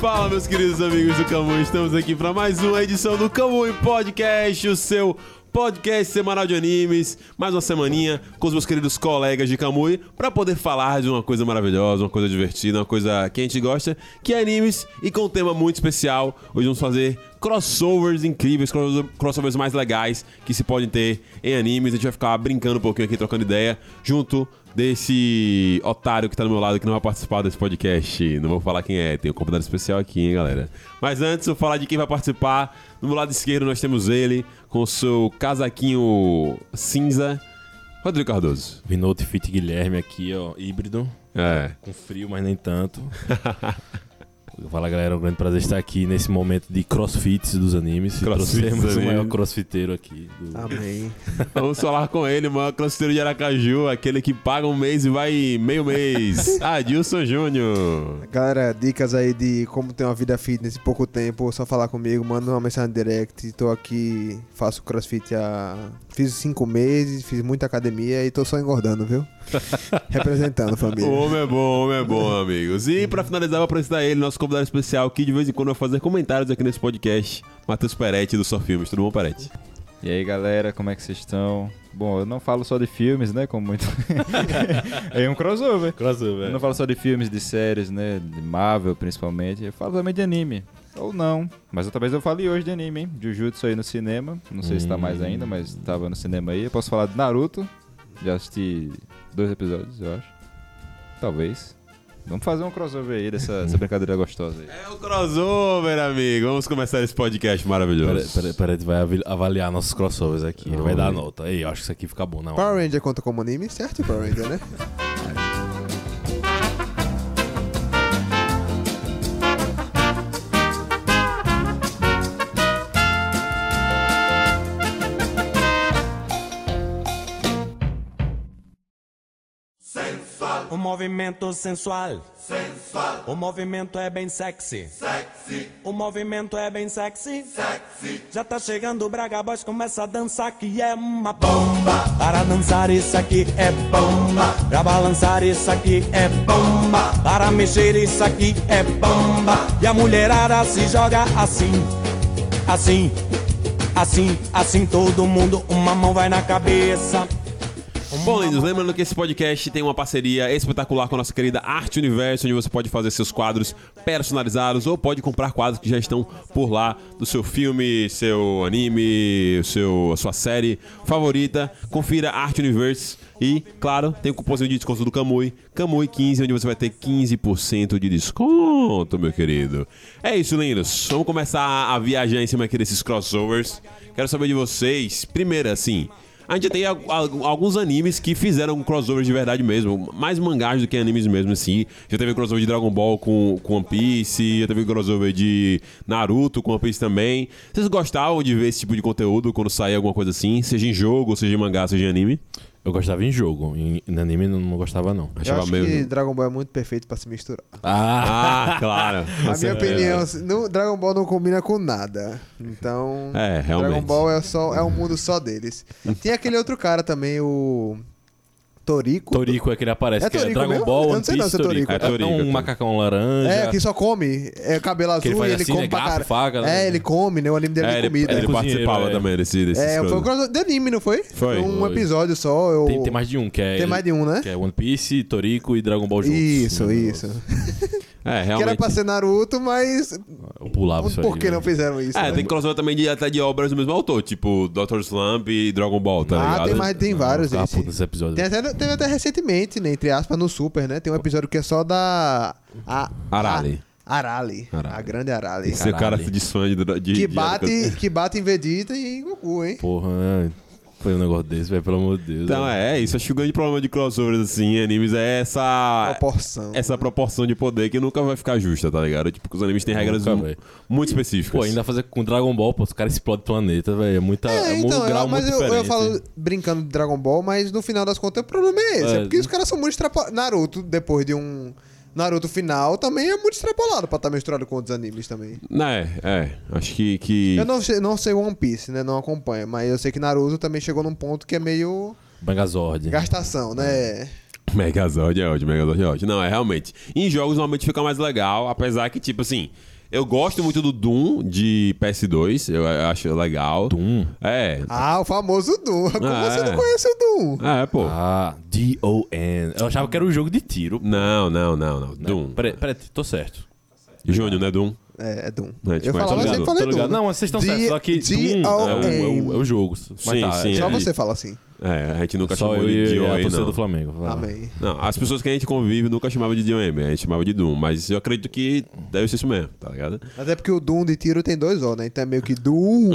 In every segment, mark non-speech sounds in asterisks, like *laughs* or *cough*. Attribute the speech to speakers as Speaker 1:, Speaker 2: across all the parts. Speaker 1: Fala, meus queridos amigos do Camu, estamos aqui para mais uma edição do Camu Podcast, o seu podcast semanal de animes, mais uma semaninha com os meus queridos colegas de Kamui para poder falar de uma coisa maravilhosa, uma coisa divertida, uma coisa que a gente gosta, que é animes e com um tema muito especial. Hoje vamos fazer crossovers incríveis, crosso- crossovers mais legais que se podem ter em animes. A gente vai ficar brincando um pouquinho aqui, trocando ideia, junto desse otário que tá do meu lado que não vai participar desse podcast. Não vou falar quem é, tem um convidado especial aqui, hein, galera. Mas antes, eu vou falar de quem vai participar. Do meu lado esquerdo nós temos ele, com o seu casaquinho cinza, Rodrigo Cardoso.
Speaker 2: Vinoto Fit Guilherme aqui, ó, híbrido,
Speaker 1: É.
Speaker 2: com frio, mas nem *laughs* tanto. Fala galera, é um grande prazer estar aqui nesse momento de crossfits dos animes.
Speaker 1: Crossfits dos
Speaker 2: Trouxemos o
Speaker 1: animes.
Speaker 2: maior crossfiteiro aqui. do-
Speaker 3: Amém.
Speaker 1: Vamos falar com ele, o maior crossfiteiro de Aracaju, aquele que paga um mês e vai meio mês. Adilson Júnior.
Speaker 3: Galera, dicas aí de como ter uma vida fitness em pouco tempo, só falar comigo, manda uma mensagem direct. Tô aqui, faço crossfit há. Fiz cinco meses, fiz muita academia e tô só engordando, viu? Representando,
Speaker 1: O
Speaker 3: família.
Speaker 1: homem é bom, o homem é bom, amigos. E pra finalizar, vou apresentar ele, nosso convidado especial, que de vez em quando vai fazer comentários aqui nesse podcast, Matheus Peretti do Só Filmes. Tudo bom, Peretti?
Speaker 4: E aí galera, como é que vocês estão? Bom, eu não falo só de filmes, né? Como muito. *laughs* é um crossover. Eu
Speaker 2: Crossover.
Speaker 4: não falo só de filmes, de séries, né? De Marvel principalmente. Eu falo também de anime. Ou não. Mas talvez eu fale hoje de anime, hein? Jujutsu aí no cinema. Não sei se tá mais ainda, mas tava no cinema aí. Eu posso falar de Naruto. Já assisti dois episódios, eu acho. Talvez. Vamos fazer um crossover aí dessa dessa brincadeira gostosa aí.
Speaker 1: É o crossover, amigo. Vamos começar esse podcast
Speaker 2: Peraí,
Speaker 1: maravilhoso.
Speaker 2: peraí, peraí, tu vai avali- avaliar nossos crossovers aqui. Ele vai
Speaker 1: Vamos
Speaker 2: dar
Speaker 1: ver.
Speaker 2: nota. Ei, eu acho que isso aqui fica bom, não.
Speaker 3: Power Ranger conta como anime, certo? Power Ranger, né?
Speaker 5: O Um movimento sensual. Sensual. O movimento é bem sexy. Sexy. O movimento é bem sexy. Sexy. Já tá chegando o Braga Boys, começa a dançar que é uma bomba. Para dançar isso aqui é bomba. Para balançar isso aqui é bomba. Para mexer isso aqui é bomba. E a mulherada se joga assim, assim, assim, assim todo mundo. Uma mão vai na cabeça.
Speaker 1: Bom, lindos, lembrando que esse podcast tem uma parceria espetacular com a nossa querida Arte Universo, onde você pode fazer seus quadros personalizados ou pode comprar quadros que já estão por lá do seu filme, seu anime, seu, a sua série favorita. Confira Arte Universo e, claro, tem o cupomzinho de desconto do Camui, Camui15, onde você vai ter 15% de desconto, meu querido. É isso, lindos. Vamos começar a viajar em cima aqui desses crossovers. Quero saber de vocês, primeiro assim, a gente tem al- al- alguns animes que fizeram crossovers de verdade mesmo. Mais mangás do que animes mesmo, assim. Já teve crossover de Dragon Ball com, com One Piece, já teve crossover de Naruto com One Piece também. Vocês gostavam de ver esse tipo de conteúdo quando saía alguma coisa assim? Seja em jogo, seja em mangá, seja em anime?
Speaker 2: Eu gostava em jogo, em, em anime eu não gostava, não.
Speaker 3: Eu acho que Dragon Ball é muito perfeito pra se misturar.
Speaker 2: Ah,
Speaker 1: *laughs* Ah, claro.
Speaker 3: A minha opinião, se- no, Dragon Ball não combina com nada. Então,
Speaker 1: É, realmente.
Speaker 3: Dragon Ball é, só, é um mundo só deles. Tem aquele outro cara também, o Toriko.
Speaker 2: Torico é que ele aparece.
Speaker 3: É
Speaker 2: que
Speaker 3: Toriko
Speaker 2: Dragon
Speaker 3: mesmo?
Speaker 2: Ball,
Speaker 3: Eu
Speaker 2: One
Speaker 3: não sei não
Speaker 2: Piece,
Speaker 3: se é
Speaker 2: Toriko.
Speaker 1: Toriko. É Toriko, é
Speaker 2: um
Speaker 1: Toriko.
Speaker 2: macacão laranja.
Speaker 3: É, que só come. É cabelo
Speaker 2: Que
Speaker 3: azul
Speaker 2: ele faz
Speaker 3: e ele
Speaker 2: assim,
Speaker 3: come
Speaker 2: né?
Speaker 3: pra
Speaker 2: Garfo,
Speaker 3: cara.
Speaker 2: faca, né?
Speaker 3: É, ele come, né? O anime dele é,
Speaker 1: É,
Speaker 3: de
Speaker 1: ele,
Speaker 3: comida.
Speaker 1: ele
Speaker 2: É
Speaker 1: participava
Speaker 2: cozinheiro, é.
Speaker 1: também desse, desse
Speaker 3: é, foi um crossover de anime, não foi?
Speaker 1: Foi.
Speaker 3: Um
Speaker 2: Foi.
Speaker 3: episódio só. Eu...
Speaker 2: Tem, tem mais de um, que é.
Speaker 3: Tem mais de um, né?
Speaker 2: Que é One Piece, Toriko e Dragon Ball juntos.
Speaker 3: Isso,
Speaker 2: Meu
Speaker 3: isso.
Speaker 2: Deus.
Speaker 1: É,
Speaker 3: Que era
Speaker 1: realmente.
Speaker 3: pra ser Naruto, mas
Speaker 2: Eu pulava isso aí.
Speaker 3: por que
Speaker 2: né?
Speaker 3: não fizeram isso?
Speaker 1: É,
Speaker 3: né?
Speaker 1: tem crossover também de, até de obras do mesmo autor, tipo Dr. Slump e Dragon Ball, tá
Speaker 3: Ah,
Speaker 1: ligado?
Speaker 3: tem mais, tem vários
Speaker 2: Ficava
Speaker 3: esse.
Speaker 2: puto nesse Ah, episódio. é
Speaker 3: Tem até, teve até recentemente, né? Entre aspas, no Super, né? Tem um episódio que é só da. A,
Speaker 1: Arale.
Speaker 3: a- Arale.
Speaker 1: Arale.
Speaker 3: A grande Arale.
Speaker 1: Esse cara
Speaker 2: Caralho.
Speaker 1: de fã de, de de-
Speaker 3: Que bate, que bate em Vegeta e em Goku, hein?
Speaker 2: Porra, né? foi um negócio desse, velho, pelo amor de Deus. né?
Speaker 1: Então
Speaker 2: velho.
Speaker 1: é isso, acho que o grande problema de crossovers assim, em animes é essa
Speaker 3: Proporção.
Speaker 1: essa proporção de poder que nunca vai ficar justa, tá ligado? Tipo, que os animes têm regras
Speaker 2: Nunca,
Speaker 1: mu-
Speaker 2: velho.
Speaker 1: muito específicas.
Speaker 2: Pô, ainda fazer com Dragon Ball, pô, os caras explodem planeta, velho. É muita. É,
Speaker 3: É,
Speaker 2: muito
Speaker 3: então,
Speaker 2: grau
Speaker 3: eu, mas
Speaker 2: muito
Speaker 3: eu, eu
Speaker 2: diferente.
Speaker 3: falo brincando de Dragon Ball, mas no final das contas o problema é esse. É,
Speaker 2: É.
Speaker 3: porque os caras são muito extrapolados. Naruto, depois de um Naruto final, também é muito extrapolado pra estar misturado com outros animes também.
Speaker 1: É, é, acho que que
Speaker 3: Eu não sei, não sei One Piece, né? Não acompanho, mas eu sei que Naruto também chegou num ponto que é meio
Speaker 2: Megazord.
Speaker 3: gastação, né?
Speaker 1: Megazord é ótimo, Megazord é ótimo. Não, é realmente. Em jogos normalmente fica mais legal, apesar que, tipo assim. Eu gosto muito do Doom de PS2, eu acho legal.
Speaker 2: Doom?
Speaker 1: É.
Speaker 3: Ah, o famoso Doom. *laughs* Como
Speaker 1: Ah,
Speaker 3: você
Speaker 1: é.
Speaker 3: não conhece o Doom?
Speaker 1: É, pô.
Speaker 2: Ah, D-O-N. Eu achava que era um jogo de tiro.
Speaker 1: Não, não, não, não. Doom.
Speaker 2: Peraí, peraí, tô certo.
Speaker 1: Júnior, né, Doom?
Speaker 3: É, é Doom.
Speaker 1: É, tipo,
Speaker 3: eu
Speaker 1: é,
Speaker 3: falava,
Speaker 1: tô
Speaker 3: eu
Speaker 1: ligado,
Speaker 3: sempre
Speaker 2: Tô
Speaker 3: falei Doom.
Speaker 2: ligado. Não, vocês estão
Speaker 3: D-
Speaker 2: certos. Só que
Speaker 3: D-
Speaker 2: Doom é o, é
Speaker 3: O-M.
Speaker 2: o- é o jogo.
Speaker 1: Sim,
Speaker 2: Mas tá,
Speaker 1: sim,
Speaker 2: é-
Speaker 3: Só
Speaker 1: é.
Speaker 3: você fala assim.
Speaker 1: É, a gente nunca
Speaker 2: Só
Speaker 1: chamou
Speaker 2: eu
Speaker 1: de
Speaker 2: e
Speaker 1: DOM,
Speaker 2: a torcida
Speaker 1: não.
Speaker 2: do Flamengo. vai lá.
Speaker 3: Amém.
Speaker 1: Não, as pessoas que a gente convive nunca chamavam de DOM, a gente chamava de Doom, mas eu acredito que deve ser isso mesmo, tá ligado?
Speaker 3: Até é porque o Doom de tiro tem dois O, né? Então é meio que Doom.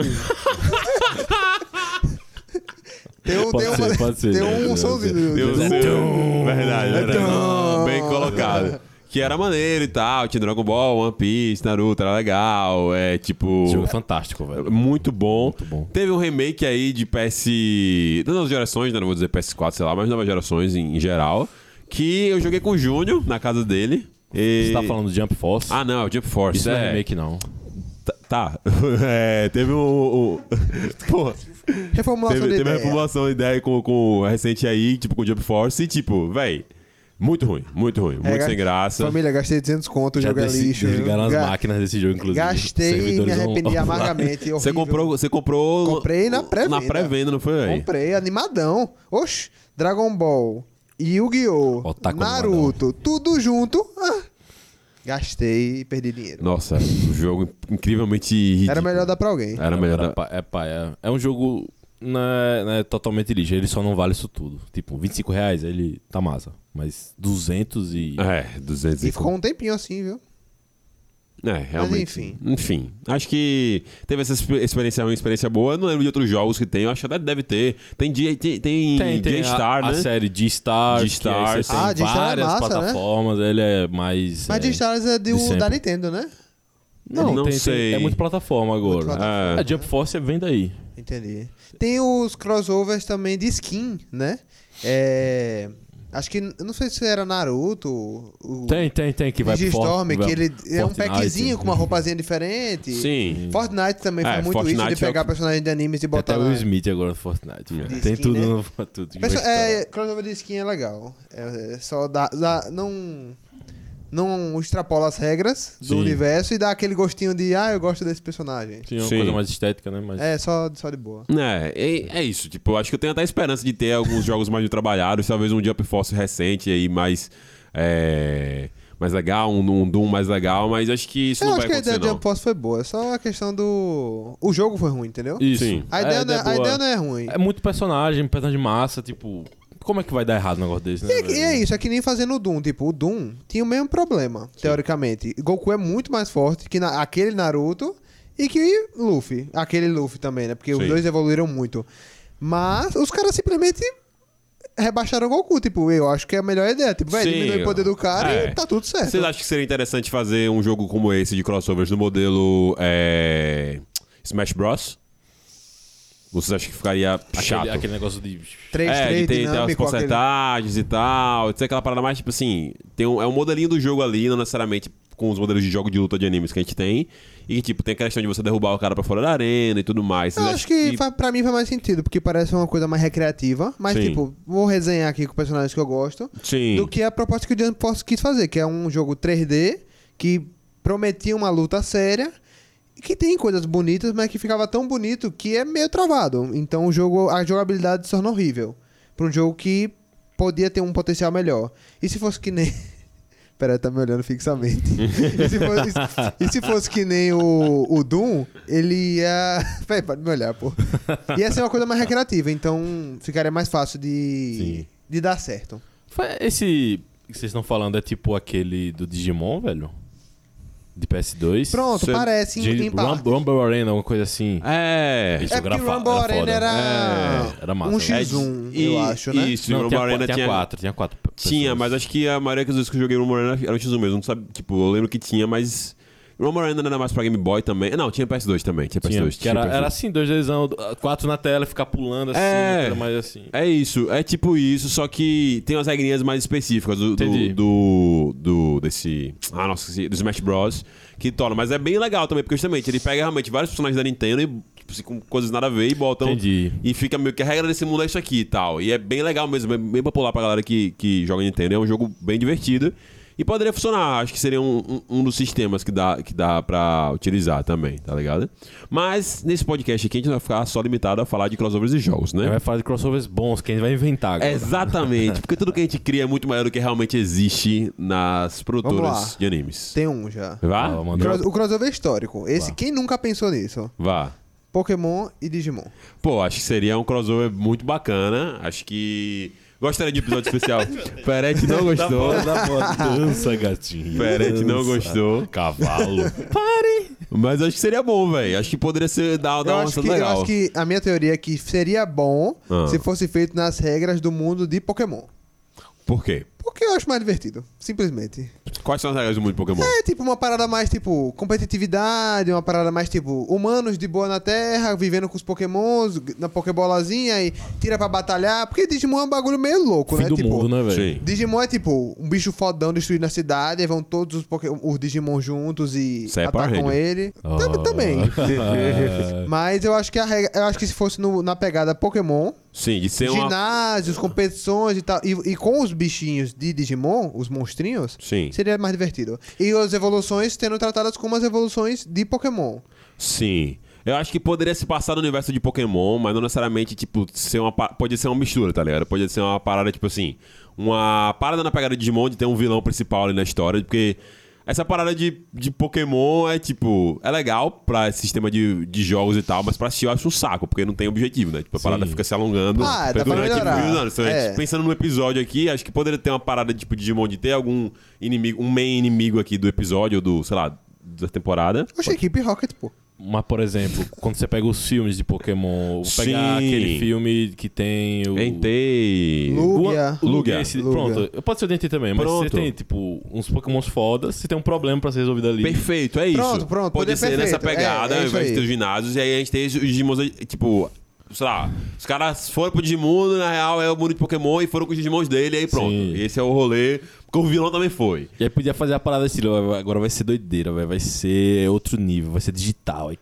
Speaker 3: tem um,
Speaker 2: Pode
Speaker 3: tem
Speaker 2: ser,
Speaker 3: uma-
Speaker 2: pode ser.
Speaker 3: tem
Speaker 2: Deve
Speaker 3: um
Speaker 2: ser.
Speaker 3: somzinho.
Speaker 1: Deus
Speaker 2: Doom.
Speaker 1: é Doom. Verdade, verdade.
Speaker 3: Doom.
Speaker 1: Bem colocado. Que era maneiro e tal, tinha Dragon Ball, One Piece, Naruto, era legal, é tipo...
Speaker 2: Esse jogo é fantástico, velho.
Speaker 1: Muito bom.
Speaker 2: bom.
Speaker 1: Teve um remake aí de PS. das novas gerações, né? Não vou dizer PS4, sei lá, mas novas gerações em, em geral. Que eu joguei com o Júnior na casa dele. E...
Speaker 2: Você tá falando de Jump Force?
Speaker 1: Ah, não, é o Jump Force.
Speaker 2: Isso não é remake, não.
Speaker 1: Tá. tá. *laughs* É, teve *laughs* um. um... Porra.
Speaker 3: Reformulação É,
Speaker 1: Teve,
Speaker 3: de
Speaker 1: teve uma
Speaker 3: ideia.
Speaker 1: reformulação de ideia com, com o recente aí, tipo, com o Jump Force, e tipo, véi, muito ruim, muito ruim, muito
Speaker 3: ga-
Speaker 1: sem graça.
Speaker 3: é, Família, gastei 200 conto, jogo é
Speaker 2: desi-
Speaker 3: lixo.
Speaker 2: desligaram as
Speaker 3: Ga-
Speaker 2: máquinas desse jogo, inclusive.
Speaker 3: Gastei e me
Speaker 2: Servidores on-
Speaker 3: arrependi
Speaker 2: online. *laughs*
Speaker 3: amargamente.
Speaker 1: Você
Speaker 3: horrível.
Speaker 1: comprou, você comprou.
Speaker 3: Comprei na
Speaker 1: no-
Speaker 3: pré-venda.
Speaker 1: Na pré-venda, não foi, véi?
Speaker 3: Comprei, animadão. Oxe, Dragon Ball, Yu-Gi-Oh!,
Speaker 2: Otaku
Speaker 3: Naruto, tudo junto. Ah, gastei e perdi dinheiro.
Speaker 1: Nossa, um jogo incrivelmente ridículo.
Speaker 3: Era melhor dar pra alguém.
Speaker 1: Era melhor
Speaker 2: Agora,
Speaker 1: dar-
Speaker 2: pa- é, pá, é, é um jogo não é, não é totalmente lixo, ele só não vale isso tudo. Tipo, 25 reais, ele tá massa. Mas 200 e...
Speaker 1: É, 200
Speaker 3: E ficou um tempinho assim, viu?
Speaker 1: É, realmente.
Speaker 3: enfim.
Speaker 1: Enfim, acho que teve essa exp- experiência uma experiência boa. Eu Não lembro de outros jogos que tem, eu acho que até deve ter. Tem dia tem, tem, dia Star,
Speaker 2: a,
Speaker 1: né?
Speaker 2: a série G-Star,
Speaker 1: G-Star.
Speaker 2: que aí você tem
Speaker 3: Ah,
Speaker 2: várias
Speaker 3: G-Star é massa, né?
Speaker 2: plataformas, ele é mais...
Speaker 3: Mas
Speaker 2: é,
Speaker 3: de Stars é de
Speaker 2: de
Speaker 3: um-
Speaker 2: sempre.
Speaker 3: da Nintendo, né?
Speaker 2: Não,
Speaker 1: Não
Speaker 2: tem- tem-
Speaker 1: sei.
Speaker 2: é muito plataforma agora.
Speaker 3: Muito plataforma.
Speaker 1: É.
Speaker 2: A Jump Force vem daí.
Speaker 3: Entendi. Tem os crossovers também de skin, né? É. Acho que. eu Não sei se era Naruto. O...
Speaker 2: Tem, tem, tem, que vai pro
Speaker 3: Digistorm,
Speaker 2: Fortnite,
Speaker 3: que ele
Speaker 2: vai-
Speaker 3: é um
Speaker 2: Fortnite.
Speaker 3: packzinho com uma roupazinha diferente.
Speaker 1: Sim.
Speaker 3: Fortnite também
Speaker 1: É,
Speaker 2: Ah,
Speaker 3: faz muito isso
Speaker 1: Fortnite
Speaker 3: de
Speaker 1: é o
Speaker 3: pegar
Speaker 1: que-
Speaker 3: personagens de animes e
Speaker 2: Tem
Speaker 3: botar
Speaker 2: até
Speaker 3: lá.
Speaker 2: o Smith agora no Fortnite. filho.
Speaker 3: De
Speaker 2: Tem
Speaker 3: skin,
Speaker 2: tudo
Speaker 3: né?
Speaker 2: no... Tudo. que
Speaker 3: Pessoa-
Speaker 2: vai
Speaker 3: é,
Speaker 2: estourar.
Speaker 3: crossover de skin é legal. É, é só dá, dá- não não extrapola as regras do
Speaker 2: Sim.
Speaker 3: universo e dá aquele gostinho de ah, eu gosto desse personagem.
Speaker 2: Sim, é uma
Speaker 1: Sim.
Speaker 2: coisa mais estética, né? Mas...
Speaker 3: É só só de boa.
Speaker 1: É, é, é isso. Tipo, eu acho que eu tenho até esperança de ter alguns *laughs* jogos mais bem trabalhados, talvez um Jump Force recente aí mais. é, mais legal, um, um Doom mais legal, mas acho que isso
Speaker 3: eu
Speaker 1: não
Speaker 3: acho
Speaker 1: vai
Speaker 3: que a ideia
Speaker 1: acontecer,
Speaker 3: de
Speaker 1: não.
Speaker 3: Jump Force foi boa, é só a questão do o jogo foi ruim, entendeu?
Speaker 2: Isso.
Speaker 1: Sim.
Speaker 3: A ideia,
Speaker 2: É,
Speaker 3: não, é, a
Speaker 2: boa.
Speaker 3: ideia não é ruim.
Speaker 2: É muito personagem, personagem massa, tipo. Como é que vai dar errado um negócio desse, né?
Speaker 3: E é,
Speaker 2: velho?
Speaker 3: e é isso, é que nem fazendo o Doom. Tipo, o Doom tinha o mesmo problema, teoricamente. Goku é muito mais forte que na- aquele Naruto e que Luffy. Aquele Luffy também, né? Porque os
Speaker 1: Sim.
Speaker 3: dois evoluíram muito. Mas os caras simplesmente rebaixaram o Goku. Tipo, eu acho que é a melhor ideia. Tipo, velho,
Speaker 1: Sim.
Speaker 3: diminui o poder do cara
Speaker 1: É.
Speaker 3: e tá tudo certo.
Speaker 1: Vocês acham que seria interessante fazer um jogo como esse de crossovers no modelo é, Smash Bros? Vocês acham que ficaria
Speaker 2: Aquele-
Speaker 1: chato?
Speaker 2: Aquele negócio de.
Speaker 3: 3,
Speaker 1: é, que
Speaker 3: 3,
Speaker 1: tem, tem as
Speaker 3: dinâmico, aquele...
Speaker 1: porcentagens e tal. Tem aquela parada mais, tipo assim, tem um, é um modelinho do jogo ali, não necessariamente com os modelos de jogo de luta de animes que a gente tem. E que, tipo, tem a questão de você derrubar o cara pra fora da arena e tudo mais. né?
Speaker 3: Eu
Speaker 1: Vocês
Speaker 3: acho
Speaker 1: acham
Speaker 3: que, fa- pra mim faz mais sentido, porque parece uma coisa mais recreativa. Mas,
Speaker 1: Sim.
Speaker 3: tipo, vou resenhar aqui com personagens que eu gosto.
Speaker 1: Sim.
Speaker 3: do que a proposta que o Jump Force quis fazer, que é um jogo 3D que prometia uma luta séria e que tem coisas bonitas, mas que ficava tão bonito que é meio travado. Então o jogo, a jogabilidade se torna horrível para um jogo que podia ter um potencial melhor. E se fosse que nem *laughs* Peraí, tá me olhando fixamente. e, se fosse, e se fosse que nem o, o Doom, ele ia. *laughs* Peraí, para de me olhar, pô. Ia ser uma coisa mais recreativa, então ficaria mais fácil de,
Speaker 2: Sim.
Speaker 3: de dar certo.
Speaker 2: Foi Esse que vocês estão falando é tipo aquele do Digimon, velho? De PS2.
Speaker 3: Pronto,
Speaker 1: Cê-
Speaker 3: parece
Speaker 2: De
Speaker 3: em, em
Speaker 2: Rum-
Speaker 3: parte.
Speaker 2: Rumble Arena, alguma coisa assim.
Speaker 1: É.
Speaker 2: Isso,
Speaker 3: É porque
Speaker 2: grafa-
Speaker 3: Rumble Arena
Speaker 2: foda.
Speaker 3: era,
Speaker 2: É, era massa.
Speaker 3: um
Speaker 2: É,
Speaker 3: x um,
Speaker 1: E-
Speaker 3: eu acho, né?
Speaker 1: Isso,
Speaker 2: Não,
Speaker 1: o
Speaker 2: tinha,
Speaker 1: Rumble Arena
Speaker 2: qu- tinha
Speaker 1: tinha,
Speaker 2: quatro, tinha quatro. pe-
Speaker 1: Tinha,
Speaker 2: pessoas.
Speaker 1: mas acho que a maioria das vezes que eu joguei no Rumble Arena era o X1 mesmo. Não sabe, tipo, eu lembro que tinha, mas. O Rumble Arena não era mais pra Game Boy também. Não, tinha PS2 também. Tinha PS2.
Speaker 2: Tinha, que era,
Speaker 1: PS2.
Speaker 2: era assim, dois desenhos, quatro na tela, ficar pulando assim,
Speaker 1: É.
Speaker 2: era mais assim.
Speaker 1: É isso, é tipo isso, só que tem umas regrinhas mais específicas do, do,
Speaker 2: Entendi.
Speaker 1: do, do- desse. Ah, nossa, esqueci, do Smash Bros. Que torna. Mas é bem legal também, porque justamente ele pega realmente vários personagens da Nintendo e tipo assim, com coisas nada a ver e botam.
Speaker 2: Entendi.
Speaker 1: E fica meio que a regra desse mundo é isso aqui e tal. E é bem legal mesmo, é bem popular pra galera que, que joga Nintendo. É um jogo bem divertido. E poderia funcionar, acho que seria um, um, um dos sistemas que dá, que dá pra utilizar também, tá ligado? Mas nesse podcast aqui a gente não vai ficar só limitado a falar de crossovers e jogos, né?
Speaker 2: Vai falar de crossovers bons que a gente vai inventar agora.
Speaker 1: Exatamente, porque tudo que a gente cria é muito maior do que realmente existe nas produtoras
Speaker 3: lá.
Speaker 1: de animes.
Speaker 3: Tem um já.
Speaker 1: Vá?
Speaker 2: Fala, Ah, mano.
Speaker 3: Cros- O crossover é histórico. Esse, quem nunca pensou nisso?
Speaker 1: Vá.
Speaker 3: Pokémon e Digimon.
Speaker 1: Pô, acho que seria um crossover muito bacana. Acho que. Gostaria de episódio
Speaker 2: *laughs*
Speaker 1: especial. Perete
Speaker 2: Tá
Speaker 1: não gostou.
Speaker 2: Da dança, gatinho.
Speaker 1: Perete não
Speaker 2: Dança.
Speaker 1: gostou.
Speaker 2: Cavalo.
Speaker 1: Mas acho que seria bom, velho. Acho que poderia ser dar, dar
Speaker 3: Eu
Speaker 1: uma
Speaker 3: acho, que,
Speaker 1: lançada
Speaker 3: eu
Speaker 1: legal.
Speaker 3: acho que a minha teoria é que seria bom
Speaker 1: Ah.
Speaker 3: se fosse feito nas regras do mundo de Pokémon.
Speaker 1: Por quê?
Speaker 3: Porque eu acho mais divertido, simplesmente.
Speaker 1: Quais são as regras do mundo de Pokémon?
Speaker 3: É tipo uma parada mais tipo competitividade, uma parada mais tipo humanos de boa na terra, vivendo com os pokémons, na pokebolazinha e tira pra batalhar. Porque Digimon é um bagulho meio louco,
Speaker 2: Fim
Speaker 3: né?
Speaker 2: do
Speaker 3: tipo,
Speaker 2: mundo, né, velho?
Speaker 1: Sim.
Speaker 3: Digimon é tipo um bicho fodão destruído na cidade, aí vão todos os, poké- os Digimon juntos e
Speaker 1: Isso aí é Power
Speaker 3: atacam
Speaker 1: Ranger.
Speaker 3: ele.
Speaker 2: Ah.
Speaker 3: Tam-
Speaker 2: *laughs*
Speaker 3: Também. Mas eu acho que a regra, eu acho que se fosse no- na pegada Pokémon,
Speaker 1: Sim, de ser uma.
Speaker 3: ginásios, competições e tal, e, e com os bichinhos de Digimon, os monstrinhos,
Speaker 1: Sim.
Speaker 3: seria mais divertido. E as evoluções sendo tratadas como as evoluções de Pokémon.
Speaker 1: Sim. Eu acho que poderia se passar no universo de Pokémon, mas não necessariamente, tipo, ser uma. pa- Pode ser uma mistura, tá ligado? Pode ser uma parada, tipo assim. Uma parada na pegada de Digimon de ter um vilão principal ali na história, porque. Essa parada de, de Pokémon é tipo. É legal pra esse sistema de, de jogos e tal, mas pra assistir eu acho um saco, porque não tem objetivo, né? Tipo, a parada fica se alongando
Speaker 3: Ah, dá pra
Speaker 1: durante
Speaker 3: melhorar.
Speaker 1: mil anos. Então,
Speaker 3: É.
Speaker 1: é, tipo, pensando no episódio aqui, acho que poderia ter uma parada tipo de Digimon de ter algum inimigo, um main inimigo aqui do episódio, ou do, sei lá, da temporada.
Speaker 3: Oxe, equipe Rocket, pô.
Speaker 2: Mas, por exemplo, quando você pega os filmes de Pokémon, pegar
Speaker 1: Sim.
Speaker 2: aquele filme que tem o.
Speaker 1: Entei.
Speaker 3: Lugia.
Speaker 2: O
Speaker 1: Lugia.
Speaker 2: Esse,
Speaker 3: Lugia.
Speaker 2: Pronto, pode ser o Entei também, mas
Speaker 1: Pronto.
Speaker 2: você tem, tipo, uns Pokémons fodas, você tem um problema pra ser resolvido ali.
Speaker 1: Perfeito, é isso.
Speaker 3: Pronto, pronto,
Speaker 1: Pode
Speaker 3: poder
Speaker 1: ser nessa
Speaker 3: perfeito.
Speaker 1: pegada,
Speaker 3: É, é
Speaker 1: ao
Speaker 3: isso
Speaker 1: invés de
Speaker 3: aí.
Speaker 1: ter os ginásios, e aí a gente tem os Digimons, tipo, sei lá, os caras foram pro Digimundo, na real é o mundo de Pokémon, e foram com os Digimons dele, e aí pronto.
Speaker 2: Sim.
Speaker 1: Esse é o rolê, porque o vilão também foi.
Speaker 2: E aí podia fazer a parada estilo, agora vai ser doideira, vai, vai ser outro nível, vai ser digital. Aí,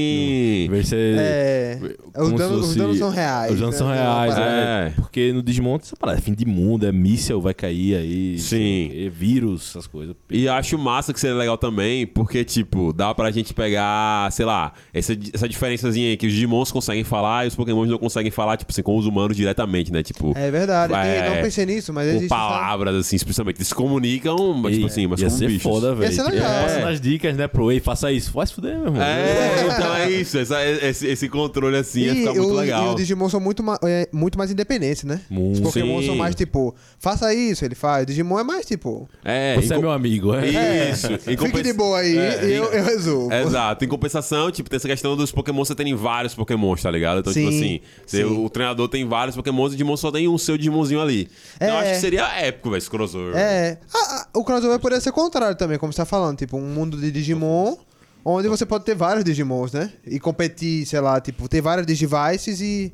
Speaker 1: Sim.
Speaker 2: Vai ser.
Speaker 3: É,
Speaker 2: como
Speaker 3: os
Speaker 2: se
Speaker 3: danos- os
Speaker 2: fosse-
Speaker 3: danos são reais,
Speaker 2: Os danos
Speaker 3: né?
Speaker 2: são
Speaker 3: Tem uma
Speaker 2: reais,
Speaker 1: parada.
Speaker 2: é. Porque no Digimon essa parada é fim de mundo, é míssel, vai cair aí.
Speaker 1: Sim.
Speaker 2: é vírus, essas coisas.
Speaker 1: E acho massa que seria legal também, porque, tipo, dá pra gente pegar, sei lá, essa, essa diferençazinha aí que os Digimons conseguem falar e os Pokémons não conseguem falar, tipo assim, com os humanos diretamente, né? Tipo.
Speaker 3: É verdade.
Speaker 1: É,
Speaker 3: Ei, não pensei nisso, mas
Speaker 1: com
Speaker 3: existe. sabe?
Speaker 1: palavras, assim, especialmente. Eles se comunicam, mas, tipo assim, mas
Speaker 2: ia
Speaker 1: como
Speaker 2: ser
Speaker 1: bichos.
Speaker 2: foda, velho.
Speaker 3: ser
Speaker 2: Tipo,
Speaker 3: legal.
Speaker 2: Passando as dicas, né, pro Ei, faça isso. Vai se fuder, meu irmão.
Speaker 1: É, então é isso. essa- esse, esse controle assim ia
Speaker 3: E,
Speaker 1: ficar muito
Speaker 3: o- e
Speaker 1: legal.
Speaker 3: o Digimon são muito, ma- é, muito mais independentes, né? Os
Speaker 2: Muito.
Speaker 3: Pokémon
Speaker 1: Sim.
Speaker 3: são mais tipo, faça isso, ele faz. O Digimon é mais tipo,
Speaker 1: É,
Speaker 2: Você
Speaker 1: em
Speaker 2: é
Speaker 1: co-
Speaker 2: meu amigo, é.
Speaker 1: Isso. em
Speaker 3: fique
Speaker 1: compensa-
Speaker 3: de boa aí,
Speaker 1: É,
Speaker 3: eu, eu resolvo.
Speaker 1: Exato. Em compensação, tipo, tem essa questão dos Pokémon você tem vários Pokémons, tá ligado? Então, tipo
Speaker 3: Sim,
Speaker 1: assim, você-
Speaker 3: sim.
Speaker 1: o treinador tem vários Pokémons e o Digimon só tem um seu Digimonzinho ali. Então,
Speaker 3: É.
Speaker 1: eu acho que seria épico, velho, esse crossover.
Speaker 3: É. Ah, ah, o crossover poderia ser contrário também, como você tá falando. Tipo, um mundo de Digimon, onde você pode ter vários Digimons, né? E competir, sei lá, tipo, ter vários Digivices e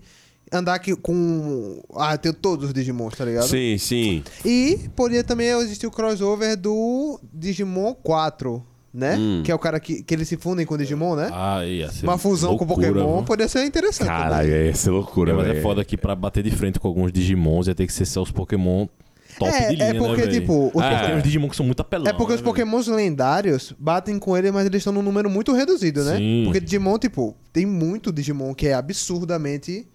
Speaker 3: andar aqui com. Ah, ter todos os Digimons, tá ligado?
Speaker 1: Sim, sim.
Speaker 3: E poderia também existir o crossover do Digimon 4, né? Que é o cara que, que eles se fundem com o Digimon, né?
Speaker 2: Hum. Ah, ia ser
Speaker 3: Uma fusão com o
Speaker 2: loucura,
Speaker 3: Pokémon
Speaker 2: viu?
Speaker 3: poderia ser interessante. também.
Speaker 1: Caralho, ia ser loucura,
Speaker 2: É, mas
Speaker 1: velho.
Speaker 2: é foda que pra bater de frente com alguns Digimons ia ter que ser só os Pokémon top
Speaker 3: É,
Speaker 2: de linha,
Speaker 3: é porque,
Speaker 2: né, velho?
Speaker 3: tipo, os-
Speaker 2: Ah,
Speaker 1: É.
Speaker 2: tem uns Digimon que são muito apelão.
Speaker 3: É porque
Speaker 2: né,
Speaker 3: os
Speaker 2: velho?
Speaker 3: pokémons lendários batem com ele, mas eles estão num número muito reduzido, né?
Speaker 2: Sim.
Speaker 3: Porque Digimon, tipo, tem muito Digimon que é absurdamente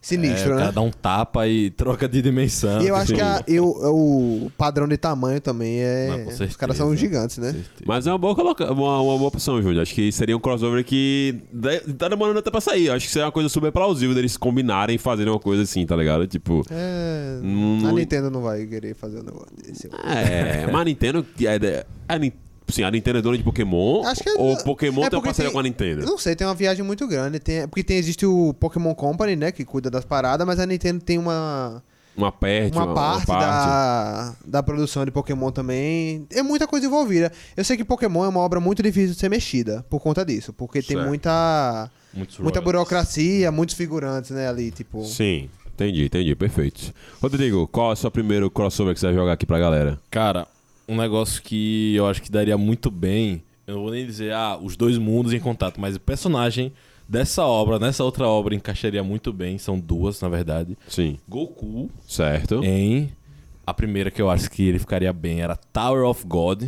Speaker 2: É,
Speaker 3: sinistro,
Speaker 2: o cara
Speaker 3: né?
Speaker 2: dá um tapa e troca de dimensão.
Speaker 1: um
Speaker 3: E eu acho que a-
Speaker 2: Sim.
Speaker 1: é
Speaker 3: eu, o padrão de tamanho também é.
Speaker 2: Não, com
Speaker 3: Os caras são
Speaker 2: certeza.
Speaker 3: gigantes, né?
Speaker 1: Mas é uma boa, coloca... uma, uma boa opção, Júlio. Acho que seria um crossover que de- tá demorando até pra sair. Acho que seria uma coisa super plausível deles combinarem e fazerem uma coisa assim, tá ligado? Tipo.
Speaker 3: É.
Speaker 1: Hum,
Speaker 3: a
Speaker 1: não-
Speaker 3: Nintendo não vai querer fazer um negócio desse.
Speaker 1: É, mas a Nintendo. é de- a Nin- Sim, a Nintendo é dona de Pokémon.
Speaker 3: Acho que
Speaker 1: ou Pokémon
Speaker 3: é
Speaker 1: tem uma
Speaker 3: porque
Speaker 1: parceria com a Nintendo.
Speaker 3: Não sei, tem uma viagem muito grande. Tem, porque tem, existe o Pokémon Company, né? Que cuida das paradas, mas a Nintendo tem uma.
Speaker 1: Uma
Speaker 2: É,
Speaker 1: parte,
Speaker 2: tipo,
Speaker 3: uma parte, Da, da produção de Pokémon também. É muita coisa envolvida. Eu sei que Pokémon é uma obra muito difícil de ser mexida por conta disso, porque tem
Speaker 1: Certo.
Speaker 3: muita
Speaker 2: Muitos
Speaker 3: muita
Speaker 2: royalties.
Speaker 3: burocracia, muitos figurantes, né, ali, tipo.
Speaker 1: Sim, entendi, entendi. Perfeito. Rodrigo, qual é o seu primeiro crossover que você vai jogar aqui pra galera?
Speaker 2: Cara, um negócio que eu acho que daria muito bem. Eu não vou nem dizer, ah, os dois mundos em contato, mas o personagem dessa obra, nessa outra obra encaixaria muito bem, são duas, na verdade.
Speaker 1: Sim.
Speaker 2: Goku
Speaker 1: Certo.
Speaker 2: em a primeira que eu acho que ele ficaria bem era Tower of God.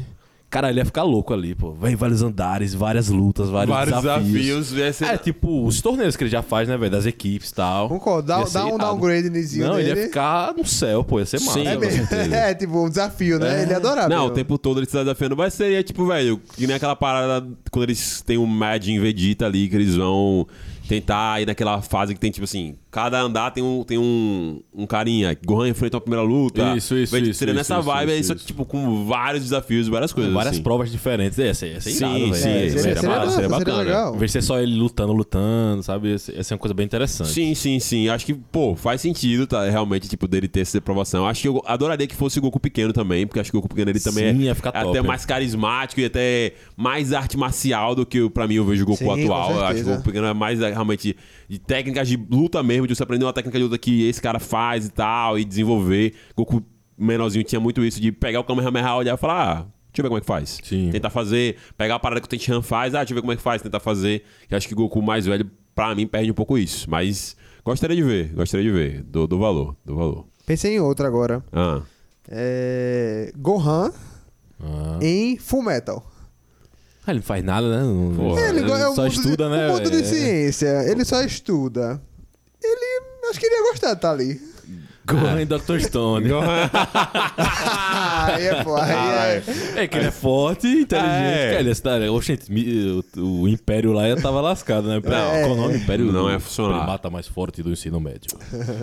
Speaker 2: Cara, ele ia ficar louco ali, pô. Vem vários andares, várias lutas, vários, desafios.
Speaker 1: ia ser-
Speaker 2: É, tipo, os torneios que ele já faz, né, velho? Das equipes e tal.
Speaker 3: Concordo, dá,
Speaker 2: Ia ser
Speaker 3: dá um
Speaker 2: irado.
Speaker 3: downgrade nizinho
Speaker 2: Não,
Speaker 3: nele.
Speaker 2: ele ia ficar no céu, pô. Ia ser massa.
Speaker 1: Sim,
Speaker 2: com
Speaker 3: É, mesmo.
Speaker 2: certeza.
Speaker 3: *laughs* é tipo um desafio, né? Ele é adorável.
Speaker 1: Não, o tempo todo ele se desafiando. Mas seria tipo, velho, que nem aquela parada quando eles têm o Majin Vegeta ali, que eles vão tentar ir naquela fase que tem, tipo assim, cada andar tem um, tem um, um carinha. Gohan enfrenta a primeira luta.
Speaker 2: Isso, isso,
Speaker 1: Vegeta
Speaker 2: isso,
Speaker 1: Seria
Speaker 2: isso,
Speaker 1: nessa
Speaker 2: isso,
Speaker 1: vibe aí,
Speaker 2: isso,
Speaker 1: só que,
Speaker 2: isso.
Speaker 1: tipo, com vários desafios, várias coisas.
Speaker 2: Várias
Speaker 1: assim.
Speaker 2: provas diferentes. Ia ser, ia ser
Speaker 1: Sim,
Speaker 2: irado, velho.
Speaker 1: sim,
Speaker 2: Ia
Speaker 1: é,
Speaker 2: ser
Speaker 3: seria,
Speaker 1: seria
Speaker 2: massa.
Speaker 3: seria,
Speaker 1: massa, seria
Speaker 3: legal, seria
Speaker 1: bacana.
Speaker 3: legal.
Speaker 2: Em vez de ser só ele lutando, lutando, sabe? Ia ser, ia ser uma coisa bem interessante.
Speaker 1: Sim, sim, sim. Acho que, pô, faz sentido, tá? Realmente, tipo, dele ter essa aprovação. Acho que eu adoraria que fosse o Goku pequeno também, porque acho que o Goku pequeno ele também
Speaker 2: Sim,
Speaker 1: é,
Speaker 2: ia ficar
Speaker 1: é
Speaker 2: top,
Speaker 1: até
Speaker 2: é.
Speaker 1: mais carismático e até mais arte marcial do que, pra mim, eu vejo o Goku
Speaker 3: Sim, com
Speaker 1: atual. Eu acho que o
Speaker 3: certeza.
Speaker 1: Goku pequeno é mais é, realmente de técnicas de luta mesmo, de você aprender uma técnica de luta que esse cara faz e tal, e desenvolver. Goku menorzinho tinha muito isso de pegar o Kamehameha, olhar e falar, ah, deixa eu ver como é que faz.
Speaker 2: Sim.
Speaker 1: Tentar fazer, pegar a parada que o Tenshinhan faz, ah, deixa eu ver como é que faz, tentar fazer. Eu acho que Goku mais velho, pra mim, perde um pouco isso. Mas gostaria de ver, gostaria de ver. Do, do valor, do valor.
Speaker 3: Pensei em outra agora.
Speaker 1: Ah,
Speaker 3: É... Gohan
Speaker 2: Ah.
Speaker 3: em Full Metal.
Speaker 2: Ah, ele não faz nada, né? Não-
Speaker 1: Pô,
Speaker 2: ele
Speaker 3: Ele, go- é um
Speaker 2: só
Speaker 3: mundo de-
Speaker 2: estuda, né?
Speaker 3: Um mundo de
Speaker 2: velho?
Speaker 3: ciência. Ele só estuda. Ele. Acho que ele ia gostar de tá ali.
Speaker 2: Gohan e Dr. Stone.
Speaker 3: Ah, aí é pô. Aí é.
Speaker 2: *laughs* É que ele é forte e inteligente.
Speaker 1: É.
Speaker 2: É. Ele é cidadão. Oxente, mi- o, o Império lá já tava lascado, né?
Speaker 1: Não.
Speaker 2: Qual o nome? Império
Speaker 1: É. Não
Speaker 2: do-
Speaker 1: ia funcionar.
Speaker 2: Primata mais forte do ensino médio.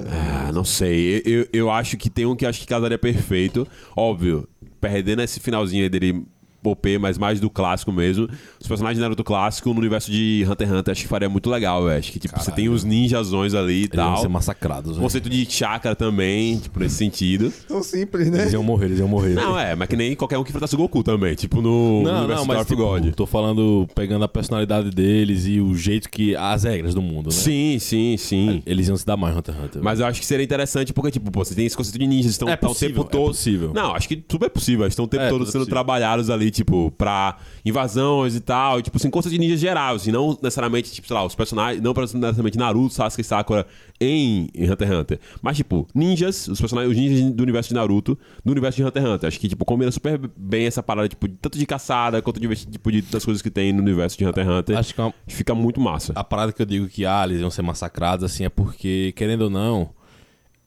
Speaker 1: ah, não sei. Eu, eu, eu acho que tem um que acho que casaria perfeito. Óbvio, perdendo esse finalzinho aí dele. OP, mas mais do clássico mesmo. Os personagens eram do clássico no universo de Hunter x Hunter, acho que faria muito legal, velho. Acho que tipo, você tem os ninjazões ali e
Speaker 2: Eles iam
Speaker 1: tal.
Speaker 2: ser massacrados.
Speaker 1: O
Speaker 2: né?
Speaker 1: conceito de chakra também, tipo, nesse sentido.
Speaker 3: Tão simples, né?
Speaker 2: Eles iam morrer, eles iam morrer.
Speaker 1: Não, é, mas que nem qualquer um que enfrentasse o Goku também, tipo no no
Speaker 2: Não,
Speaker 1: universo
Speaker 2: não,
Speaker 1: Tower
Speaker 2: mas
Speaker 1: of
Speaker 2: tipo,
Speaker 1: God.
Speaker 2: tô falando, pegando a personalidade deles e o jeito que. as regras do mundo, né?
Speaker 1: Sim, sim, sim.
Speaker 2: Eles iam se dar mais Hunter x Hunter.
Speaker 1: Mas eu acho que seria interessante porque, tipo, pô, você tem esse conceito de ninjas, estão
Speaker 2: É
Speaker 1: tá
Speaker 2: possível,
Speaker 1: o tempo todo.
Speaker 2: é possível.
Speaker 1: Não, acho que tudo é possível. Eles estão o tempo
Speaker 2: É,
Speaker 1: todo
Speaker 2: tudo é
Speaker 1: sendo
Speaker 2: possível.
Speaker 1: trabalhados ali, tipo, pra invasões e tal. E, tipo, assim, conceito de ninjas geral, assim, não necessariamente, tipo, sei lá, os personagens, não necessariamente Naruto, Sasuke e Sakura em em Hunter x Hunter. Mas, tipo, ninjas, os personagens, os ninjas do universo de Naruto, do universo de Hunter x Hunter. Acho que, tipo, combina super bem essa parada, tipo, de- tanto de caçada quanto de, tipo, de, das coisas que tem no universo de Hunter x Hunter.
Speaker 2: Acho que é uma,
Speaker 1: Fica muito massa.
Speaker 2: a parada que eu digo que ah, eles iam ser massacrados, assim, é porque, querendo ou não,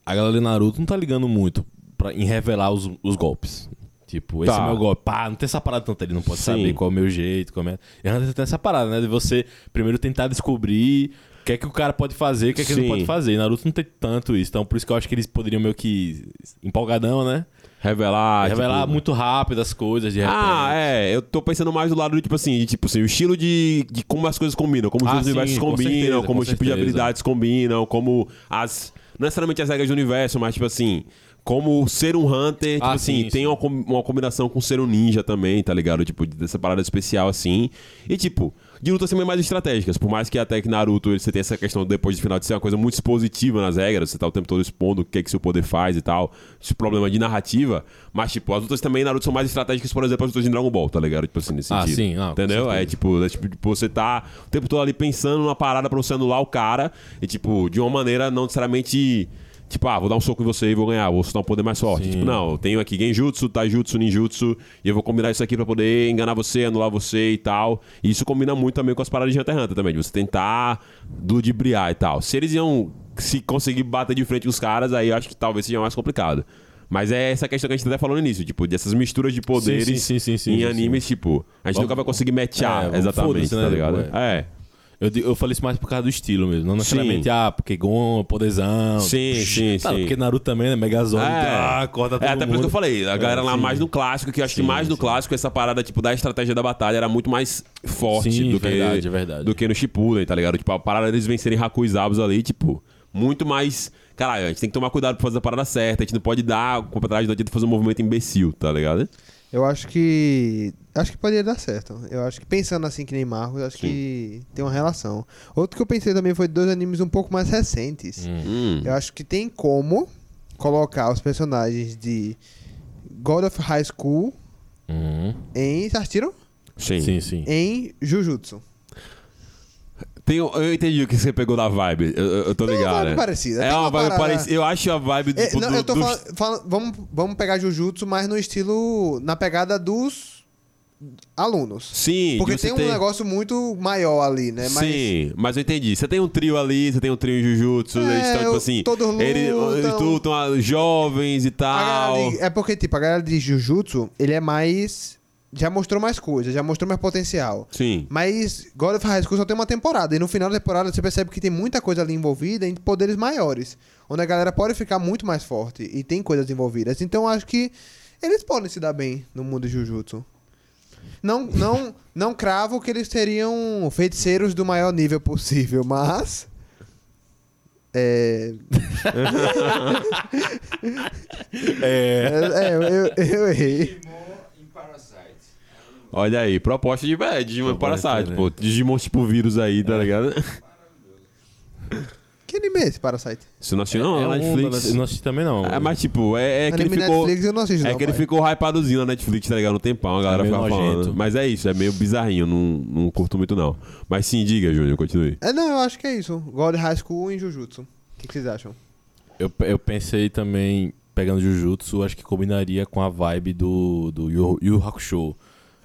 Speaker 2: a galera de Naruto não tá ligando muito pra, em revelar os, os golpes. Tipo, esse
Speaker 1: Tá.
Speaker 2: é meu golpe. Pá, não tem essa parada tanto, ele não pode
Speaker 1: Sim.
Speaker 2: saber qual é o meu jeito, como é. E a Hunter tem essa parada, né? De você primeiro tentar descobrir o que é que o cara pode fazer, o que é que ele
Speaker 1: Sim.
Speaker 2: não pode fazer. E Naruto não tem tanto isso, então por isso que eu acho que eles poderiam meio que empolgadão, né?
Speaker 1: Revelar.
Speaker 2: revelar
Speaker 1: tipo,
Speaker 2: muito rápido as coisas de repente.
Speaker 1: Ah, é. Eu tô pensando mais do lado do tipo assim, de, tipo assim, o estilo de, de como as coisas combinam, como os
Speaker 2: Ah,
Speaker 1: dois
Speaker 2: sim,
Speaker 1: universos
Speaker 2: com
Speaker 1: combinam,
Speaker 2: certeza,
Speaker 1: como
Speaker 2: com
Speaker 1: os tipos de
Speaker 2: certeza.
Speaker 1: habilidades combinam, como as. Não necessariamente as regras do universo, mas tipo assim. Como ser um Hunter, tipo
Speaker 2: Ah,
Speaker 1: assim,
Speaker 2: sim,
Speaker 1: tem
Speaker 2: sim.
Speaker 1: Uma, com- uma combinação com ser um ninja também, tá ligado? Tipo, dessa parada especial assim. E tipo, de lutas também mais estratégicas. Por mais que até que Naruto ele- você tenha essa questão depois do final de ser uma coisa muito expositiva nas regras, você tá o tempo todo expondo o que é que seu poder faz e tal. Esse problema de narrativa. Mas, tipo, as lutas também em Naruto são mais estratégicas, por exemplo, as lutas de Dragon Ball, tá ligado? Tipo assim, nesse
Speaker 2: Ah,
Speaker 1: sentido.
Speaker 2: sim, ah, com
Speaker 1: Entendeu? É
Speaker 2: certeza.
Speaker 1: tipo, é, tipo, tipo, você tá o tempo todo ali pensando numa parada pra você anular o cara. E, tipo, de uma maneira não necessariamente. Tipo, ah, vou dar um soco em você e vou ganhar, vou soltar um poder mais forte. Tipo, não, eu tenho aqui Genjutsu, Taijutsu, Ninjutsu, e eu vou combinar isso aqui pra poder enganar você, anular você e tal. E isso combina muito também com as paradas de Hunter x Hunter também, de você tentar ludibriar e tal. Se eles iam se conseguir bater de frente com os caras, aí eu acho que talvez seja mais complicado. Mas é essa questão que a gente até falou no início, tipo, dessas misturas de poderes
Speaker 2: sim, sim, sim, sim,
Speaker 1: em
Speaker 2: sim,
Speaker 1: animes, tipo, a gente
Speaker 2: Vamos-
Speaker 1: nunca vai conseguir
Speaker 2: É,
Speaker 1: matchar
Speaker 2: vamos-
Speaker 1: exatamente,
Speaker 2: foda-se, né?
Speaker 1: tá ligado?
Speaker 2: Tipo,
Speaker 1: É.
Speaker 2: Eu, digo- eu falei isso mais por causa do estilo mesmo. Não necessariamente, ah, porque Gon, poderzão.
Speaker 1: Sim,
Speaker 2: psh,
Speaker 1: sim,
Speaker 2: tá,
Speaker 1: sim.
Speaker 2: Porque Naruto também, né? Megazord. Ah, corta todo
Speaker 1: é, até por isso que eu
Speaker 2: mundo.
Speaker 1: falei, a galera lá
Speaker 2: sim.
Speaker 1: mais no clássico, que eu acho que
Speaker 2: Sim,
Speaker 1: mais no
Speaker 2: sim.
Speaker 1: clássico essa parada tipo da estratégia da batalha era muito mais forte
Speaker 2: Sim,
Speaker 1: do que
Speaker 2: verdade, verdade.
Speaker 1: do que no Shippuden, tá ligado? Tipo, a parada deles vencerem Haku e Zabos ali, tipo, muito mais, caralho, a gente tem que tomar cuidado pra fazer a parada certa, a gente não pode dar com atrás da gente fazer um movimento imbecil, tá ligado?
Speaker 3: Eu acho que. Acho que poderia dar certo. Eu acho que pensando assim que nem Marcos, acho que tem uma relação. Outro que eu pensei também foi dois animes um pouco mais recentes.
Speaker 1: Hum.
Speaker 3: Eu acho que tem como colocar os personagens de God of High School
Speaker 2: Uhum.
Speaker 1: Hum.
Speaker 3: em. Vocês assistiram?
Speaker 1: Sim.
Speaker 2: Sim, sim.
Speaker 3: Em Jujutsu.
Speaker 1: Tem, um, eu entendi o que você pegou da vibe. Eu, eu- eu tô
Speaker 3: Tem uma
Speaker 1: ligado.
Speaker 3: vibe
Speaker 1: né?
Speaker 3: parecida,
Speaker 1: É
Speaker 3: tem
Speaker 1: uma
Speaker 3: uma
Speaker 1: vibe
Speaker 3: parada-
Speaker 1: parecida. Eu acho a vibe do.
Speaker 3: É, não,
Speaker 1: Tipo do-
Speaker 3: eu tô
Speaker 1: dos-
Speaker 3: fal- fal- vamos, vamos pegar Jujutsu, mas no estilo. na pegada dos alunos.
Speaker 1: Sim, de
Speaker 3: Porque
Speaker 1: você
Speaker 3: tem um
Speaker 1: ter-
Speaker 3: negócio muito maior ali, né? Mas
Speaker 1: Sim, mas eu entendi. Você tem um trio ali, você tem um trio em Jujutsu,
Speaker 3: É,
Speaker 1: eles estão, tipo
Speaker 3: eu-
Speaker 1: assim.
Speaker 3: todos lutam.
Speaker 1: Eles, eles lutam ah, jovens e
Speaker 3: a
Speaker 1: tal.
Speaker 3: galera de- é porque, tipo, a galera de Jujutsu, ele é mais. Já mostrou mais coisa, já mostrou mais potencial.
Speaker 1: Sim.
Speaker 3: Mas God of High School só tem uma temporada. E no final da temporada você percebe que tem muita coisa ali envolvida em poderes maiores. Onde a galera pode ficar muito mais forte. E tem coisas envolvidas. Então eu acho que eles podem se dar bem no mundo de Jujutsu. Não, não, não cravo que eles seriam feiticeiros do maior nível possível, mas. É. *laughs* é. eu, eu errei.
Speaker 1: Olha aí, proposta de, é, Digimon
Speaker 2: Agora
Speaker 1: Parasite,
Speaker 2: eu
Speaker 1: pô.
Speaker 2: quero
Speaker 1: Digimon tipo vírus aí, tá ligado? *laughs*
Speaker 3: Que anime é esse Parasite?
Speaker 1: Você não assistiu, não?
Speaker 2: É
Speaker 1: É,
Speaker 2: um
Speaker 1: Netflix.
Speaker 2: da- Não assisti também, não.
Speaker 1: É, mas tipo, é, é que ele
Speaker 3: Anime
Speaker 1: ficou.
Speaker 3: Netflix eu não assisto,
Speaker 1: É
Speaker 3: não,
Speaker 1: que ele
Speaker 3: pai.
Speaker 1: ficou hypadozinho na Netflix, tá ligado? Um tempão, a galera
Speaker 2: É meio
Speaker 1: ficava falando.
Speaker 2: nojento.
Speaker 1: Mas é isso, é meio bizarrinho, não, não curto muito não. Mas sim, diga, Júnior, continue.
Speaker 3: É, não, eu acho que é isso. God High School e Jujutsu. O que, que vocês acham?
Speaker 2: Eu, eu pensei também, pegando Jujutsu, acho que combinaria com a vibe do, do Yu, Yu Hakusho.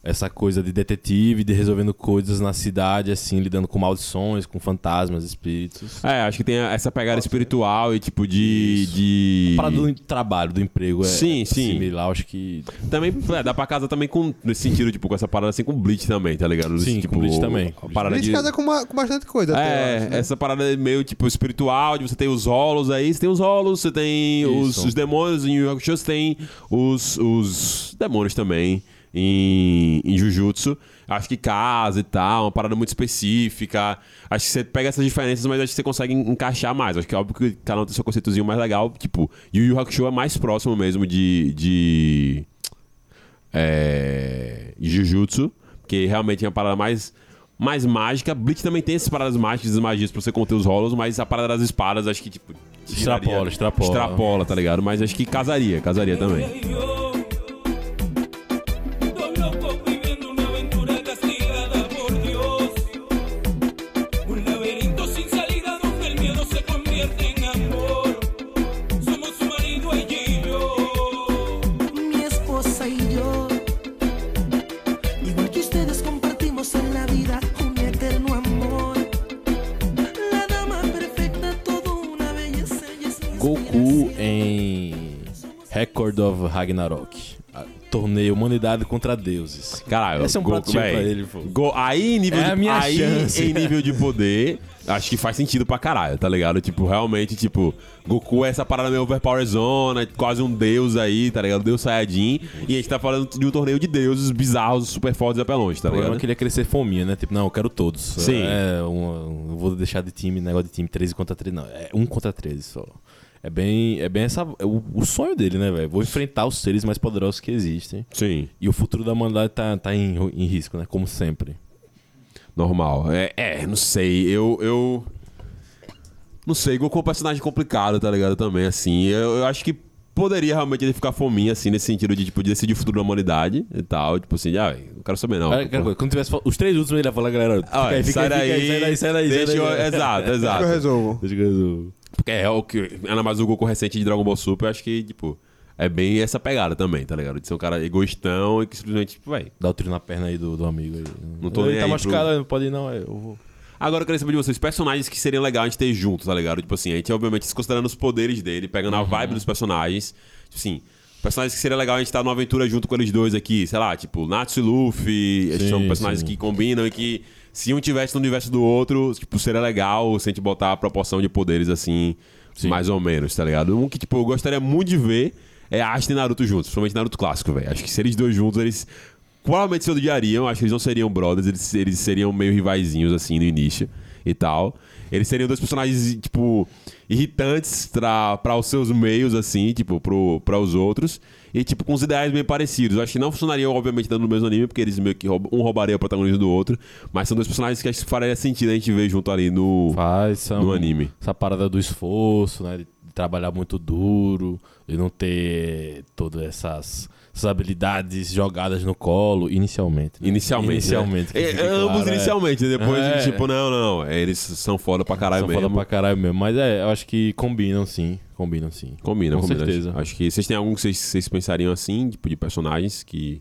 Speaker 2: Essa coisa de detetive, de resolvendo coisas na cidade, assim, lidando com maldições, com fantasmas, espíritos.
Speaker 1: É, acho que tem essa pegada
Speaker 3: né?
Speaker 1: espiritual e tipo de.
Speaker 2: Isso.
Speaker 1: de...
Speaker 2: Para do trabalho, do emprego, é
Speaker 1: Sim,
Speaker 2: é
Speaker 1: sim.
Speaker 2: similar, acho que...
Speaker 1: Também é, dá pra casa também com, nesse sentido, tipo, com essa parada assim com Bleach também, tá ligado?
Speaker 2: Sim, com
Speaker 1: tipo,
Speaker 2: Bleach também.
Speaker 1: A parada
Speaker 3: Ele
Speaker 1: de...
Speaker 3: casa com, uma- com bastante coisa. até, eu
Speaker 1: É,
Speaker 3: acho, né?
Speaker 1: essa parada meio tipo espiritual, de você tem os rolos aí, você tem os rolos, você tem os,
Speaker 2: Isso.
Speaker 1: os demônios em Yu Yu Hakusho, você tem os, os demônios também em, em Jujutsu. Acho que casa e tal, uma parada muito específica. Acho que você pega essas diferenças, mas acho que você consegue en- encaixar mais. Acho que é óbvio que cada um tem seu conceitozinho mais legal. Tipo, Yu Yu Hakusho é mais próximo mesmo de- de é, Jujutsu, que realmente é uma parada mais, mais mágica. Bleach também tem essas paradas mágicas e magias pra você conter os rolos, mas a parada das espadas, acho que, tipo. tiraria-
Speaker 2: Extrapola, extrapola.
Speaker 1: Extrapola, tá ligado? Mas acho que casaria, casaria também.
Speaker 6: Dos locos viviendo una aventura castigada por Dios. Un laberinto sin salida donde el miedo se convierte en amor. Somos su marido, ella y yo.
Speaker 7: mi esposa y yo. Igual que ustedes compartimos en la vida un eterno amor. La dama perfecta, todo una belleza. ella es mi
Speaker 2: Goku
Speaker 7: inspiración.
Speaker 2: em Record of Ragnarok. A- Torneio Humanidade contra Deuses.
Speaker 1: Caralho,
Speaker 2: Esse é um
Speaker 1: Goku,
Speaker 2: pratinho
Speaker 1: véi.
Speaker 2: pra ele, pô.
Speaker 1: Go- aí em nível
Speaker 2: É
Speaker 1: de,
Speaker 2: a minha
Speaker 1: aí,
Speaker 2: chance.
Speaker 1: em nível
Speaker 2: *laughs*
Speaker 1: de poder, acho que faz sentido pra caralho, tá ligado? Tipo, realmente, tipo, Goku é essa parada meio overpower zona, quase um deus aí, tá ligado? Deus Saiyajin. E a gente tá falando de um torneio de deuses bizarros, super fortes e apelões, tá
Speaker 2: O problema é
Speaker 1: ligado?
Speaker 2: que ele ia crescer fominha, né? Tipo, não, eu quero todos.
Speaker 1: Sim.
Speaker 2: É, um, eu vou deixar de time, negócio de time 13 contra 13. Não, é 1 contra 13 só. É bem, é bem essa, é o, o sonho dele, né, velho? Vou enfrentar os seres mais poderosos que existem.
Speaker 1: Sim.
Speaker 2: E o futuro da humanidade tá, tá em, ru- em risco, né? Como sempre.
Speaker 1: Normal. É, é, não sei. Eu. eu... Não sei, Goku é um personagem complicado, tá ligado? Também, assim. Eu, eu acho que poderia realmente ele ficar fominha, assim, nesse sentido de, tipo, de decidir o futuro da humanidade e tal. Tipo assim, de, ah, véi, não quero saber, não.
Speaker 2: Olha, aquela coisa, quando tivesse fal- os três últimos, ele ia falar, galera, fica
Speaker 1: Ah,
Speaker 2: aí, fica
Speaker 1: sai,
Speaker 2: aí, fica
Speaker 1: daí,
Speaker 2: aí, sai daí, sai daí, sai
Speaker 1: deixa eu-
Speaker 2: daí. *laughs*
Speaker 1: Exato,
Speaker 3: Acho que eu
Speaker 1: exato.
Speaker 3: resolvo.
Speaker 2: Deixa eu-
Speaker 1: Porque é o que. Ainda mais o Goku recente de Dragon Ball Super, eu acho que, tipo, é bem essa pegada também, tá ligado? De ser um cara egoístão e que simplesmente, tipo, véi,
Speaker 2: Dá o tiro na perna aí do, do amigo aí.
Speaker 1: Não tô
Speaker 2: ele
Speaker 1: nem
Speaker 2: tá
Speaker 1: aí pro-
Speaker 2: machucado, não pode ir não, é, eu vou.
Speaker 1: Agora eu quero saber de vocês, personagens que seria legal a gente ter junto, tá ligado? Tipo assim, a gente obviamente se considerando os poderes dele, pegando a vibe dos personagens. Tipo assim, personagens que seria legal a gente estar numa aventura junto com eles dois aqui, sei lá, tipo Natsu e Luffy, eles
Speaker 2: Sim,
Speaker 1: são personagens
Speaker 2: sim.
Speaker 1: que combinam e que se um tivesse no universo do outro, tipo, seria legal se a gente botar a proporção de poderes assim,
Speaker 2: Sim.
Speaker 1: mais ou menos, tá ligado? Um que, tipo, eu gostaria muito de ver é Asta e Naruto juntos, principalmente Naruto clássico, velho. Acho que se eles dois juntos, eles provavelmente se odiariam, acho que eles não seriam brothers, eles, eles seriam meio rivaizinhos, assim, no início e tal. Eles seriam dois personagens, tipo, irritantes pra, pra os seus meios, assim, tipo, pro, pra os outros. E, tipo, com os ideais meio parecidos. Eu acho que não funcionaria, obviamente, dando no mesmo anime, porque eles meio que roubam, um roubaria o protagonismo do outro. Mas são dois personagens que acho que faria sentido a gente ver junto ali no.
Speaker 2: Faz, é um- são...
Speaker 1: No anime.
Speaker 2: Essa parada do esforço, né? De trabalhar muito duro, de não ter todas essas, essas habilidades jogadas no colo, inicialmente. né?
Speaker 1: Inicialmente. né?
Speaker 2: Inicialmente. que
Speaker 1: É,
Speaker 2: fique
Speaker 1: ambos
Speaker 2: claro, é.
Speaker 1: inicialmente, né? depois,
Speaker 2: É.
Speaker 1: tipo, não, não, não. Eles são foda pra caralho
Speaker 2: Só
Speaker 1: mesmo.
Speaker 2: fala pra caralho mesmo. Mas é, eu acho que combinam sim. Combinam sim.
Speaker 1: Combina,
Speaker 2: Com
Speaker 1: combina.
Speaker 2: certeza.
Speaker 1: Acho que vocês têm algum que vocês, vocês pensariam assim, tipo, de personagens que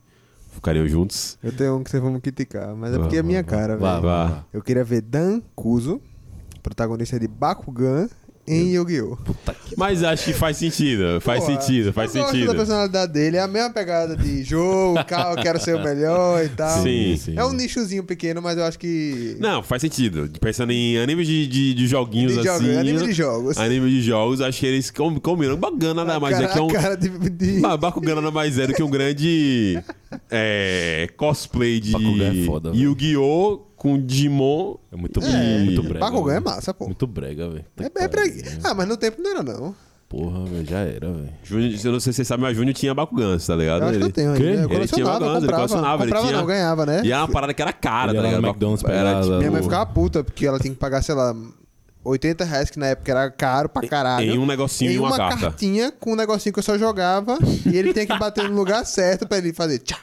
Speaker 1: ficariam juntos.
Speaker 3: Eu tenho um que vocês vão me criticar, mas é porque é minha cara,
Speaker 2: Vá,
Speaker 3: velho.
Speaker 2: vá.
Speaker 1: Vá.
Speaker 2: vá.
Speaker 3: Eu queria ver Dan Kuzo, protagonista de Bakugan, em Yu-Gi-Oh!
Speaker 1: Mas acho que faz sentido, faz
Speaker 3: Pô,
Speaker 1: sentido, faz
Speaker 3: eu Gosto da
Speaker 1: sentido.
Speaker 3: personalidade dele, é a mesma pegada de
Speaker 1: *laughs*
Speaker 3: jogo, carro, quero ser o melhor e tal.
Speaker 1: Sim.
Speaker 3: É um nichozinho pequeno, mas eu acho que.
Speaker 1: Não, faz sentido. Pensando em animes de, de, de joguinhos
Speaker 3: de jogo,
Speaker 1: assim.
Speaker 3: é anime de jogos.
Speaker 1: anime de jogos, acho que eles com- combinam. Bagan nada mais
Speaker 3: cara,
Speaker 1: é que é um.
Speaker 3: a cara de, de-
Speaker 1: Ba- Bakugan nada mais é do que um grande é, cosplay de
Speaker 2: Bakugan é foda, velho.
Speaker 1: Yu-Gi-Oh! com Digimon.
Speaker 2: É muito,
Speaker 3: É,
Speaker 2: muito brega.
Speaker 3: Bakugan é
Speaker 2: velho.
Speaker 3: massa, pô.
Speaker 2: Muito brega, velho.
Speaker 3: É, é pra... Ah, mas no tempo não era, não.
Speaker 2: Porra, velho, já era, velho.
Speaker 1: Júnior, eu não sei se vocês sabem, mas Júnior tinha Bakugan, tá ligado?
Speaker 3: Eu acho que eu tenho ainda.
Speaker 2: Quê?
Speaker 3: Eu
Speaker 2: Ele
Speaker 1: Ele tinha
Speaker 3: colecionava,
Speaker 1: Bakugan, ele
Speaker 3: comprava.
Speaker 1: colecionava, ele
Speaker 3: comprava
Speaker 1: tinha.
Speaker 3: não, ganhava, né?
Speaker 1: E era uma parada que era cara,
Speaker 2: Ele
Speaker 1: tá
Speaker 2: ia lá
Speaker 1: ligado?
Speaker 2: no McDonald's
Speaker 1: era,
Speaker 2: pegar
Speaker 1: tipo,
Speaker 3: Minha mãe
Speaker 2: o-
Speaker 3: ficava puta, porque ela tinha que pagar, sei lá, 80 reais, que na época era caro pra caralho.
Speaker 1: Em um negocinho
Speaker 3: em
Speaker 1: e uma
Speaker 3: uma
Speaker 1: carta.
Speaker 3: cartinha com um negocinho que eu só jogava e ele tinha que bater no lugar certo pra ele fazer tchá.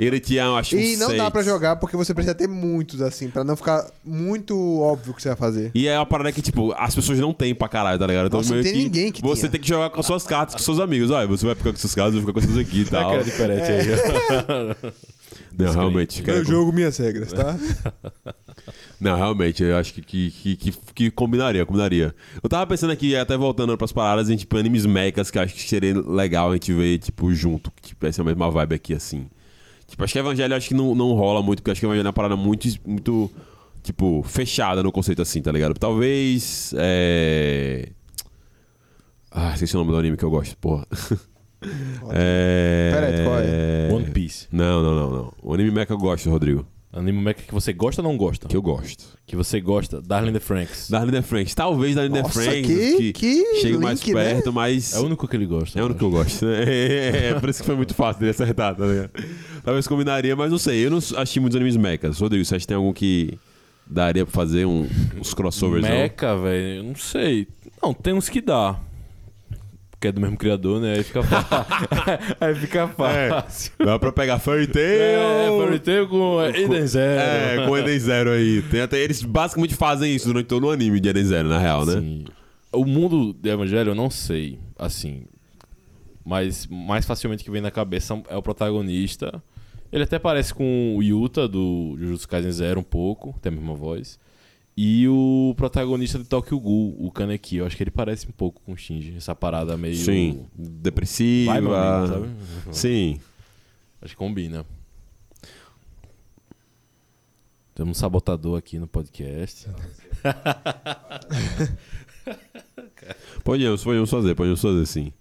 Speaker 1: Ele tinha, acho que.
Speaker 3: E
Speaker 1: uns
Speaker 3: não dá
Speaker 1: seis.
Speaker 3: pra jogar porque você precisa ter muitos, assim, pra não ficar muito óbvio o que você vai fazer.
Speaker 1: E é uma parada que, tipo, as pessoas não têm pra caralho, tá ligado? Então,
Speaker 3: Nossa,
Speaker 1: meio
Speaker 3: não tem
Speaker 1: que
Speaker 3: ninguém que
Speaker 1: Você
Speaker 3: tenha.
Speaker 1: tem que jogar com suas cartas, com seus amigos. Olha, você vai ficar com seus cartas, eu vou ficar com essas aqui e tal.
Speaker 2: Cara diferente aí.
Speaker 1: *laughs*
Speaker 2: É.
Speaker 1: Não, realmente. cara,
Speaker 3: jogo minhas regras, tá?
Speaker 1: Não, realmente, eu acho que, que, que, que- que combinaria, combinaria. Eu tava pensando aqui, até voltando pras paradas, em, tipo, animes mechas, que eu acho que seria legal a gente ver, tipo, junto. que, Tipo, essa mesma vibe aqui, assim. Tipo, acho que Evangelho acho que não, não rola muito, porque acho que Evangelho é uma parada muito, muito tipo, fechada no conceito assim, tá ligado? Talvez. É... Ah, esqueci o nome do anime que eu gosto, porra. *laughs* é...
Speaker 3: Pera aí, qual
Speaker 2: One Piece.
Speaker 1: Não, não, não, não. O anime mecha que eu gosto, Rodrigo.
Speaker 2: Anime mecha que você gosta ou não gosta?
Speaker 1: Que eu gosto.
Speaker 2: Que você gosta. Darling the Franks.
Speaker 1: Darling the Franks. Talvez Darling the
Speaker 3: Nossa,
Speaker 1: Franks, que,
Speaker 3: que- que
Speaker 1: chega
Speaker 3: link,
Speaker 1: mais
Speaker 3: né?
Speaker 1: perto, mas...
Speaker 2: É o único que ele gosta.
Speaker 1: É o único que eu gosto, né? *laughs* É, por isso que foi muito fácil dele acertar, tá ligado? Talvez combinaria, mas não sei. Eu não achei muitos animes mechas. Rodrigo, você acha que tem algum que daria pra fazer um- uns crossovers, não?
Speaker 2: Meca, velho, eu não sei. Não, tem uns que dá. Porque é do mesmo criador, né? Aí fica
Speaker 1: *laughs*
Speaker 2: fácil. *laughs* Aí
Speaker 1: É.
Speaker 2: fica fácil.
Speaker 1: Dá pra pegar Fairy Tail...
Speaker 2: É, Fairy Tail com Eden Zero.
Speaker 1: É, com Eden Zero aí. Tem até, eles basicamente fazem isso durante todo o anime de Eden Zero, na real, né?
Speaker 2: Sim. O mundo do Evangelho, eu não sei, assim. Mas mais facilmente que vem na cabeça é o protagonista. Ele até parece com o Yuta do Jujutsu Kaisen Zero um pouco, tem a mesma voz. E o protagonista de Tokyo Ghoul, o Kaneki, eu acho que ele parece um pouco com o Shinji, essa parada meio
Speaker 1: Sim. Depressiva...
Speaker 2: Vai, meu amigo, sabe?
Speaker 1: Sim.
Speaker 2: Acho que combina. Temos um sabotador aqui no podcast.
Speaker 1: Podíamos, podíamos fazer, podíamos fazer, sim.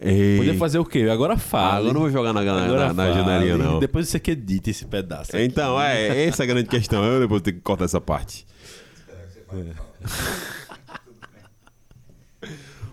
Speaker 1: E...
Speaker 2: Podia fazer o quê? Agora
Speaker 1: Ah,
Speaker 2: fala.
Speaker 1: eu não vou jogar na, na,
Speaker 2: Agora
Speaker 1: na, na
Speaker 2: fala.
Speaker 1: janelinha, não.
Speaker 2: Depois você que edita esse pedaço. aqui.
Speaker 1: Então, é, essa é a grande questão. Eu depois tenho que cortar essa parte. É.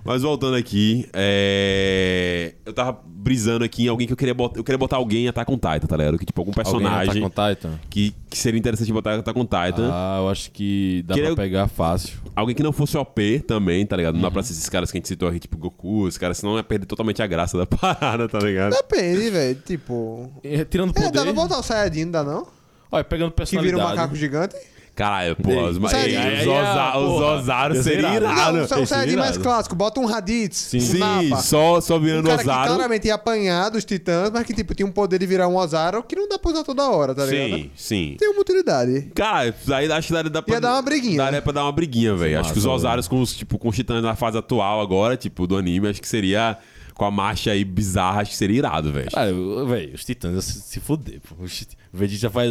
Speaker 1: Mas voltando aqui, é... eu tava brisando aqui em alguém que eu queria botar. Eu queria botar alguém em Attack on Titan, tá ligado? Que, tipo, algum
Speaker 2: Alguém já
Speaker 1: personagem
Speaker 2: Tá com Titan?
Speaker 1: que, que seria interessante botar em Attack on Titan.
Speaker 2: Ah, eu acho que dá
Speaker 1: Queria-
Speaker 2: pra pegar fácil.
Speaker 1: Alguém que não fosse OP também, tá ligado? Não dá
Speaker 2: Uhum.
Speaker 1: pra ser esses caras que a gente citou aqui, tipo Goku, esses caras, senão ia perder totalmente a graça da *laughs* parada, tá ligado?
Speaker 3: *laughs* Depende, velho. Tipo.
Speaker 2: E, tirando
Speaker 3: É,
Speaker 2: poder.
Speaker 3: dá pra botar o Sayajin, não dá não?
Speaker 2: Olha, pegando
Speaker 3: Que vira um
Speaker 2: personalidade.
Speaker 3: macaco gigante?
Speaker 1: Caralho, pô, os, ma-
Speaker 3: Sério?
Speaker 1: ei, os,
Speaker 2: Aí, aí,
Speaker 1: Oza-
Speaker 2: ah,
Speaker 1: os
Speaker 2: porra.
Speaker 1: Ozaru
Speaker 2: Ia ser
Speaker 1: seria
Speaker 2: irado.
Speaker 1: irado.
Speaker 3: não, o
Speaker 2: esse
Speaker 3: Sayajin mais
Speaker 2: virado.
Speaker 3: clássico. Bota um Raditz.
Speaker 1: Sim,
Speaker 3: Napa.
Speaker 1: só, só
Speaker 3: Um
Speaker 1: virando
Speaker 3: cara que
Speaker 1: Ozaru.
Speaker 3: claramente ia apanhar dos titãs, mas que tipo, tinha um poder de virar um Ozaru que não dá pra usar toda hora, tá ligado?
Speaker 1: sim, sim.
Speaker 3: Tem uma utilidade.
Speaker 1: Cara, aí acho que daria dá pra.
Speaker 3: dar uma briguinha,
Speaker 1: Daria
Speaker 3: né?
Speaker 1: pra dar uma briguinha, velho. Acho que os
Speaker 2: massa,
Speaker 1: Ozaros com os, tipo, com os titãs na fase atual agora, tipo, do anime, acho que seria. Com a marcha aí bizarra, acho que seria irado, velho.
Speaker 2: Ah, eu- velho, os titãs iam se, se fuder, pô. O Chit- o Vegeta faz.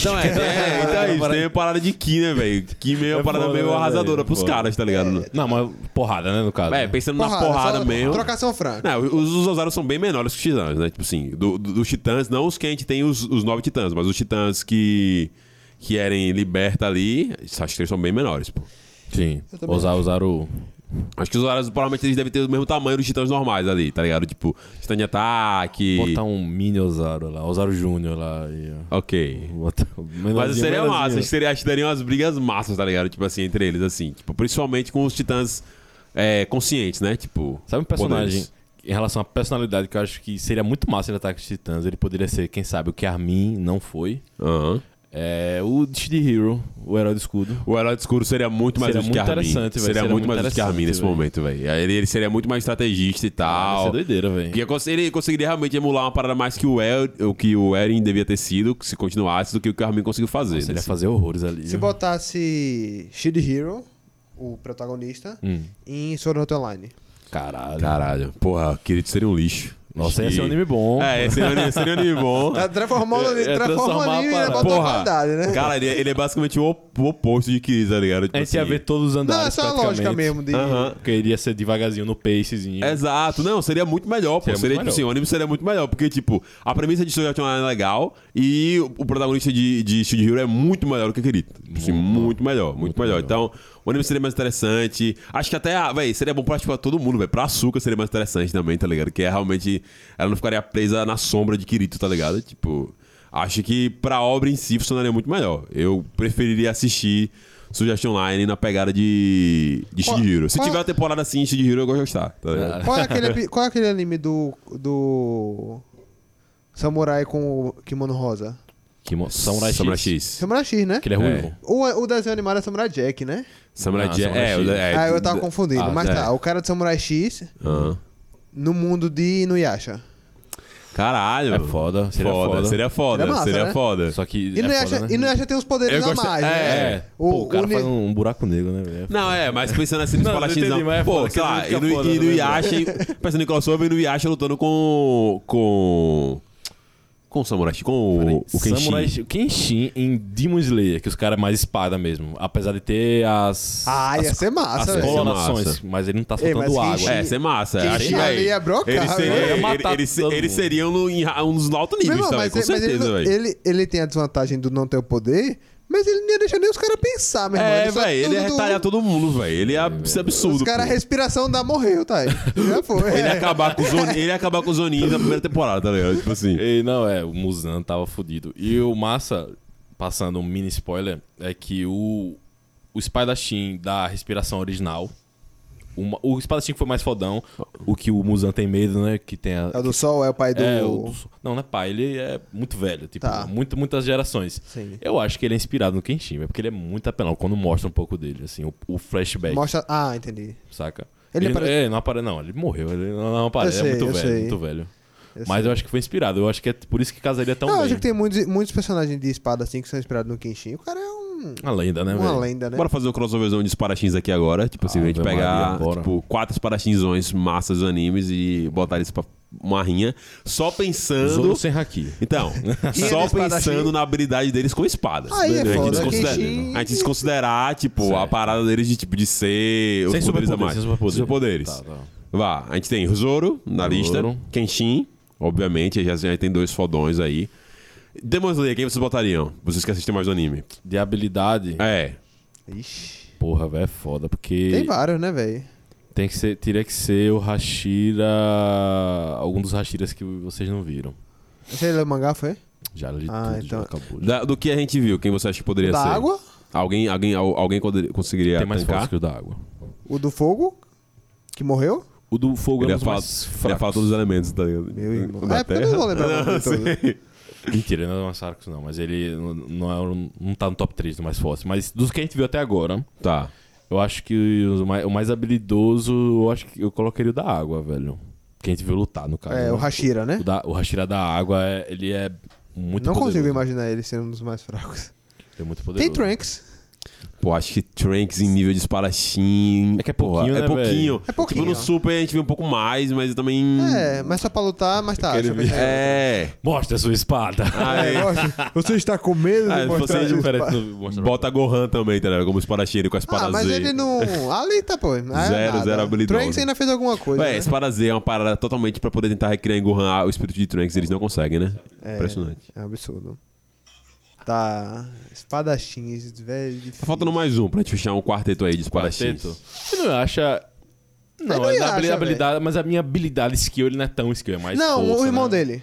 Speaker 1: Então
Speaker 2: *laughs*
Speaker 1: é, é, então é isso. Tem a parada de Ki, né, velho? Ki meio é uma
Speaker 2: É
Speaker 1: parada
Speaker 2: foda,
Speaker 1: meio
Speaker 2: né,
Speaker 1: arrasadora
Speaker 2: velho?
Speaker 1: pros
Speaker 2: Foda.
Speaker 1: caras, tá ligado?
Speaker 2: Não, mas porrada, né, no caso.
Speaker 1: É, pensando na porrada
Speaker 3: só
Speaker 1: mesmo.
Speaker 3: Trocação franca.
Speaker 1: Não, os, os Osaros são bem menores que os Titãs, né? Tipo assim, do- do- dos Titãs, não os que a gente tem os, os nove Titãs, mas os Titãs que que querem liberta ali, acho que eles são bem menores, pô.
Speaker 2: Sim.
Speaker 3: também
Speaker 2: Usar, usar o.
Speaker 1: Acho que os Osaros, provavelmente, eles devem ter o mesmo tamanho dos Titãs normais ali, tá ligado? Tipo, Titã de ataque...
Speaker 2: Botar um mini Osaru lá, Osaru Júnior lá. E, ó,
Speaker 1: Ok.
Speaker 2: botar-
Speaker 1: Mas
Speaker 2: menorzinho,
Speaker 1: seria massa, acho
Speaker 2: menorzinho.
Speaker 1: que, seria, acho que daria umas brigas massas, tá ligado? Tipo assim, entre eles, assim. Tipo, principalmente com os Titãs é, conscientes, né? Tipo.
Speaker 2: Sabe um personagem,
Speaker 1: poderes.
Speaker 2: em relação à personalidade, que eu acho que seria muito massa ele atacar os titãs, ele poderia ser, quem sabe, o que Armin não foi.
Speaker 1: Aham.
Speaker 2: É o Destiny Hero, o herói do escudo.
Speaker 1: O herói do escuro seria muito mais
Speaker 2: Seria
Speaker 1: útil que
Speaker 2: muito
Speaker 1: Armin.
Speaker 2: interessante, velho.
Speaker 1: Seria,
Speaker 2: Seria
Speaker 1: muito
Speaker 2: muito
Speaker 1: mais útil que Armin
Speaker 2: interessante,
Speaker 1: nesse
Speaker 2: velho.
Speaker 1: momento, velho. Ele, ele seria muito mais estrategista e
Speaker 2: Isso é
Speaker 1: tal.
Speaker 2: doideira, velho.
Speaker 1: Ia cons- ele conseguiria realmente emular uma parada mais que o, El, o que o Eren devia ter sido, se continuasse, do que o que o Armin conseguiu fazer. né?
Speaker 2: Seria
Speaker 1: nesse-
Speaker 2: fazer horrores ali.
Speaker 3: Se botasse Shield Hero, o protagonista,
Speaker 2: Hum.
Speaker 3: em Sword Art Online.
Speaker 2: Caralho.
Speaker 1: Caralho. Porra, querido seria um lixo.
Speaker 2: Nossa, ia
Speaker 1: Acho
Speaker 2: ser um
Speaker 1: que-
Speaker 2: anime bom.
Speaker 1: É, seria um anime, seria um anime bom.
Speaker 3: *laughs* Tá transformando
Speaker 2: É, é
Speaker 3: transforma o
Speaker 2: transformar
Speaker 3: anime
Speaker 2: a
Speaker 3: e
Speaker 2: parada.
Speaker 3: botou a qualidade, né?
Speaker 1: Cara, ele, ele é basicamente o, op- o oposto de Kirito, tá ligado? Tipo
Speaker 2: A gente ia
Speaker 1: assim,
Speaker 2: ver todos os andares
Speaker 3: Não, essa é uma
Speaker 2: praticamente.
Speaker 3: lógica mesmo É. de.
Speaker 1: Aham.
Speaker 2: Porque iria ser devagarzinho no pacezinho.
Speaker 1: Exato, não, seria muito melhor, pô.
Speaker 2: Seria
Speaker 1: Seria,
Speaker 2: muito
Speaker 1: tipo
Speaker 2: melhor.
Speaker 1: assim, o anime seria muito melhor, porque, tipo, a premissa de Sword Art Online é legal e o, o protagonista de, de Shield Hero é muito melhor do que Kirito. Tipo assim, muito melhor, muito, melhor. Então, o anime seria mais interessante. Acho que até, ah, véi, seria bom pra, tipo, todo mundo, velho. Pra Açúcar seria mais interessante também, tá ligado? Que é realmente. Ela não ficaria presa na sombra de Kirito, tá ligado? Tipo. Acho que pra obra em si funcionaria muito melhor. Eu preferiria assistir Sword Art Online na pegada de, de
Speaker 3: Qual-
Speaker 1: Shield Hero. Se
Speaker 3: qual-
Speaker 1: tiver uma temporada assim em Shield Hero, eu gosto de estar, tá ligado?
Speaker 2: Ah,
Speaker 3: Qual, é aquele, epi- qual é aquele anime do. do. Samurai com o Kimono Rosa?
Speaker 2: Que mo- Samurai,
Speaker 1: Samurai
Speaker 2: X.
Speaker 1: X.
Speaker 3: Samurai X, né?
Speaker 2: Que ele é ruivo.
Speaker 3: O, o desenho animado é Samurai Jack, né?
Speaker 1: Samurai
Speaker 2: Ah,
Speaker 1: X.
Speaker 2: Samurai
Speaker 1: É,
Speaker 2: X.
Speaker 1: o- é,
Speaker 3: ah, eu tava
Speaker 1: d-
Speaker 3: confundindo.
Speaker 1: ah,
Speaker 3: mas
Speaker 1: é.
Speaker 3: tá, o cara de Samurai X
Speaker 1: Aham.
Speaker 3: no mundo de Inuyasha.
Speaker 1: Caralho.
Speaker 2: É foda, seria foda.
Speaker 1: Seria foda,
Speaker 3: Seria massa,
Speaker 1: seria
Speaker 3: né?
Speaker 1: foda.
Speaker 2: Só que. é
Speaker 3: Inuyasha,
Speaker 2: foda, né?
Speaker 3: Inuyasha tem os poderes
Speaker 1: Eu
Speaker 3: a
Speaker 1: gostei-
Speaker 3: mais,
Speaker 1: é,
Speaker 3: né?
Speaker 2: É. Pô, o, cara
Speaker 3: Uni-
Speaker 2: faz um buraco negro, né, velho?
Speaker 1: Não, é, mas pensando assim nos
Speaker 2: Não, não
Speaker 1: palatins,
Speaker 2: entendi, mas é
Speaker 1: pô,
Speaker 2: foda,
Speaker 1: sei lá,
Speaker 2: seria
Speaker 1: e
Speaker 2: muito foda,
Speaker 1: no, e no
Speaker 2: né?
Speaker 1: Yasha, pensando em crossover, e no Yasha lutando com. com. com o Samurai X, com o, o Kenshin.
Speaker 2: Samurai X- o Kenshin em Demon Slayer, que os caras é mais espada mesmo. Apesar de ter as.
Speaker 3: Ah, ia
Speaker 2: as,
Speaker 3: ser massa,
Speaker 2: as
Speaker 1: velho.
Speaker 2: colorações,
Speaker 1: Massa.
Speaker 2: mas ele não tá
Speaker 3: Ei, mas
Speaker 2: soltando água.
Speaker 1: É, ser massa.
Speaker 3: Kenshin
Speaker 1: acho que,
Speaker 3: ali
Speaker 1: véi,
Speaker 3: ia brocar,
Speaker 1: eles seriam-
Speaker 3: velho.
Speaker 2: Ia matar
Speaker 1: ele- eles-
Speaker 2: todo
Speaker 1: Eles
Speaker 2: mundo.
Speaker 1: seriam no, em ra- um dos altos
Speaker 3: Meu
Speaker 1: níveis
Speaker 3: irmão,
Speaker 1: também,
Speaker 3: mas,
Speaker 1: com
Speaker 3: mas ele,
Speaker 1: certeza,
Speaker 3: não-
Speaker 1: velho.
Speaker 3: ele, ele tem a desvantagem do não ter o poder, mas ele não ia deixar nem os caras pensar, meu irmão.
Speaker 1: É,
Speaker 3: só
Speaker 1: velho, ele ia
Speaker 3: tudo-
Speaker 1: retalhar todo mundo, velho. Ele ia ser absurdo.
Speaker 3: Os caras, a
Speaker 1: pô.
Speaker 3: respiração da morreu, tá aí. Já foi.
Speaker 1: Ele ia
Speaker 3: é.
Speaker 1: acabar com os Oni- ele ia acabar com os Oninhos na primeira temporada, tá ligado? Tipo assim.
Speaker 2: E não, é, o Muzan tava fudido. E o massa, passando um mini spoiler, é que o, o espadachim da respiração original. uma- o espadachim que foi mais fodão, o que o Muzan tem medo, né? Que tem a.
Speaker 3: É o do Sol, é o pai do.
Speaker 2: É, o do- Não, não é pai, ele é muito velho, tipo,
Speaker 3: Tá.
Speaker 2: muito, muitas gerações.
Speaker 3: Sim.
Speaker 2: Eu acho que ele é inspirado no Kenshin, é porque ele é muito apenal quando mostra um pouco dele, assim, o, o flashback,
Speaker 3: Mostra. Ah, entendi.
Speaker 2: saca?
Speaker 3: Ele
Speaker 2: Ele,
Speaker 3: apare-
Speaker 2: é, não aparece, não, ele morreu, ele não, não aparece,
Speaker 3: Eu sei,
Speaker 2: é muito
Speaker 3: eu
Speaker 2: velho,
Speaker 3: sei.
Speaker 2: muito velho.
Speaker 3: Eu
Speaker 2: Mas
Speaker 3: sei.
Speaker 2: eu acho que foi inspirado, eu acho que é por isso que casaria tão
Speaker 3: Não, eu
Speaker 2: bem.
Speaker 3: acho que tem muitos, muitos personagens de espada assim que são inspirados no Kenshin. O cara é um,
Speaker 2: Uma lenda, né,
Speaker 3: uma
Speaker 2: velho?
Speaker 3: lenda, né?
Speaker 1: Bora fazer um crossoverzão de espadachins aqui agora. Tipo assim, a gente
Speaker 2: Ah, Ave
Speaker 1: pegar
Speaker 2: Maria, bora.
Speaker 1: tipo, quatro espadachinzões massas dos animes e botar eles pra uma rinha. Só pensando.
Speaker 2: Zoro sem haki. *laughs*
Speaker 1: Então,
Speaker 3: Rinha
Speaker 1: só
Speaker 3: de espadachim.
Speaker 1: pensando na habilidade deles com espadas. Né?
Speaker 3: Aí é
Speaker 1: a, gente
Speaker 3: foda,
Speaker 1: desconsidera-
Speaker 3: Kenshin-
Speaker 1: a gente desconsiderar, tipo, a
Speaker 2: Certo.
Speaker 1: parada deles de, tipo, de ser os poderes
Speaker 2: Sem
Speaker 1: a
Speaker 2: superpoder,
Speaker 1: mais.
Speaker 2: sem superpoder.
Speaker 1: superpoderes.
Speaker 2: Tá, tá.
Speaker 1: Vá, a gente tem Zoro na
Speaker 2: Zoro.
Speaker 1: lista, Kenshin, obviamente, já, já tem dois fodões aí. Demon Slayer, quem vocês botariam? Vocês que assistem mais o anime.
Speaker 2: De habilidade,
Speaker 1: É,
Speaker 3: Ixi.
Speaker 2: porra, velho, é foda, porque
Speaker 3: Tem vários, né, velho?
Speaker 2: tem que ser, teria que ser o Hashira, algum dos Hashiras que vocês não viram.
Speaker 3: Esse aí é o mangá, foi?
Speaker 2: Já li
Speaker 3: Ah,
Speaker 2: tudo,
Speaker 3: então-
Speaker 2: já acabou. já.
Speaker 1: Da- do que a gente viu, quem você acha que poderia
Speaker 3: Da
Speaker 1: ser?
Speaker 3: água,
Speaker 1: Alguém, alguém, al- alguém poder- conseguiria
Speaker 2: Tem mais
Speaker 1: tancar?
Speaker 2: força que o da água.
Speaker 3: o do fogo, que morreu.
Speaker 2: O do fogo
Speaker 1: Ele
Speaker 2: é
Speaker 1: ia
Speaker 2: um dos
Speaker 1: falar-
Speaker 2: mais
Speaker 1: Ele ia falar todos
Speaker 2: fracos.
Speaker 1: os elementos, tá ligado?
Speaker 3: Meu irmão.
Speaker 1: Da
Speaker 3: é, porque eu não vou lembrar
Speaker 1: *laughs*
Speaker 3: o nome de todos.
Speaker 2: Mentira, ele não é mais fracos não, mas ele n- não, é, um- não tá no top 3 do mais forte. Mas dos que a gente viu até agora,
Speaker 1: Tá.
Speaker 2: eu acho que o mais, o mais habilidoso, eu acho que eu colocaria o da água, velho. Que a gente viu lutar, no caso.
Speaker 3: É,
Speaker 2: né?
Speaker 3: o Hashira, né?
Speaker 2: O, da, o Hashira da água, é- ele é muito
Speaker 3: não
Speaker 2: poderoso.
Speaker 3: consigo imaginar ele sendo um dos mais fracos.
Speaker 2: Ele é muito poderoso.
Speaker 3: Tem Trunks.
Speaker 1: Pô, acho que Tranks em nível de espadachim.
Speaker 2: É que é
Speaker 1: pô,
Speaker 2: pouquinho,
Speaker 1: é
Speaker 2: né,
Speaker 1: pouquinho.
Speaker 3: É pouquinho.
Speaker 1: Tipo, no Super a gente vê um pouco mais, mas também.
Speaker 3: É, mas só pra lutar, mas tá. Deixa eu ver se-
Speaker 1: É.
Speaker 2: Mostra a
Speaker 1: *laughs*
Speaker 2: sua espada!
Speaker 3: É,
Speaker 1: Aí,
Speaker 3: Nossa, *laughs* Você está com medo
Speaker 1: Ah,
Speaker 3: de
Speaker 1: se
Speaker 3: mostrar
Speaker 1: você-
Speaker 3: isso?
Speaker 2: Pera, tu mostra-
Speaker 1: bota Gohan também, tá ligado? Como espadachim ele com a espada
Speaker 3: Ah, mas
Speaker 1: Z. *laughs*
Speaker 3: ele não. Ali tá, pô. Ah,
Speaker 1: Zero,
Speaker 3: nada.
Speaker 1: zero habilidoso.
Speaker 3: Trunks ainda fez alguma coisa.
Speaker 1: Véi,
Speaker 3: né?
Speaker 1: espada Z é uma parada totalmente pra poder tentar recriar em Gohan ah, o espírito de Tranks, eles não conseguem, né?
Speaker 3: É.
Speaker 1: Impressionante.
Speaker 3: É um absurdo. Tá. Espadachins, velho.
Speaker 1: Tá
Speaker 3: difícil.
Speaker 1: faltando mais um pra gente fechar um quarteto aí de espadachins.
Speaker 2: Quarteto. Você não acha... Não,
Speaker 3: não
Speaker 2: é da
Speaker 3: acha,
Speaker 2: habili-
Speaker 3: velho.
Speaker 2: habilidade, mas a minha habilidade skill, ele não é tão skill, é mais
Speaker 3: Não,
Speaker 2: força,
Speaker 3: o irmão
Speaker 2: né?
Speaker 3: dele.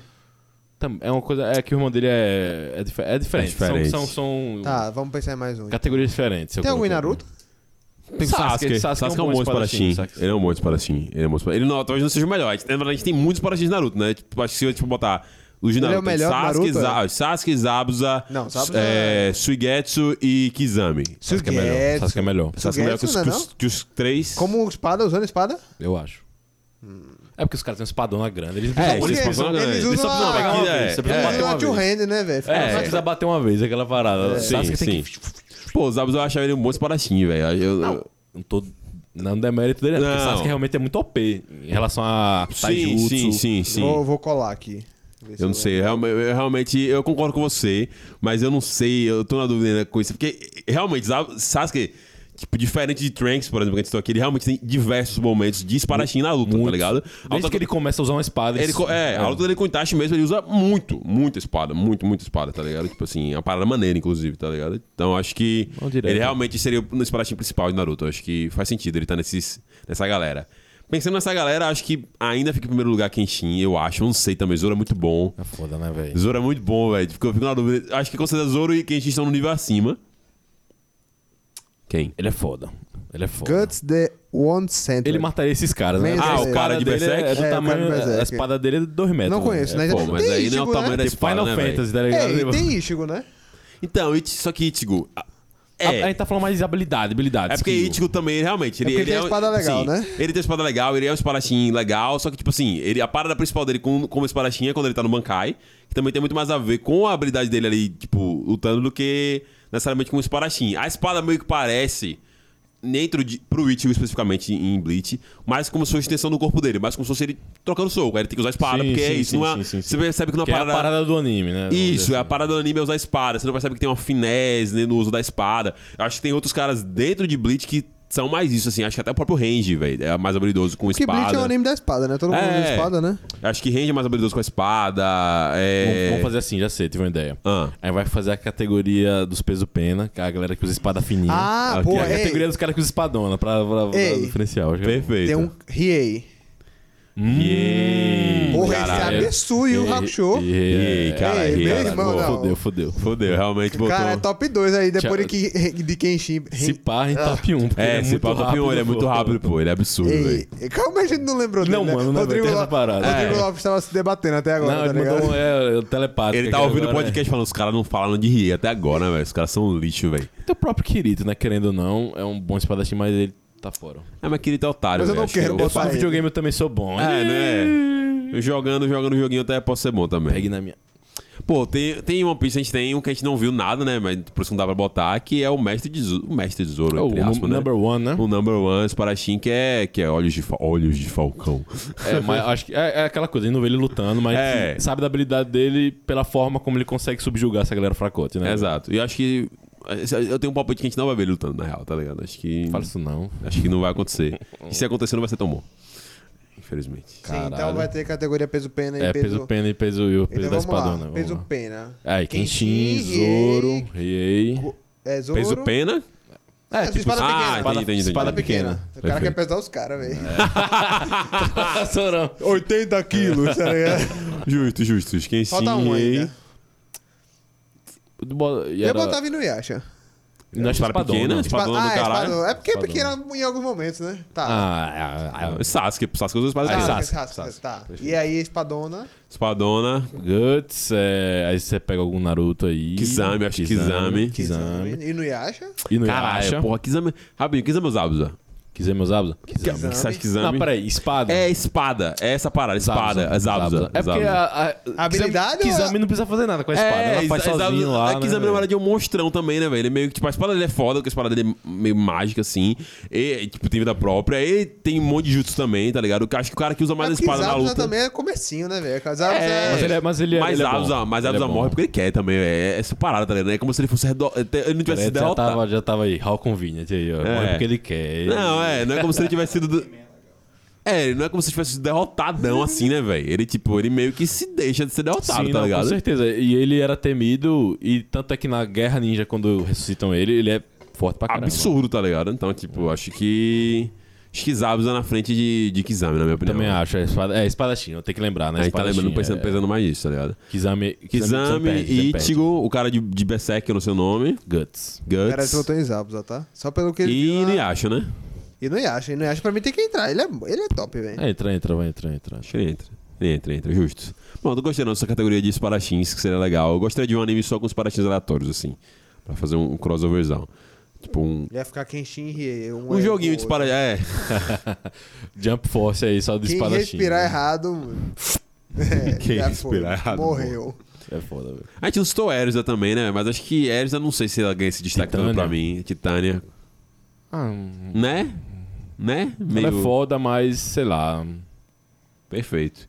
Speaker 2: Tam- É uma coisa. É que o irmão dele é. É, dife- é diferente.
Speaker 1: É diferente.
Speaker 2: São, são, são
Speaker 3: Tá, vamos pensar em mais um.
Speaker 2: categorias diferentes. eu
Speaker 3: Tem algum em
Speaker 2: coloquei.
Speaker 3: Naruto?
Speaker 1: Tem o Sasuke. Sasuke, é um bom espadachim.
Speaker 2: Sasuke.
Speaker 1: Ele é um bom espadachim. Ele é um bom espadachim. Ele não, talvez não seja o melhor. A gente, na verdade, a gente tem muitos espadachins de Naruto, né? Tipo, acho que se eu tipo, botar os de
Speaker 3: Ele é
Speaker 1: Naruto,
Speaker 3: o melhor
Speaker 1: tem Sasuke,
Speaker 3: Naruto, é?
Speaker 1: Za- ah, Sasuke, Zabuza,
Speaker 3: Não, Zabuza
Speaker 1: é, Suigetsu e Kizami.
Speaker 2: Sasuke é melhor.
Speaker 3: Sugetsu.
Speaker 2: Sasuke é melhor,
Speaker 1: Sasuke é melhor que os,
Speaker 3: Sugetsu,
Speaker 1: que
Speaker 3: não é
Speaker 1: os-
Speaker 3: não?
Speaker 1: que os três.
Speaker 3: Como espada, usando espada?
Speaker 2: eu acho. É porque os caras têm uma espadona grande. Eles
Speaker 1: É,
Speaker 2: eles
Speaker 1: eles
Speaker 2: precisam-
Speaker 1: usam-
Speaker 2: eles
Speaker 1: usam
Speaker 2: só precisam
Speaker 1: a-
Speaker 2: pegar
Speaker 1: é,
Speaker 2: uma vez, só
Speaker 1: é.
Speaker 2: precisam bater uma
Speaker 3: Usando
Speaker 2: vez.
Speaker 3: two-hand, né, velho?
Speaker 2: É, só precisa bater uma vez aquela parada. O
Speaker 1: Sim,
Speaker 2: Sasuke
Speaker 1: sim.
Speaker 2: tem que...
Speaker 1: Pô, o Zabuza eu achava ele um bom espadachim, velho. Eu- eu-
Speaker 2: Não tô... Não é mérito dele, não. Porque o
Speaker 1: Não.
Speaker 2: Sasuke realmente é muito OP em relação a
Speaker 1: Sim,
Speaker 2: Taijutsu.
Speaker 1: sim, sim, sim.
Speaker 3: Vou, vou colar aqui. Ver se
Speaker 1: Eu não sei, realme- eu realmente eu concordo com você, mas eu não sei, eu tô na dúvida ainda com isso, porque realmente Za- Sasuke, tipo, diferente de Trunks, por exemplo, que a gente citou aqui, ele realmente tem diversos momentos de espadachim na luta, tá
Speaker 2: Muito.
Speaker 1: ligado? A
Speaker 2: Desde
Speaker 1: luta
Speaker 2: que ele começa a usar uma espada.
Speaker 1: ele co- é, a luta dele com o Itachi mesmo, ele usa muito, muita espada, muito, muita espada, tá ligado? Tipo assim, é uma parada maneira, inclusive, tá ligado? Então acho que
Speaker 2: Vamos direto.
Speaker 1: ele realmente seria o espadachim principal de Naruto. Acho que faz sentido ele tá nesses, nessa galera. Pensando nessa galera, acho que ainda fica em primeiro lugar Kenshin, eu acho. Eu não sei também, Zoro é muito bom.
Speaker 2: É foda, né, velho?
Speaker 1: Zoro é muito bom, velho. Fico- Eu fico na dúvida. Acho que com certeza Zoro e Kenshin estão no nível acima. Quem?
Speaker 2: Ele é foda. Ele é foda.
Speaker 3: Guts the One Center.
Speaker 2: Ele mataria esses caras, né?
Speaker 3: Menos
Speaker 1: Ah, o
Speaker 2: espada
Speaker 1: cara de
Speaker 2: dele
Speaker 1: Berserk?
Speaker 2: É, é do
Speaker 3: É, o cara
Speaker 2: tamanho,
Speaker 3: de Berserk.
Speaker 2: a espada dele é de 2 metros.
Speaker 3: Não conheço,
Speaker 2: é,
Speaker 3: né?
Speaker 1: Pô, mas aí
Speaker 3: Tem
Speaker 1: não é
Speaker 3: Ichigo,
Speaker 1: o tamanho
Speaker 3: né?
Speaker 1: da
Speaker 2: Tipo
Speaker 1: espada,
Speaker 2: Final
Speaker 1: né, velho?
Speaker 2: Fantasy, tá ligado?
Speaker 3: É, e tem Ichigo, né?
Speaker 1: Então, Ichi- só que Ichigo... a-
Speaker 2: A, a
Speaker 1: É,
Speaker 2: gente tá falando mais de habilidade, habilidade.
Speaker 1: é porque
Speaker 2: skill.
Speaker 1: Ichigo também, ele realmente... Ele,
Speaker 3: É porque
Speaker 1: ele
Speaker 3: tem
Speaker 1: um-
Speaker 3: espada legal,
Speaker 1: sim,
Speaker 3: né?
Speaker 1: Ele tem espada legal, ele é um espadachim legal, só que, tipo assim, ele, a parada principal dele como, como espadachim é quando ele tá no Bankai, que também tem muito mais a ver com a habilidade dele ali, tipo, lutando, do que necessariamente com o espadachim. A espada meio que parece... dentro de, pro Ichigo especificamente em Bleach, mas como se fosse extensão do corpo dele, mas como se fosse ele trocando soco. Aí ele tem que usar espada,
Speaker 2: Sim,
Speaker 1: porque é
Speaker 2: sim,
Speaker 1: isso.
Speaker 2: sim,
Speaker 1: não é-
Speaker 2: sim, sim,
Speaker 1: você
Speaker 2: sim.
Speaker 1: percebe que não é
Speaker 2: Que é a
Speaker 1: parada.
Speaker 2: parada do anime, né? Vamos
Speaker 1: Isso,
Speaker 2: dizer
Speaker 1: é a
Speaker 2: assim.
Speaker 1: parada do anime é usar espada. Você não percebe que tem uma finesse né, no uso da espada. Eu acho que tem outros caras dentro de Bleach que são mais isso, assim. Acho que até o próprio Range, velho, é mais habilidoso com
Speaker 3: Porque
Speaker 1: espada.
Speaker 3: Bleach é o anime da espada, né? Todo mundo
Speaker 1: É.
Speaker 3: usa espada, né?
Speaker 1: Acho que Range é mais habilidoso com a espada.
Speaker 2: Vamos,
Speaker 1: É.
Speaker 2: vamos fazer assim, já sei, tive uma ideia.
Speaker 1: Ah.
Speaker 2: Aí vai fazer a categoria dos peso pena, que é a galera que usa espada fininha.
Speaker 3: Ah,
Speaker 2: Aqui,
Speaker 3: pô,
Speaker 2: A
Speaker 3: ei.
Speaker 2: categoria dos caras que usa espadona, pra, pra, pra
Speaker 3: Ei.
Speaker 2: diferenciar. eu acho que é bom.
Speaker 1: Perfeito.
Speaker 3: Tem um Riei.
Speaker 2: Yay,
Speaker 3: Porra,
Speaker 2: caralho.
Speaker 3: esse é absurdo, e o Hakusho?
Speaker 2: Yay,
Speaker 1: Ei, cara,
Speaker 3: Ei,
Speaker 1: Ei,
Speaker 3: meu
Speaker 1: cara,
Speaker 3: irmão,
Speaker 1: pô,
Speaker 3: não.
Speaker 2: Fudeu, fudeu.
Speaker 1: Fodeu, realmente botou.
Speaker 3: Cara, é top 2 aí, depois
Speaker 2: Tchau.
Speaker 3: de, que, de Kenshin.
Speaker 2: Se pá, em top 1.
Speaker 1: É, esse pau campeão, ele é muito rápido, pô. Ele é absurdo, velho.
Speaker 3: Ei, calma, a gente não lembrou dele,
Speaker 2: Não,
Speaker 3: né?
Speaker 2: mano, não,
Speaker 3: Rodrigo,
Speaker 2: tem essa
Speaker 3: Lo-
Speaker 2: parada.
Speaker 3: Rodrigo
Speaker 2: É.
Speaker 3: Lopes estava se debatendo até agora,
Speaker 2: Não,
Speaker 3: tá
Speaker 2: ele
Speaker 3: ligado?
Speaker 2: mandou um é, telepático.
Speaker 1: Ele tá
Speaker 2: aquele
Speaker 1: ouvindo o
Speaker 2: agora,
Speaker 1: podcast falando, os caras não falaram de rir até agora, né, velho? Os caras são lixo, velho.
Speaker 2: é. Teu próprio querido, né? Querendo ou não, é um bom espadachim, mas ele tá fora.
Speaker 1: É, mas querido é otário,
Speaker 3: Mas eu
Speaker 1: velho.
Speaker 3: não
Speaker 1: Acho que
Speaker 3: quero
Speaker 1: eu-
Speaker 3: botar
Speaker 2: Só no
Speaker 3: ele.
Speaker 2: videogame eu também sou bom.
Speaker 1: É,
Speaker 2: Hum.
Speaker 1: né? Jogando, jogando o joguinho até pode ser bom também.
Speaker 2: Pegue na minha.
Speaker 1: Pô, tem, tem One Piece, a gente tem um que a gente não viu nada, né? Mas por isso não dá pra botar, que é o Mestre de Zoro. O Mestre de Zoro,
Speaker 2: Oh,
Speaker 1: entre
Speaker 2: o
Speaker 1: aspas, né?
Speaker 2: number one, né?
Speaker 1: O number one, esse Parachim, que é, que é olhos, de, Fa- olhos de
Speaker 2: *laughs*
Speaker 1: Falcão.
Speaker 2: É, mas acho que é, é aquela coisa, ele não vê ele lutando, mas
Speaker 1: É.
Speaker 2: sabe da habilidade dele pela forma como ele consegue subjugar essa galera fracote, né?
Speaker 1: Exato. E eu acho que. Eu tenho um palpite que a gente não vai ver ele lutando, na real, tá ligado? Acho que.
Speaker 2: Não fala assim. isso não.
Speaker 1: Acho que não vai acontecer. E se acontecer, não vai ser tão bom. Infelizmente.
Speaker 3: Sim, então vai ter categoria peso pena e
Speaker 2: É,
Speaker 3: peso...
Speaker 2: peso pena e peso, e o peso
Speaker 3: Então
Speaker 2: da
Speaker 3: vamos lá,
Speaker 2: espadona.
Speaker 3: peso
Speaker 2: vamos lá.
Speaker 3: pena.
Speaker 2: Aí, Kenshin, Zoro,
Speaker 3: Riei,
Speaker 2: Riei. *laughs*
Speaker 3: Go- É, Zoro...
Speaker 1: Peso pena?
Speaker 3: É, tipo, espada
Speaker 1: ah,
Speaker 3: pequena.
Speaker 1: entendi, entendi,
Speaker 2: espada
Speaker 1: entendi.
Speaker 2: pequena.
Speaker 3: O cara quer pesar os caras, velho. *laughs*
Speaker 2: Ah, Sorão.
Speaker 3: 80 quilos, tá ligado?
Speaker 1: Justo, justo. Esqueci.
Speaker 3: Falta um ainda.
Speaker 2: E
Speaker 3: Eu
Speaker 2: era...
Speaker 3: botava Inuyasha.
Speaker 2: e não, é
Speaker 1: Espada
Speaker 2: espadona.
Speaker 1: pequena? Espadona
Speaker 3: ah,
Speaker 1: do
Speaker 3: é,
Speaker 1: caralho.
Speaker 3: espadona. É porque é
Speaker 2: Espadona.
Speaker 3: pequena em alguns momentos, né? Tá.
Speaker 2: Ah, ah, ah,
Speaker 1: Sasuke, Sasuke usa espada
Speaker 2: Ah,
Speaker 1: pequena.
Speaker 2: Sasuke.
Speaker 3: Sasuke, Sasuke, tá. E aí, espadona.
Speaker 1: Espadona,
Speaker 2: Guts, é... aí você pega algum Naruto aí.
Speaker 1: Kizami, acho que Kizami.
Speaker 2: Kizami.
Speaker 3: Kizami. Inuyasha.
Speaker 2: E no
Speaker 1: Caralho, porra, Kizami. Rapidinho, Kizami ou Zabuza?
Speaker 2: Kizami meus Zabuza?
Speaker 1: O que você acha de Kizami?
Speaker 2: Não, peraí, espada.
Speaker 1: É espada, é essa parada, espada, é Zabuza.
Speaker 2: É porque
Speaker 1: Zabuza.
Speaker 2: a, a-
Speaker 3: Habilidade
Speaker 2: Kizami,
Speaker 3: ou
Speaker 2: Kizami não precisa fazer nada com a espada. ela faz
Speaker 1: exa-
Speaker 2: sozinho
Speaker 1: exa-
Speaker 2: lá.
Speaker 1: É, A Kizami,
Speaker 2: né,
Speaker 1: na verdade, é um monstrão também, né, velho? Ele é meio que, tipo, a espada dele é foda, porque a espada dele é meio mágica, assim. E, tipo, tem vida própria. E tem um monte de jutsu também, tá ligado? Eu acho que o cara que usa mais
Speaker 3: é
Speaker 1: a
Speaker 3: porque
Speaker 1: espada na
Speaker 3: Zabuza
Speaker 1: luta...
Speaker 3: também é comecinho, né, velho? Zabuza é...
Speaker 2: Mas ele é. Mas ele é.
Speaker 1: Mas
Speaker 2: ele é
Speaker 1: Zabuza,
Speaker 2: bom.
Speaker 1: mas
Speaker 2: Ele
Speaker 1: Zabuza
Speaker 2: é bom.
Speaker 1: morre porque ele quer também. É é essa parada, tá ligado? É como se ele fosse... redo- Ele não tivesse sido
Speaker 2: Ele né? É, já
Speaker 1: derrotado.
Speaker 2: tava, já tava aí, how convenient aí, ó.
Speaker 1: É.
Speaker 2: Morre porque ele quer.
Speaker 1: Não, é, não é como se ele tivesse sido. do- *laughs* É, não é como se ele tivesse sido derrotadão assim, né, velho? Ele, tipo, ele meio que se deixa de ser derrotado,
Speaker 2: Sim,
Speaker 1: tá
Speaker 2: não,
Speaker 1: ligado?
Speaker 2: com certeza. E ele era temido, e tanto é que na Guerra Ninja, quando ressuscitam ele, ele é forte pra caramba.
Speaker 1: Absurdo, tá ligado? Então, tipo, acho que. Shizabusa na frente de, de Kizami, na minha opinião.
Speaker 2: Também acho. É, espada, é espadachim, eu tenho que lembrar, né?
Speaker 1: A gente tá lembrando, pensando,
Speaker 2: é,
Speaker 1: pensando mais nisso, tá ligado?
Speaker 2: Kizami,
Speaker 1: Kizami,
Speaker 2: Kizami
Speaker 1: Ichigo,
Speaker 2: Ichigo.
Speaker 1: o cara de, de Berserk, eu não sei o nome.
Speaker 2: Guts.
Speaker 3: O cara
Speaker 1: Guts.
Speaker 3: votou em Zabuza, tá? Só pelo que ele
Speaker 1: é E
Speaker 3: viu lá.
Speaker 1: Inuyasha, né?
Speaker 3: E não acha, e não acha pra mim tem que entrar. Ele é, ele é top, velho.
Speaker 2: É, entra, entra, vai entrar, entra.
Speaker 1: Acho que ele entra. Ele entra, entra, justo. Bom, eu gostei da nossa categoria de espadachins, que seria legal. Eu gostaria de um anime só com espadachins aleatórios, assim. Pra fazer um, um crossoverzão. Tipo um.
Speaker 3: Ele ia ficar Kenshin Rie.
Speaker 1: Um joguinho de espadachins. É,
Speaker 2: Jump Force aí, só do
Speaker 3: Quem
Speaker 2: espadachim.
Speaker 3: respirar
Speaker 2: né?
Speaker 3: errado. mano. É,
Speaker 1: *laughs* Quem
Speaker 3: já
Speaker 1: respirar
Speaker 3: foi.
Speaker 1: errado,
Speaker 3: Morreu.
Speaker 2: É foda, velho.
Speaker 1: A gente listou Erza também, né? Mas acho que Erza, não sei se ela ganha esse destaque todo
Speaker 2: Titânia.
Speaker 1: pra mim. Titânia.
Speaker 2: Ah, hum,
Speaker 1: Né? Né?
Speaker 2: ela é foda, mas sei lá.
Speaker 1: Perfeito.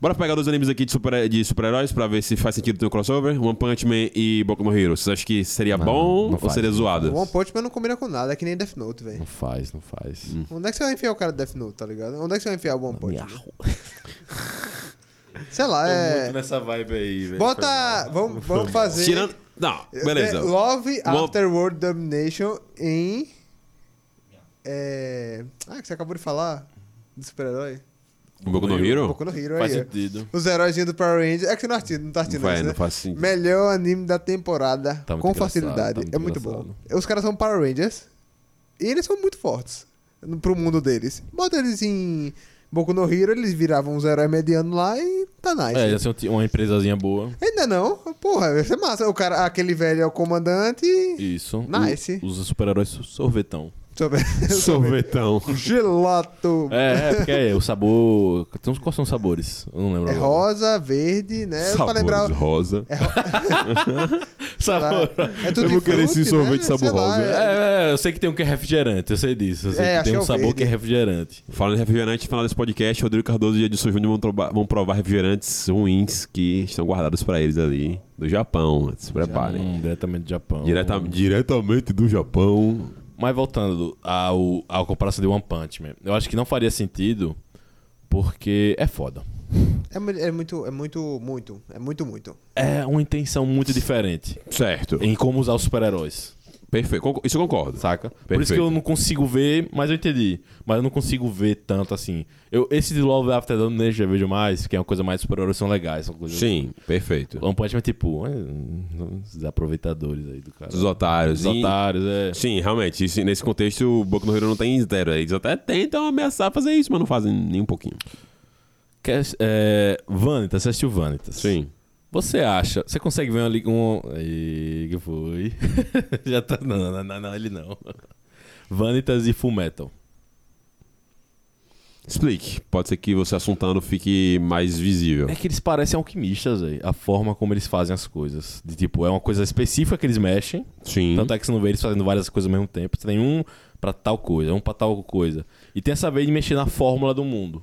Speaker 1: Bora pegar dois animes aqui de super- de super-heróis pra ver se faz sentido ter um crossover. One Punch Man e Boku no Hero. Vocês acham que seria
Speaker 2: Não,
Speaker 1: bom
Speaker 2: não
Speaker 1: ou
Speaker 2: faz.
Speaker 1: seria zoado?
Speaker 3: One Punch Man não combina com nada, é que nem Death Note, velho.
Speaker 2: Não faz, não faz.
Speaker 3: Onde é que você vai enfiar o cara do Death Note, tá ligado? Onde é que você vai enfiar o One Punch? Man? Sei lá, é.
Speaker 2: nessa vibe aí, velho.
Speaker 3: Bota. Vamos, vamos fazer.
Speaker 1: Tirando... Não, beleza.
Speaker 3: The Love
Speaker 1: One-
Speaker 3: After World Domination em. É. Ah, que você acabou de falar? Do super-herói?
Speaker 1: Boku no Hero?
Speaker 3: Boku no Hero
Speaker 2: Faz
Speaker 3: aí. ó.
Speaker 2: sentido.
Speaker 3: Os heróizinhos do Power Rangers. É que você não assiste, não tá assistindo
Speaker 1: Não vai,
Speaker 3: isso, né?
Speaker 1: não faz sentido.
Speaker 3: Melhor anime da temporada.
Speaker 2: Tá muito
Speaker 3: com
Speaker 2: engraçado,
Speaker 3: facilidade.
Speaker 2: tá muito
Speaker 3: é muito
Speaker 2: engraçado.
Speaker 3: bom. Os caras são Power Rangers. E eles são muito fortes. no- Pro mundo deles. Bota eles em Boku no Hero, eles viravam uns heróis medianos lá e tá nice.
Speaker 2: É, ia ser um ti- uma empresazinha boa.
Speaker 3: Ainda não. Porra, vai ser massa. O cara, aquele velho é o comandante. *laughs* E...
Speaker 2: Isso.
Speaker 3: Nice.
Speaker 2: O- os super-heróis so- sorvetão.
Speaker 3: Sobre...
Speaker 1: Sorvetão.
Speaker 3: Gelato.
Speaker 2: É,
Speaker 3: É.
Speaker 2: é, porque é, o sabor. Tem uns, quais são os sabores? Eu não lembro. agora.
Speaker 3: É rosa, verde, né? Pra
Speaker 1: Sabores
Speaker 3: lembrar.
Speaker 1: rosa.
Speaker 2: Sabor.
Speaker 3: É tudo de
Speaker 1: querer esse
Speaker 3: frutti,
Speaker 1: sorvete
Speaker 3: né?
Speaker 1: de sabor
Speaker 3: Sei lá,
Speaker 1: rosa.
Speaker 3: é-
Speaker 2: É, é, eu sei que tem um que é refrigerante, eu sei disso. Eu sei
Speaker 3: É,
Speaker 2: que
Speaker 3: acho
Speaker 2: tem
Speaker 3: que
Speaker 2: um
Speaker 3: é o
Speaker 2: sabor
Speaker 3: verde.
Speaker 2: que é refrigerante.
Speaker 1: Falando em refrigerante, final desse podcast, Rodrigo Cardoso e Edson Júnior vão, troba- vão provar refrigerantes ruins que estão guardados pra eles ali do Japão. Se
Speaker 3: É.
Speaker 1: preparem.
Speaker 2: Hum, diretamente do Japão.
Speaker 1: Direta- diretamente do Japão.
Speaker 2: Mas voltando ao, ao comparação de One Punch Man, eu acho que não faria sentido porque é foda.
Speaker 3: É, mu- é muito, é muito, muito. É muito, muito.
Speaker 2: É uma intenção muito diferente
Speaker 1: Certo.
Speaker 2: em como usar os super-heróis,
Speaker 1: Perfeito. Conco- Isso eu concordo.
Speaker 2: saca? Por isso
Speaker 1: Perfeito.
Speaker 2: que eu não consigo ver, mas eu entendi. Mas eu não consigo ver tanto assim. Eu, esse de Love After Dawn eu já vejo mais, porque é uma coisa mais super-heróis são legais, são coisas...
Speaker 1: Sim, perfeito.
Speaker 2: One Punch Man é tipo, é, um- os aproveitadores aí do cara.
Speaker 1: Os otários.
Speaker 2: Os
Speaker 1: E-
Speaker 2: otários, é.
Speaker 1: Sim, realmente. isso- nesse contexto, o Boku no Hero não tem zero. Eles até tentam ameaçar fazer isso, mas não fazem nem um pouquinho.
Speaker 2: Quer, é Vanitas, você assistiu Vanitas?
Speaker 1: Sim.
Speaker 2: Você acha? Você consegue ver ali um. Aí, que foi? *laughs* Já tá. Não, não, não, não, ele não. Vanitas e Full Metal.
Speaker 1: Explique. Pode ser que você assuntando fique mais visível.
Speaker 2: É que eles parecem alquimistas, aí. A forma como eles fazem as coisas. De tipo, é uma coisa específica que eles mexem.
Speaker 1: Sim.
Speaker 2: Tanto é que você não vê eles fazendo várias coisas ao mesmo tempo. Você tem um pra tal coisa, um pra tal coisa. E tem essa vez de mexer na fórmula do mundo.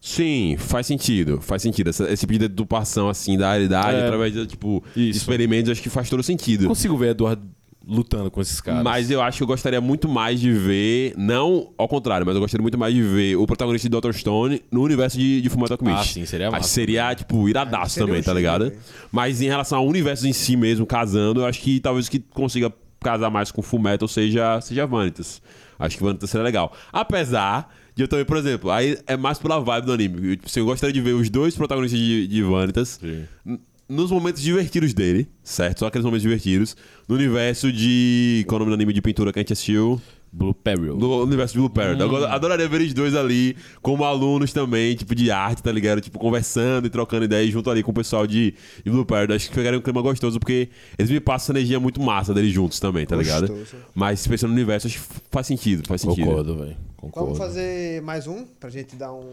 Speaker 1: Sim, faz sentido. Faz sentido. Essa- esse tipo de deturpação, assim, da realidade,
Speaker 2: É.
Speaker 1: através de, tipo,
Speaker 2: Isso.
Speaker 1: experimentos, acho que faz todo sentido.
Speaker 2: Eu consigo ver Eduardo lutando com esses caras.
Speaker 1: Mas eu acho que eu gostaria muito mais de ver, não ao contrário, mas eu gostaria muito mais de ver o protagonista de Dr. Stone no universo de, de Fullmetal Alchemist.
Speaker 2: Ah, sim, seria
Speaker 1: Acho que
Speaker 2: massa.
Speaker 1: seria, tipo, iradaço
Speaker 3: seria
Speaker 1: também,
Speaker 3: um
Speaker 1: tá
Speaker 3: chique,
Speaker 1: ligado?
Speaker 3: velho.
Speaker 1: Mas em relação ao universo em si mesmo, casando, eu acho que talvez o que consiga casar mais com Fullmetal seja, seja Vanitas. Acho que Vanitas seria legal. Apesar de eu também, por exemplo, aí é mais pela vibe do anime. Eu, tipo, assim, eu gostaria de ver os dois protagonistas de, de Vanitas n- nos momentos divertidos dele, certo? Só aqueles momentos divertidos. No universo de. Qual é o nome do anime de pintura que a gente assistiu?
Speaker 2: Blue Peril.
Speaker 1: No universo de Blue
Speaker 2: Hum.
Speaker 1: Parrot. Eu adoraria ver eles dois ali, como alunos também, tipo, de arte, tá ligado? Tipo, conversando e trocando ideias junto ali com o pessoal de, de Blue Parrot. Acho que pegaria um clima gostoso, porque eles me passam essa energia muito massa deles juntos também, tá ligado?
Speaker 3: Gostoso.
Speaker 1: Mas pensando no universo, acho que faz sentido, faz sentido.
Speaker 2: Concordo, velho.
Speaker 3: Vamos
Speaker 2: Concordo.
Speaker 3: fazer mais um pra gente dar um.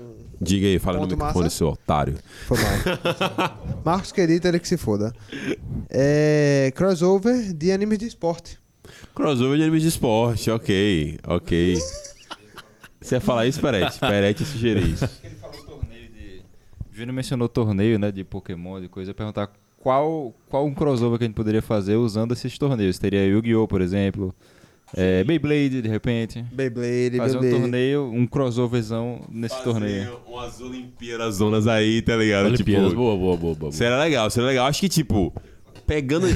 Speaker 1: Diga aí, fala
Speaker 3: Ponto
Speaker 1: no microfone,
Speaker 3: massa.
Speaker 1: seu otário.
Speaker 3: *laughs* Foi mal. Marcos querido, ele que se foda. É, crossover de animes de esporte.
Speaker 1: Crossover de animes de esporte, ok, ok. Você ia falar isso, Perete? Perete ia sugerir isso.
Speaker 4: Ele falou torneio de. O Júnior mencionou torneio, né? De Pokémon, de coisa. Eu ia perguntar qual, qual um crossover que a gente poderia fazer usando esses torneios. Teria Yu-Gi-Oh!, por exemplo. é, Beyblade, de repente.
Speaker 3: Beyblade,
Speaker 4: Fazer um
Speaker 3: Beyblade.
Speaker 4: torneio, um crossoverzão nesse torneio.
Speaker 1: Umas Olimpíadas zonas aí, tá ligado?
Speaker 2: Olimpíadas.
Speaker 1: Tipo,
Speaker 2: Boa, boa, boa, boa. boa.
Speaker 1: Seria legal, seria legal. Acho que, tipo, pegando.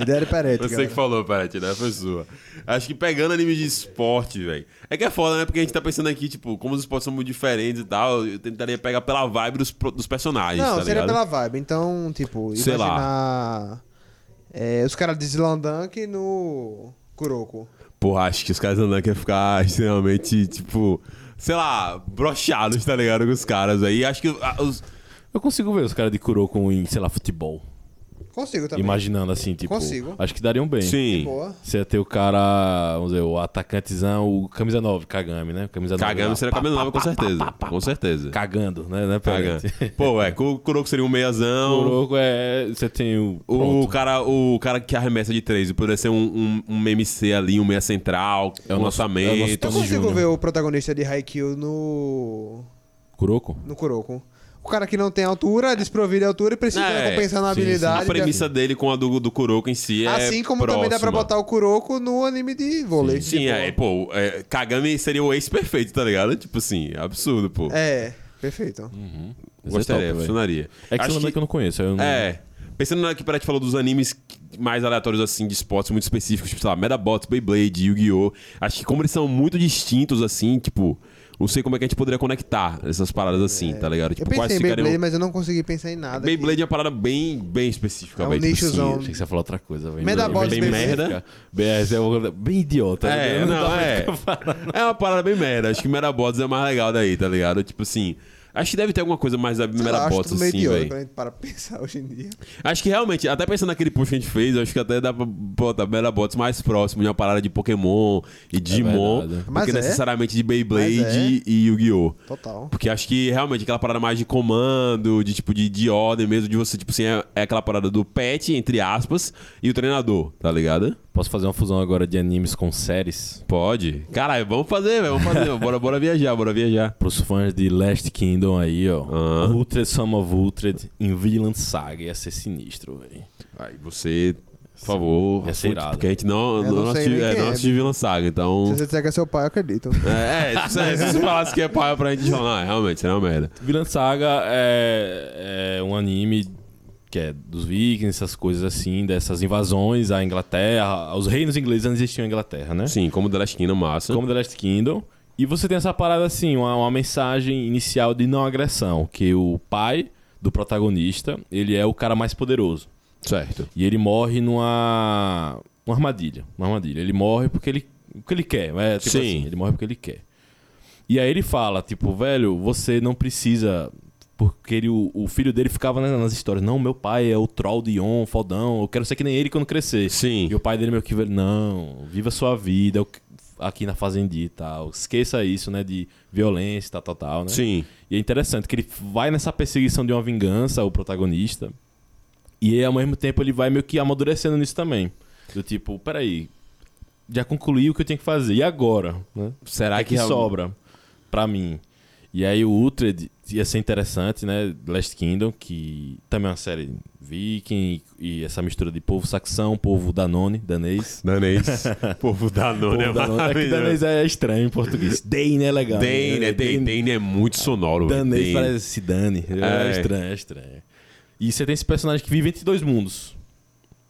Speaker 3: Ideia era Peretti,
Speaker 1: Você
Speaker 3: galera.
Speaker 1: que falou, Peretti, né? Foi sua. Acho que pegando anime de esporte, velho. É que é foda, né? Porque a gente tá pensando aqui, tipo, como os esportes são muito diferentes e tal, eu tentaria pegar pela vibe dos, pro- dos personagens,
Speaker 3: Não,
Speaker 1: tá
Speaker 3: seria
Speaker 1: ligado?
Speaker 3: pela vibe. Então, tipo,
Speaker 1: Sei lá.
Speaker 3: imaginar é, os caras de Zilandank no Kuroko.
Speaker 1: Porra, acho que os caras andando aqui ia ficar *laughs* extremamente, tipo, sei lá, brochados, tá ligado? Com os caras aí. Acho que ah, os.
Speaker 2: Eu consigo ver os caras de Kuroko em, sei lá, futebol.
Speaker 3: Consigo também.
Speaker 2: Imaginando assim, tipo.
Speaker 3: Consigo.
Speaker 2: Acho que dariam bem.
Speaker 1: Sim.
Speaker 3: Boa.
Speaker 2: Você ia ter o cara, vamos dizer, o atacantezão, o camisa 9, Kagami, né? Camisa nove lá,
Speaker 1: Cagando seria
Speaker 2: pá,
Speaker 1: cabelo
Speaker 2: pá,
Speaker 1: nova, com
Speaker 2: pá,
Speaker 1: certeza.
Speaker 2: pá, pá,
Speaker 1: Com
Speaker 2: pá.
Speaker 1: certeza.
Speaker 2: Cagando, né? né
Speaker 1: Cagando.
Speaker 2: Pegante? *laughs*
Speaker 1: Pô, é, Ku- Kuroko seria um meiazão.
Speaker 2: Kuroko é. Você tem o.
Speaker 1: O
Speaker 2: pronto.
Speaker 1: cara, o cara que arremessa de três, poderia ser um, um, um MC ali, um meia central,
Speaker 2: É o
Speaker 1: um
Speaker 2: nosso- é o nosso
Speaker 1: lançamento.
Speaker 3: Eu
Speaker 2: Tony
Speaker 3: consigo
Speaker 2: Júnior.
Speaker 3: ver o protagonista de Haikyuu no.
Speaker 2: Kuroko?
Speaker 3: no Kuroko. O cara que não tem altura, desprovido de altura e precisa
Speaker 1: É,
Speaker 3: compensar na
Speaker 2: sim,
Speaker 3: habilidade.
Speaker 1: A premissa dele com a do, do Kuroko em si é.
Speaker 3: né? Assim como também dá pra
Speaker 1: próxima.
Speaker 3: botar o Kuroko no anime de vôlei.
Speaker 1: Sim,
Speaker 3: Tipo,
Speaker 1: é, pô, é, Kagami seria o ex perfeito, tá ligado? Tipo assim, absurdo, pô.
Speaker 3: É, perfeito.
Speaker 1: Hum,
Speaker 2: Esse
Speaker 1: Gostaria,
Speaker 2: é top, velho.
Speaker 1: funcionaria.
Speaker 2: É que
Speaker 1: Acho
Speaker 2: você que... eu não conheço. aí Eu não...
Speaker 1: É. Pensando na que o Peretti falou dos animes mais aleatórios, assim, de esportes muito específicos, tipo, sei lá, Medabots, Beyblade, Yu-Gi-Oh! Acho que como eles são muito distintos, assim, tipo, não sei como é que a gente poderia conectar essas paradas assim, tá ligado?
Speaker 3: É. Eu
Speaker 1: Tipo,
Speaker 3: pensei em Beyblade,
Speaker 1: ficariam-
Speaker 3: mas eu não consegui pensar em nada. aqui.
Speaker 1: Beyblade é uma parada bem, bem específica,
Speaker 3: É um
Speaker 1: velho. tipo assim,
Speaker 3: nichozão.
Speaker 2: Achei que você ia falar outra coisa, velho.
Speaker 3: Medabots
Speaker 1: Bem merda.
Speaker 2: BS é uma coisa bem idiota.
Speaker 1: É,
Speaker 2: né?
Speaker 1: não,
Speaker 2: dá pra
Speaker 1: *laughs* é. É uma parada bem merda. Acho que Merabots é mais legal daí, tá ligado? Tipo assim. Acho que deve ter alguma coisa mais da
Speaker 3: Sei lá, acho
Speaker 1: Merabots,
Speaker 3: tudo meio
Speaker 1: assim,
Speaker 3: idiota
Speaker 1: velho.
Speaker 3: né? quando a gente para pra pensar *laughs* hoje em dia.
Speaker 1: Acho que realmente, até pensando naquele push que a gente fez, acho que até dá pra botar Merabots mais próximo de uma parada de Pokémon e Digimon
Speaker 2: verdade.
Speaker 1: do
Speaker 3: Mas
Speaker 1: que
Speaker 3: é.
Speaker 1: necessariamente de Beyblade
Speaker 3: Mas é.
Speaker 1: e Yu-Gi-Oh!
Speaker 3: Total.
Speaker 1: Porque acho que realmente aquela parada mais de comando, de tipo de, de ordem mesmo, de você, tipo assim, é, é aquela parada do pet, entre aspas, e o treinador, tá ligado?
Speaker 2: Posso fazer uma fusão agora de animes com séries?
Speaker 1: Pode. Caralho, vamos fazer, velho. Vamos fazer. bora, bora viajar, bora viajar.
Speaker 2: Pros fãs de Last Kingdom aí, ó.
Speaker 1: Ah.
Speaker 2: Ultra Sum of Ultred em Villain Saga. Ia ser sinistro, velho.
Speaker 1: Aí você, por favor.
Speaker 2: Ia ser irado.
Speaker 1: Porque a gente não,
Speaker 3: Eu não
Speaker 1: não,
Speaker 3: sei
Speaker 1: assisti-
Speaker 3: nem
Speaker 1: é,
Speaker 3: quem
Speaker 1: não
Speaker 3: é.
Speaker 1: assistiu Vilã Saga, então.
Speaker 3: Se você disser que é seu pai, eu acredito.
Speaker 1: É, é, se, se você falasse que é pai pra gente falar, não, realmente, seria uma merda.
Speaker 2: Vinland Saga é, é um anime que é dos vikings, essas coisas assim, dessas invasões à Inglaterra, aos reinos ingleses antes existiam a Inglaterra, né?
Speaker 1: Sim, como The Last Kingdom, massa.
Speaker 2: Como The Last Kingdom. E você tem essa parada assim, uma, uma mensagem inicial de não agressão, que o pai do protagonista, ele é o cara mais poderoso.
Speaker 1: Certo.
Speaker 2: E ele morre numa uma armadilha, uma armadilha. Ele morre porque ele o que ele quer, é tipo
Speaker 1: Sim.
Speaker 2: assim, ele morre porque ele quer. E aí ele fala, tipo, velho, você não precisa porque ele, o, o filho dele ficava né, nas histórias, não, meu pai é o troll de On, fodão, eu quero ser que nem ele quando crescer.
Speaker 1: Sim.
Speaker 2: E o pai dele meio que, velho, não, viva sua vida eu que- aqui na fazendinha e tal. Esqueça isso, né, de violência, tal, tal, tal, né?
Speaker 1: Sim.
Speaker 2: E é interessante que ele vai nessa perseguição de uma vingança, o protagonista. E ao mesmo tempo ele vai meio que amadurecendo nisso também. Do tipo, peraí, já concluí o que eu tinha que fazer. E agora? Né?
Speaker 1: Será
Speaker 2: O que,
Speaker 1: real-
Speaker 2: sobra pra mim? E aí o Utred ia ser interessante, né? Last Kingdom, que também é uma série viking e essa mistura de povo saxão, povo danone, danês.
Speaker 1: Danês. Povo Danone é
Speaker 2: *laughs* Povo danone. É que danês
Speaker 1: maravilhoso.
Speaker 2: é estranho em português. Dane é legal.
Speaker 1: Dane, né? Dane, Dane é muito sonoro, velho.
Speaker 2: Danês
Speaker 1: Dane.
Speaker 2: parece Sidane.
Speaker 1: É.
Speaker 2: É. estranho, é estranho. E você tem esse personagem que vive entre dois mundos.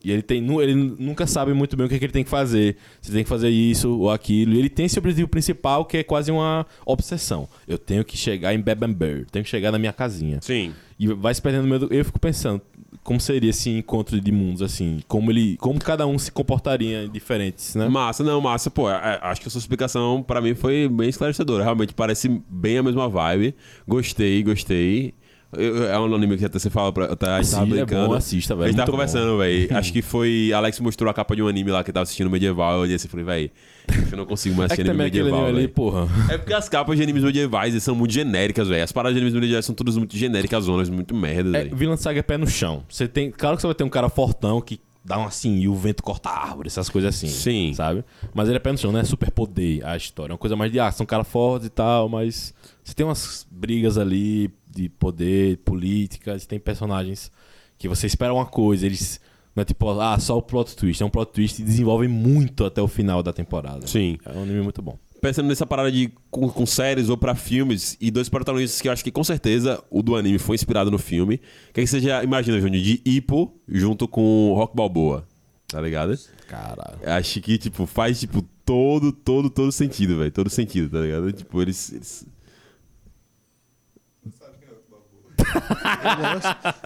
Speaker 2: E ele, tem, nu- ele nunca sabe muito bem o que, é que ele tem que fazer. Se tem que fazer isso ou aquilo. E ele tem esse objetivo principal que é quase uma obsessão. Eu tenho que chegar em Bebember. Tenho que chegar na minha casinha.
Speaker 1: Sim.
Speaker 2: E vai se perdendo no meio do... Eu fico pensando como seria esse encontro de mundos, assim. Como ele como cada um se comportaria em diferentes, né?
Speaker 1: Massa, não, massa, pô. é, é, acho que a sua explicação pra mim foi bem esclarecedora. Realmente parece bem a mesma vibe. Gostei, gostei. Eu- eu- é um anime que até você fala pra. Tá, a gente tava
Speaker 2: Assista, é
Speaker 1: brincando.
Speaker 2: bom, assista, velho,
Speaker 1: A gente
Speaker 2: muito
Speaker 1: tava
Speaker 2: bom.
Speaker 1: conversando,
Speaker 2: *laughs*
Speaker 1: velho. Acho que foi. Alex mostrou a capa de um anime lá que eu tava assistindo medieval. Eu olhei assim e falei, velho, eu não consigo mais
Speaker 2: *laughs* É que
Speaker 1: assistir anime
Speaker 2: também aquele
Speaker 1: medieval.
Speaker 2: anime ali,
Speaker 1: véi."
Speaker 2: porra.
Speaker 1: É porque as capas de animes medievais eles são muito genéricas, velho. As paradas de animes medievais são todas muito genéricas, zonas muito merda,
Speaker 2: É,
Speaker 1: velho.
Speaker 2: Vinland Saga é pé no chão. Você tem, claro que você vai ter um cara fortão que dá um assim e o vento corta a árvore, essas coisas assim.
Speaker 1: Sim.
Speaker 2: Sabe? Mas ele é pé no chão, não é super poder a história. É uma coisa mais de ah, são cara forte e tal, mas você tem umas brigas ali de poder, política, você tem personagens que você espera uma coisa, eles não é tipo, ah, só o plot twist, é um plot twist e desenvolve muito até o final da temporada.
Speaker 1: Sim.
Speaker 2: É um anime muito bom.
Speaker 1: pensando nessa parada de com, com séries ou pra filmes e dois protagonistas que eu acho que com certeza o do anime foi inspirado no filme. O que, é que você já imagina, Júnior, de Hippo junto com Rock Balboa? tá ligado?
Speaker 2: Cara.
Speaker 1: Acho que, tipo, faz, tipo, todo, todo, todo sentido, velho. Todo sentido, tá ligado? Tipo, eles. eles-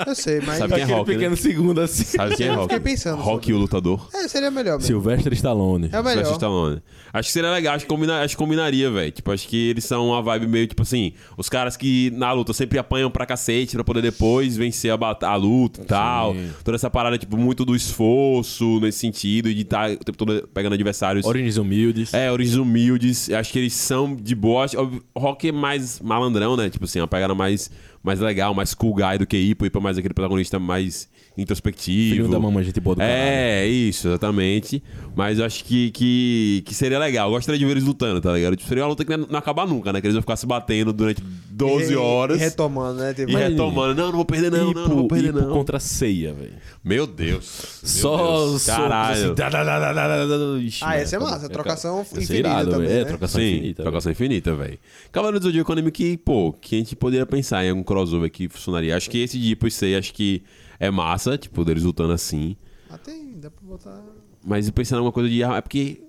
Speaker 3: Eu sei, mas
Speaker 1: Sabe quem é
Speaker 2: Aquele
Speaker 1: rock,
Speaker 2: pequeno
Speaker 1: né?
Speaker 2: segundo assim.
Speaker 1: Sabe quem é rock?
Speaker 3: fiquei pensando
Speaker 1: Rock e o lutador.
Speaker 3: é, seria melhor mesmo.
Speaker 2: Sylvester Stallone.
Speaker 3: É o
Speaker 1: Sylvester
Speaker 3: melhor.
Speaker 1: Stallone. né? Acho que seria legal, acho que, combina- acho que combinaria, velho. Tipo, acho que eles são uma vibe meio, tipo assim, os caras que na luta sempre apanham pra cacete pra poder depois vencer a, bata- a luta e tal. Toda essa parada, tipo, muito do esforço nesse sentido e de estar o tempo todo pegando adversários.
Speaker 2: Origens humildes.
Speaker 1: É, origens humildes. Acho que eles são de boa. Acho- O rock é mais malandrão, né? Tipo assim, uma pegada mais, mais legal, mais cool guy do que Ipo. Ipo é mais aquele protagonista mais introspectivo.
Speaker 2: Filho da mamãe, gente boa do caralho.
Speaker 1: É, isso, exatamente. Mas eu acho que, que, que seria legal. Eu gostaria de ver eles lutando, tá ligado? Tipo, seria uma luta que não ia acabar nunca, né? Que eles vão ficar se batendo durante 12
Speaker 3: E-
Speaker 1: horas.
Speaker 3: e Retomando, né? Tipo,
Speaker 1: E retomando, não, não vou perder não, não, não vou
Speaker 2: Ipo,
Speaker 1: perder
Speaker 2: Ipo
Speaker 1: não.
Speaker 2: contra a ceia, velho.
Speaker 1: Meu Deus. Meu
Speaker 2: Só
Speaker 1: Deus.
Speaker 2: os
Speaker 1: Caralho.
Speaker 2: socos assim, dá, dá, dá, dá, dá, dá, dá. Ixi,
Speaker 3: Ah,
Speaker 2: mano,
Speaker 3: essa é
Speaker 2: tá-
Speaker 3: massa,
Speaker 2: tá-
Speaker 3: trocação
Speaker 2: essa é
Speaker 3: infinita também,
Speaker 2: velho. É,
Speaker 3: né?
Speaker 2: trocação
Speaker 1: Sim,
Speaker 2: infinita. velho.
Speaker 1: trocação infinita, velho. Cavaleiro do Zodíaco é um anime que, pô, que a gente poderia pensar em algum crossover que funcionaria. Acho que esse tipo, isso aí, acho que é massa, tipo, deles lutando assim.
Speaker 3: Ah, tem, dá pra botar.
Speaker 1: Mas pensando em alguma coisa de arma, é porque...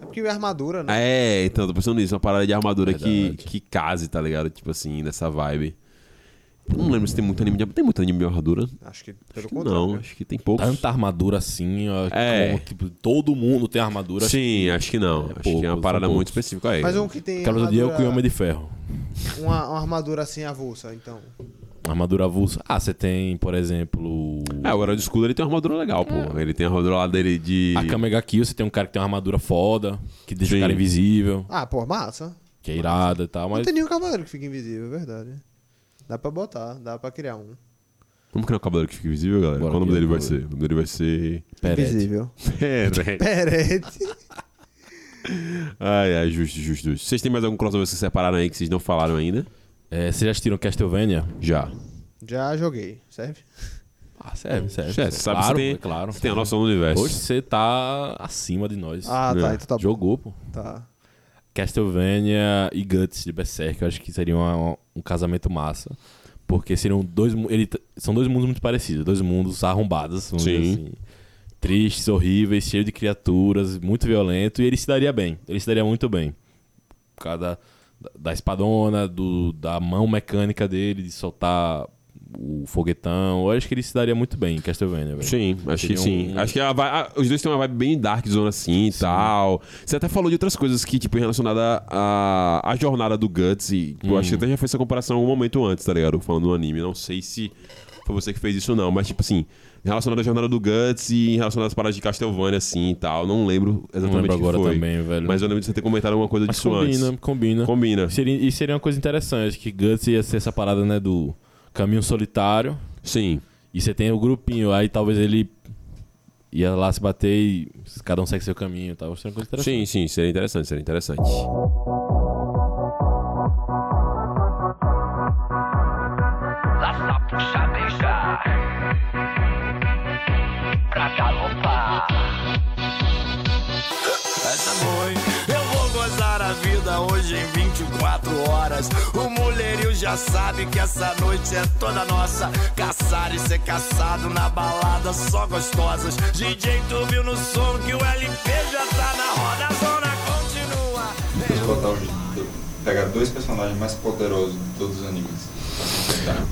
Speaker 3: É porque é armadura, né?
Speaker 1: É, então, tô pensando nisso, uma parada de armadura que,
Speaker 2: Verdade.
Speaker 1: que case, tá ligado? Tipo assim, nessa vibe. Eu Não lembro se tem muito anime de Tem muito anime de armadura?
Speaker 3: Acho que pelo contrário.
Speaker 1: Não,
Speaker 3: né?
Speaker 1: acho que tem poucos.
Speaker 2: Tanta armadura assim, ó,
Speaker 1: É.
Speaker 2: como, tipo, todo mundo tem armadura.
Speaker 1: Sim, acho que não. acho que
Speaker 2: poucos,
Speaker 1: é uma
Speaker 2: são
Speaker 1: parada
Speaker 2: poucos.
Speaker 1: muito específica É. aí.
Speaker 3: Mas um que tem.
Speaker 2: Cabra do Diego e Homem
Speaker 3: armadura,
Speaker 2: de Ferro.
Speaker 3: uma, uma armadura assim avulsa, então.
Speaker 2: Armadura avulsa. Ah, você tem, por exemplo,
Speaker 1: É, agora o escudo ele tem uma armadura legal, pô. Ele tem a armadura lá dele de.
Speaker 2: a Kamega Kill, você tem um cara que tem uma armadura foda, que
Speaker 1: Ah.
Speaker 2: deixa
Speaker 1: Sim.
Speaker 2: o cara invisível,
Speaker 3: Ah, pô, massa.
Speaker 2: que é irada e tal,
Speaker 3: Não
Speaker 2: mas...
Speaker 3: tem nenhum cavaleiro que fica invisível, é verdade. Dá pra botar, dá pra criar um.
Speaker 1: Como que não é o cavaleiro que fica invisível, galera?
Speaker 2: Bora,
Speaker 1: Qual o nome dele
Speaker 2: Guilherme,
Speaker 1: vai ser? O nome dele vai ser.
Speaker 2: Perete. *laughs*
Speaker 3: Invisível.
Speaker 1: Pera.
Speaker 3: Perete.
Speaker 1: ai, ai, justo, justo, justo. Vocês têm mais algum crossover que vocês separaram aí que vocês não falaram ainda?
Speaker 2: É, vocês já assistiram Castlevania?
Speaker 1: Já.
Speaker 3: Já joguei, serve?
Speaker 2: Ah, serve, serve.
Speaker 1: Já, você É, sabe
Speaker 2: claro,
Speaker 1: que você tem,
Speaker 2: é claro.
Speaker 1: você tem a noção do universo.
Speaker 2: Hoje você tá acima de nós.
Speaker 3: Ah, tá,
Speaker 1: É.
Speaker 3: então tá bom.
Speaker 2: Jogou, pô.
Speaker 3: Tá.
Speaker 2: Castlevania e Guts de Berserk, eu acho que seria uma- uma- um casamento massa. Porque seriam dois. mu- Ele, t- são dois mundos muito parecidos, dois mundos arrombados, vamos
Speaker 1: Sim.
Speaker 2: dizer assim. Tristes, horríveis, cheios de criaturas, muito violento, e ele se daria bem. Ele se daria muito bem. Por causa da, da- da espadona, do, da mão mecânica dele, de soltar o foguetão. Eu acho que ele se daria muito bem em Castlevania, velho.
Speaker 1: Sim, acho que
Speaker 2: Seria
Speaker 1: sim.
Speaker 2: um-
Speaker 1: Acho que a vi- a- os dois têm uma vibe bem dark zone assim e tal. Você até falou de outras coisas que, tipo, relacionada à, à jornada do Guts. E tipo, eu
Speaker 2: Uhum.
Speaker 1: acho que até já fez essa comparação em algum momento antes, tá ligado? Falando do anime. Não sei se foi você que fez isso ou não, mas, tipo assim, relacionado à jornada do Guts e em relação às paradas de Castlevania, assim e tal. Não lembro exatamente
Speaker 2: Não lembro
Speaker 1: o que
Speaker 2: agora
Speaker 1: foi.
Speaker 2: também, velho.
Speaker 1: Mas eu lembro de você ter comentado alguma coisa
Speaker 2: Mas
Speaker 1: disso
Speaker 2: combina,
Speaker 1: antes.
Speaker 2: combina.
Speaker 1: Combina.
Speaker 2: Seria, e seria uma coisa interessante, que Guts ia ser essa parada, né, do caminho solitário.
Speaker 1: Sim.
Speaker 2: E você tem o grupinho, aí talvez ele ia lá se bater e cada um segue seu caminho e tal. Seria uma coisa interessante.
Speaker 1: Sim, sim, seria interessante, seria interessante.
Speaker 8: Laça puxada e já Pra galopar Essa foi Eu vou gozar a vida hoje em 24 horas O mulherio já sabe que essa noite é toda nossa Caçar e ser caçado na balada só gostosas DJ tu viu no som que o LP já tá na roda a zona continua
Speaker 4: Vamos botar os, do- pegar dois personagens mais poderosos de todos os animes.